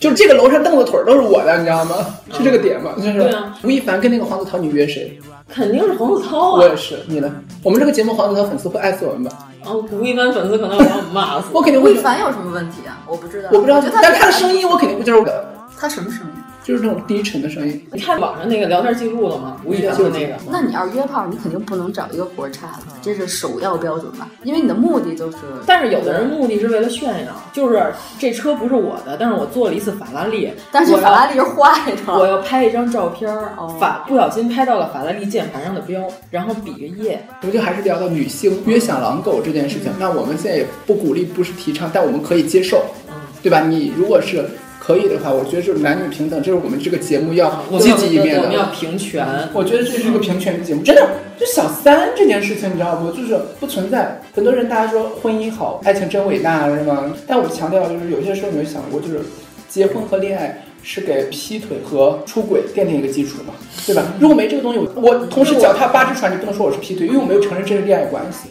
就是这个楼上凳子腿儿都是我的，你知道吗？是这个点吗？就是对啊吴亦凡跟那个黄子韬，你约谁？肯定是黄子韬我啊也！是，你呢？我们这个节目黄子韬粉丝会爱死我们吧？。啊，吴亦凡粉丝可能要把我骂死我肯定吴会亦，凡有什么问题啊？我不知道，我不知道我觉得，但他他的声音我肯定不接受的，他什么声音？啊就是那种低沉的声音。你看网上那个聊天记录了吗？吴亦凡的那个，那你要是约炮，你肯定不能找一个活差的，这是首要标准吧？嗯因为你的目的就是，但是有的人目的是为了炫耀，就是这车不是我的，但是我坐了一次法拉利， 但是我要法拉利是哦坏我的，要拍一张照片儿，法不小心拍到了法拉利键盘上的标，然后比个耶。我们就还是聊到女性约小狼狗这件事情。那我们现在也不鼓励，不是提倡，但我们可以接受，嗯对吧？你如果是可以的话，我觉得就是男女平等，这是我们这个节目哦要我们积极一面我们要的。平权。我觉得这是一个平权的节目，真的。就小三这件事情，你知道不？就是不存在。很多人大家说婚姻好，爱情真伟大，是吗？但我强调，就是有些时候你没想过，就是结婚和恋爱是给劈腿和出轨奠定一个基础嘛，对吧？如果没这个东西，我我同时脚踏八只船，你不能说我是劈腿，因为我没有承认这是恋爱关系。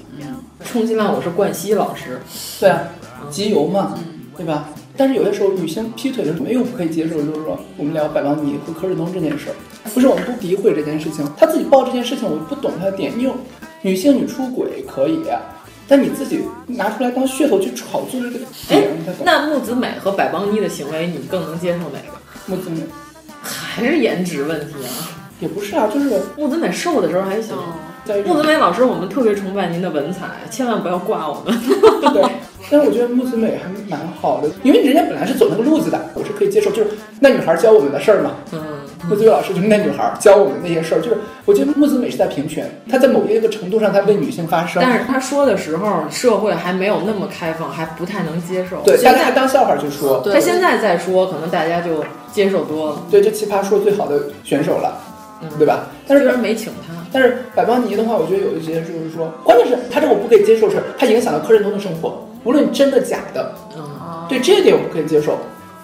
充其量我是冠希老师，对啊，集邮嘛，对吧？但是有些时候，女性劈腿的时候，我们又不可以接受，就是说，我们聊百万米和柯震东这件事儿，不是我们不诋毁这件事情，他自己报这件事情，我不懂他的点。因为女性你出轨可以，啊但你自己拿出来当噱头去炒作这个点，你才懂。那木子美和百邦妮的行为，你更能接受哪个？木子美还是颜值问题啊？也不是啊，就是哦木子美瘦的时候还行，穆子美老师，我们特别崇拜您的文采，千万不要挂我们。 对，但是我觉得穆子美还蛮好的，因为人家本来是走那个路子的，我是可以接受。就是那女孩教我们的事儿嘛，嗯，穆子美老师就是那女孩教我们那些事儿。就是我觉得穆子美是在平权，她在某一个程度上，她为女性发声。但是她说的时候，社会还没有那么开放，还不太能接受。对，大家还当笑话去说。她现在再说，可能大家就接受多了。对，这奇葩说最好的选手了，嗯、对吧？但是没请他。但是百邦尼的话，我觉得有一些就是说，关键是他这个我不可以接受是，他影响了科振东的生活，无论真的假的，哦嗯、对这一点我不可以接受。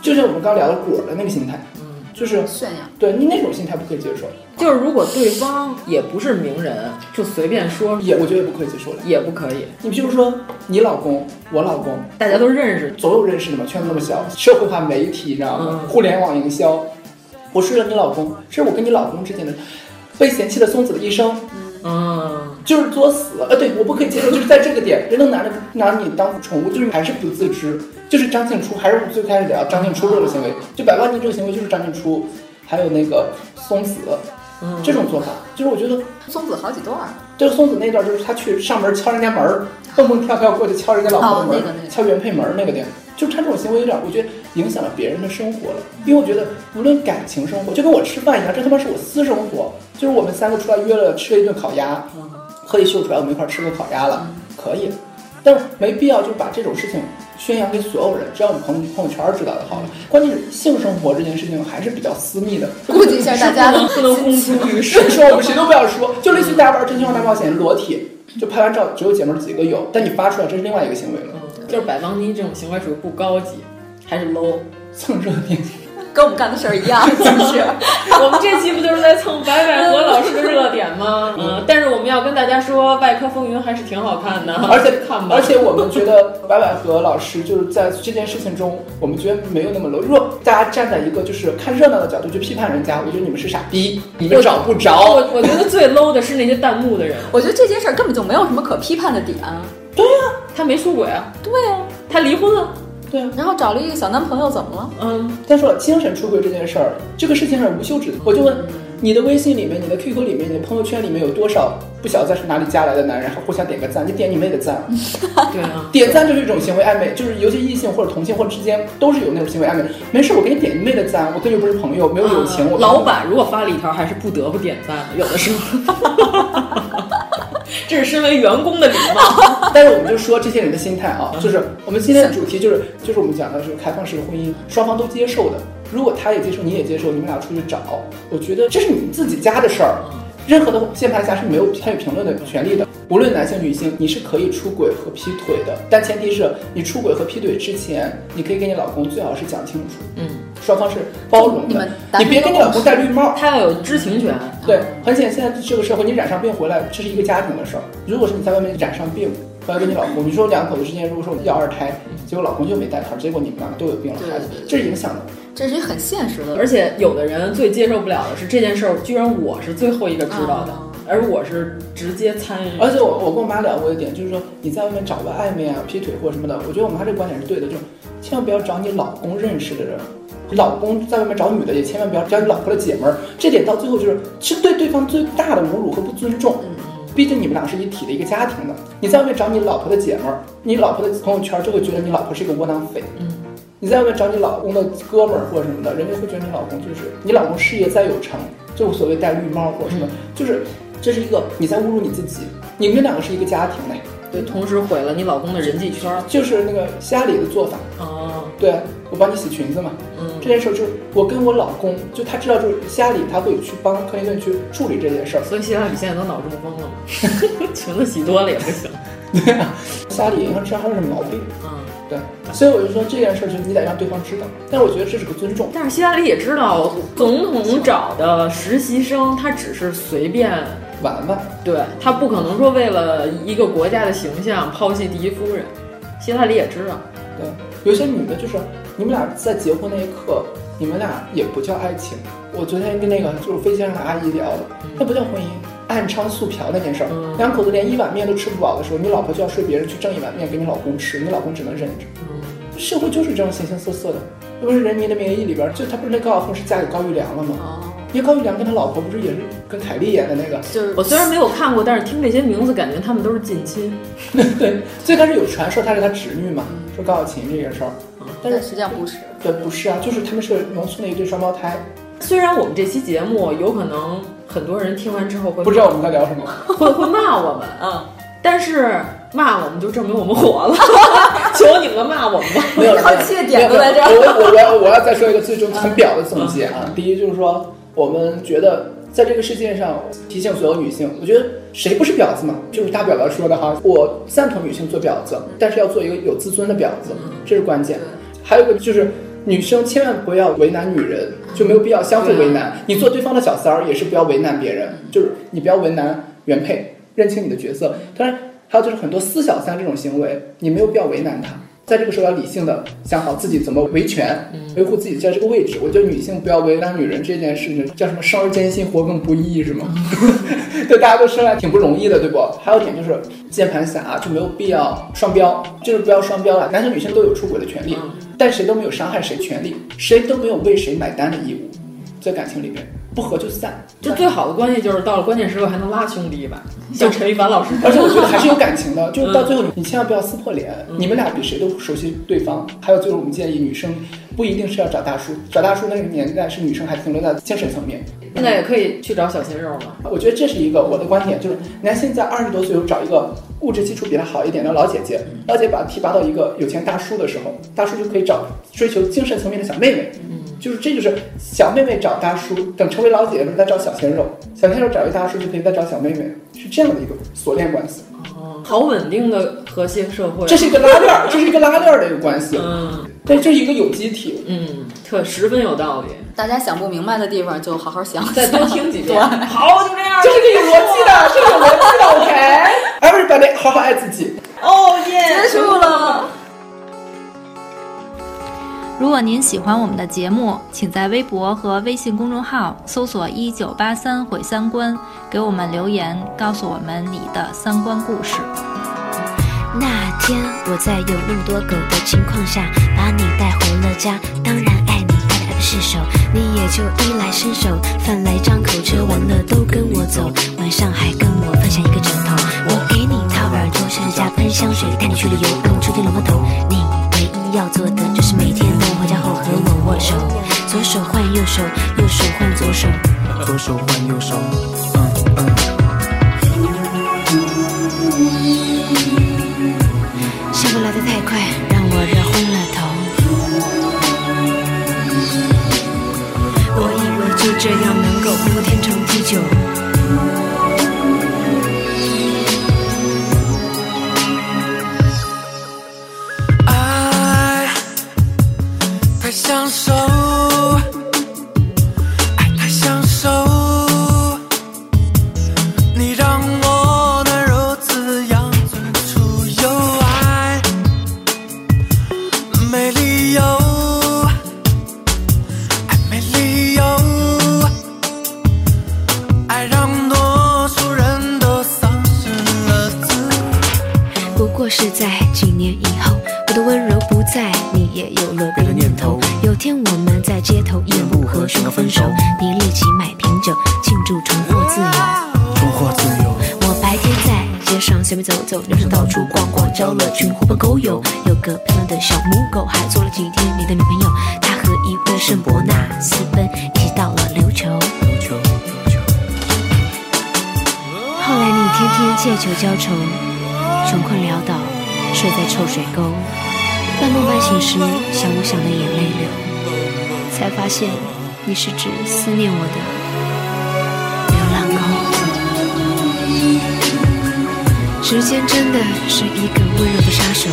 就像我们刚聊的果的那个心态，嗯，就是炫耀，对你那种心态不可以接受。就是如果对方也不是名人，就随便说，也我觉得也不可以接受了，也不可以。你比如说你老公，我老公，大家都认识，总有认识的嘛，圈子那么小，社会化媒体，你知道吗？嗯、互联网营销，我睡了你老公，这是我跟你老公之间的。被嫌弃的松子的一生，嗯，就是作死。呃，对，我不可以接受，就是在这个点，人都拿着拿你当宠物，就是还是不自知。就是张静初，还是我们最开始聊张静初这个行为，就百万尼这个行为就是张静初，还有那个松子，嗯，这种做法，就是我觉得松子好几段，就是松子那段，就是他去上门敲人家门，蹦蹦跳跳过去敲人家老婆的门，啊哦那个那个、敲原配门那个点。就是他这种行为有点，我觉得影响了别人的生活了。因为我觉得，无论感情生活，就跟我吃饭一样，这他妈是我私生活。就是我们三个出来约了，吃了一顿烤鸭，嗯可以秀出来我们一块吃个烤鸭了，可以。但是没必要就把这种事情宣扬给所有人，只要我们朋朋友圈知道就好了。嗯关键是性生活这件事情还是比较私密的，顾及一下大家的不能公诸 于世。说我们谁都不要说，就类似于大家玩《真心话大冒险》裸体，就拍完照只有姐妹几个有，但你发出来这是另外一个行为了。嗯就是百邦尼这种行为属于不高级，还是 low，蹭热点，跟我们干的事儿 一样，是不是？我们这期不就是在蹭白百合老师的热点 吗？嗯，但是我们要跟大家说，《外科风云》还是挺好看的，而且啊看吧。而且我们觉得白百合老师就是在这件事情中，我们觉得没有那么 low。如果大家站在一个就是看热闹的角度去批判人家，我觉得你们是傻逼，你们找不着。我我觉得最 low 的是那些弹幕的人。我觉得这件事儿根本就没有什么可批判的点。对呀、啊，他没出轨啊！对呀、啊，他离婚了，对啊，然后找了一个小男朋友，怎么了？嗯，再说了，精神出轨这件事儿，这个事情是无休止的。我就嗯问，你的微信里面、你的 QQ 里面、你的朋友圈里面有多少不晓得在是哪里加来的男人，还互相点个赞？你点你妹的赞！对啊，点赞就是一种行为暧昧，就是尤其异性或者同性或者之间都是有那种行为暧昧。没事，我给你点你妹的赞，我跟你又不是朋友，没有友情。我啊 老板如果发了一条，还是不得不点赞，有的时候。 这是身为员工的礼貌，但是我们就说这些人的心态啊，嗯就是我们今天的主题就是就是我们讲的是开放式婚姻，双方都接受的。如果他也接受，你也接受，你们俩出去找，我觉得这是你们自己家的事儿，嗯任何的键盘侠是没有参与评论的权利的。无论男性女性，你是可以出轨和劈腿的，但前提是你出轨和劈腿之前，你可以跟你老公最好是讲清楚，嗯，双方是包容的，你们你别跟你老公戴绿帽，他要有知情权。嗯对，很显现在这个社会，你染上病回来，这是一个家庭的事儿。如果是你在外面染上病，回来跟你老公，你说两口子之间如果说要二胎，结果老公又没带套，结果你们两个都有病了，孩子，这是影响的。这是很现实的，而且有的人最接受不了的是这件事儿，居然我是最后一个知道的。嗯而我是直接参与，啊而且我我跟我妈聊过一点，就是说你在外面找个暧昧啊、劈腿或什么的，我觉得我妈这个观点是对的，就千万不要找你老公认识的人，老公在外面找女的也千万不要找你老婆的姐们儿，这点到最后就是是对对方最大的侮辱和不尊重。嗯毕竟你们俩是一体的一个家庭的，你在外面找你老婆的姐们儿，你老婆的朋友圈就会觉得你老婆是一个窝囊废。嗯你在外面找你老公的哥们儿或者什么的，人家会觉得你老公就是你老公事业再有成，就所谓戴绿帽或者什么，就是这是一个你在侮辱你自己。你们两个是一个家庭嘞，对，同时毁了你老公的人际圈，就是那个虾里的做法。哦，对啊我帮你洗裙子嘛，嗯，这件事就是我跟我老公，就他知道就是虾里他会去帮克林顿去处理这件事儿， 所以希拉里现在都脑中风了嘛，裙子洗多了也不行。对啊，虾里应该知道他有什么毛病。嗯。对，所以我就说这件事就是你得让对方知道，但是我觉得这是个尊重。但是希拉里也知道，总统找的实习生，他只是随便玩玩，对他不可能说为了一个国家的形象抛弃第一夫人。希拉里也知道，对，有些女的就是你们俩在结婚那一刻，你们俩也不叫爱情。我昨天跟那个就是飞机上的阿姨聊的，那不叫婚姻。暗娼素嫖那件事儿，嗯、两口子连一碗面都吃不饱的时候，你老婆就要睡别人去挣一碗面给你老公吃，你老公只能忍着。嗯、社会就是这样形形色色的，嗯这不是《人民的名义》里边，就他不是那高晓松是嫁给高育良了吗？哦、因为高育良跟他老婆不是也是跟凯莉演的那个，就是我虽然没有看过，但是听这些名字感觉他们都是近亲。对，最开始有传说她是她侄女嘛，说高晓琴这个事儿，但是实际上不是。对，不是啊，就是他们是农村的一对双胞胎。虽然我们这期节目有可能很多人听完之后会不知道我们在聊什么，会会骂我们， 嗯，但是骂我们就证明我们火 了，求你们骂我们吧。没有，抛弃的点都在这儿。我我要我要再说一个最终很表的总结啊，第一就是说，我们觉得在这个世界上，提醒所有女性，我觉得谁不是婊子嘛？就是大表表说的哈，我赞同女性做婊嗯子，但是要做一个有自尊的婊子，这是关键。还有一个就是。女生千万不要为难女人，嗯就没有必要相互为啊难。你做对方的小三儿也是不要为难别人，嗯就是你不要为难原配，认清你的角色。当然，还有就是很多私小三这种行为，你没有必要为难他。在这个时候要理性的想好自己怎么维权，维护自己在这个位置。我觉得女性不要为难女人这件事情，叫什么生而艰辛，活更不易是吗？对，大家都生来挺不容易的，对不？还有一点就是键盘侠啊就没有必要双标，就是不要双标了。男生女生都有出轨的权利，但谁都没有伤害谁权利，谁都没有为谁买单的义务，在感情里面。不合就散，就最好的关系就是到了关键时刻还能拉兄弟 一把，像陈一凡老师。而且我觉得还是有感情的，就是到最后你千万不要撕破脸，嗯、你们俩比谁都熟悉对方。还有就是我们建议女生不一定是要找大叔，找大叔那个年代是女生还停留在精神层面， 现在也可以去找小鲜肉了。我觉得这是一个我的观点，就是男性在二十多岁找一个物质基础比他好一点的老姐姐，老姐把提拔到一个有钱大叔的时候，大叔就可以找追求精神层面的小妹妹。嗯就是这就是小妹妹找大叔，等成为老姐姐再找小鲜肉，小鲜肉找一大叔就可以再找小妹妹，是这样的一个锁链关系。哦，好稳定的和谐社会，这是一个拉链儿，这是一个拉链儿的一个关系。嗯，对，这是一个有机体。嗯，特十分有道理。大家想不明白的地方就好好想，再多听几遍。好，就这样，这是个有逻辑的，这是有逻辑的。OK，everybody，好好爱自己。哦耶，结束了。如果您喜欢我们的节目，请在微博和微信公众号搜索“一九八三毁三观”，给我们留言，告诉我们你的三观故事。那天我在有那么多狗的情况下，把你带回了家。当然爱你爱的是手，你也就衣来伸手，饭来张口，吃完了都跟我走。晚上还跟我分享一个枕头，我给你掏耳朵，甚至加喷香水，带你去旅游，让我吹进龙门头。你。要做的就是每天等我回家后和我握手，左手换右手，右手换左手，左手换右手，嗯嗯。幸福来得太快，让我热昏了头。我以为就这样能够呼天长地久，享受，爱太享受，你让我能如此养尊处优，爱没理由，爱没理由，爱让多数人都丧失了自我。不过是在几年以后，我的温柔不在，你也有了别的念头。有天我们在街头一言不合宣告分手，你立即买瓶酒庆祝重获自由。重获自由。我白天在街上随便走走，晚上到处逛逛，交了群狐朋狗友，有个漂亮的小母狗，还做了几天你的女朋友。她和一位圣伯纳私奔，一起到了琉球。琉球，琉球。后来你天天借酒浇愁，穷困潦倒，睡在臭水沟。半梦半醒时，想我想的眼泪流，才发现你是指思念我的流浪狗。时间真的是一个温柔的杀手，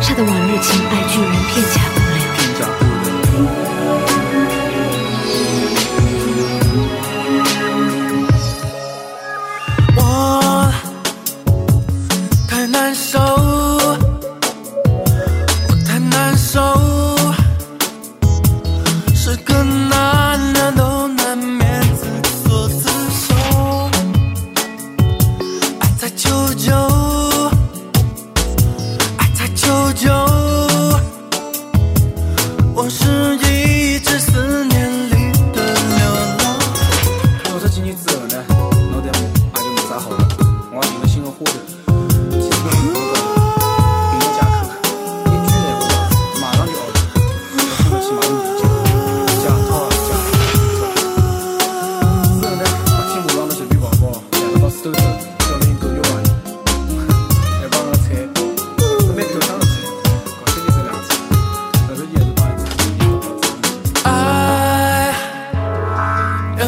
杀得往日情爱居然片甲不留。我。难受，我太难受，是个男人都难免自作自受，爱在求救，爱在求救。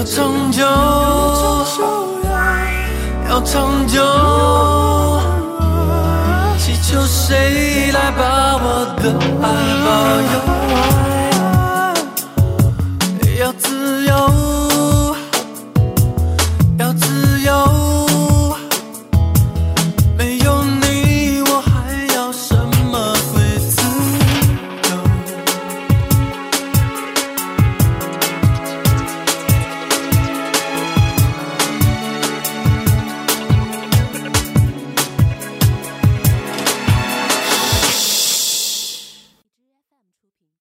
长久，要长久，祈求谁来把我的爱保佑。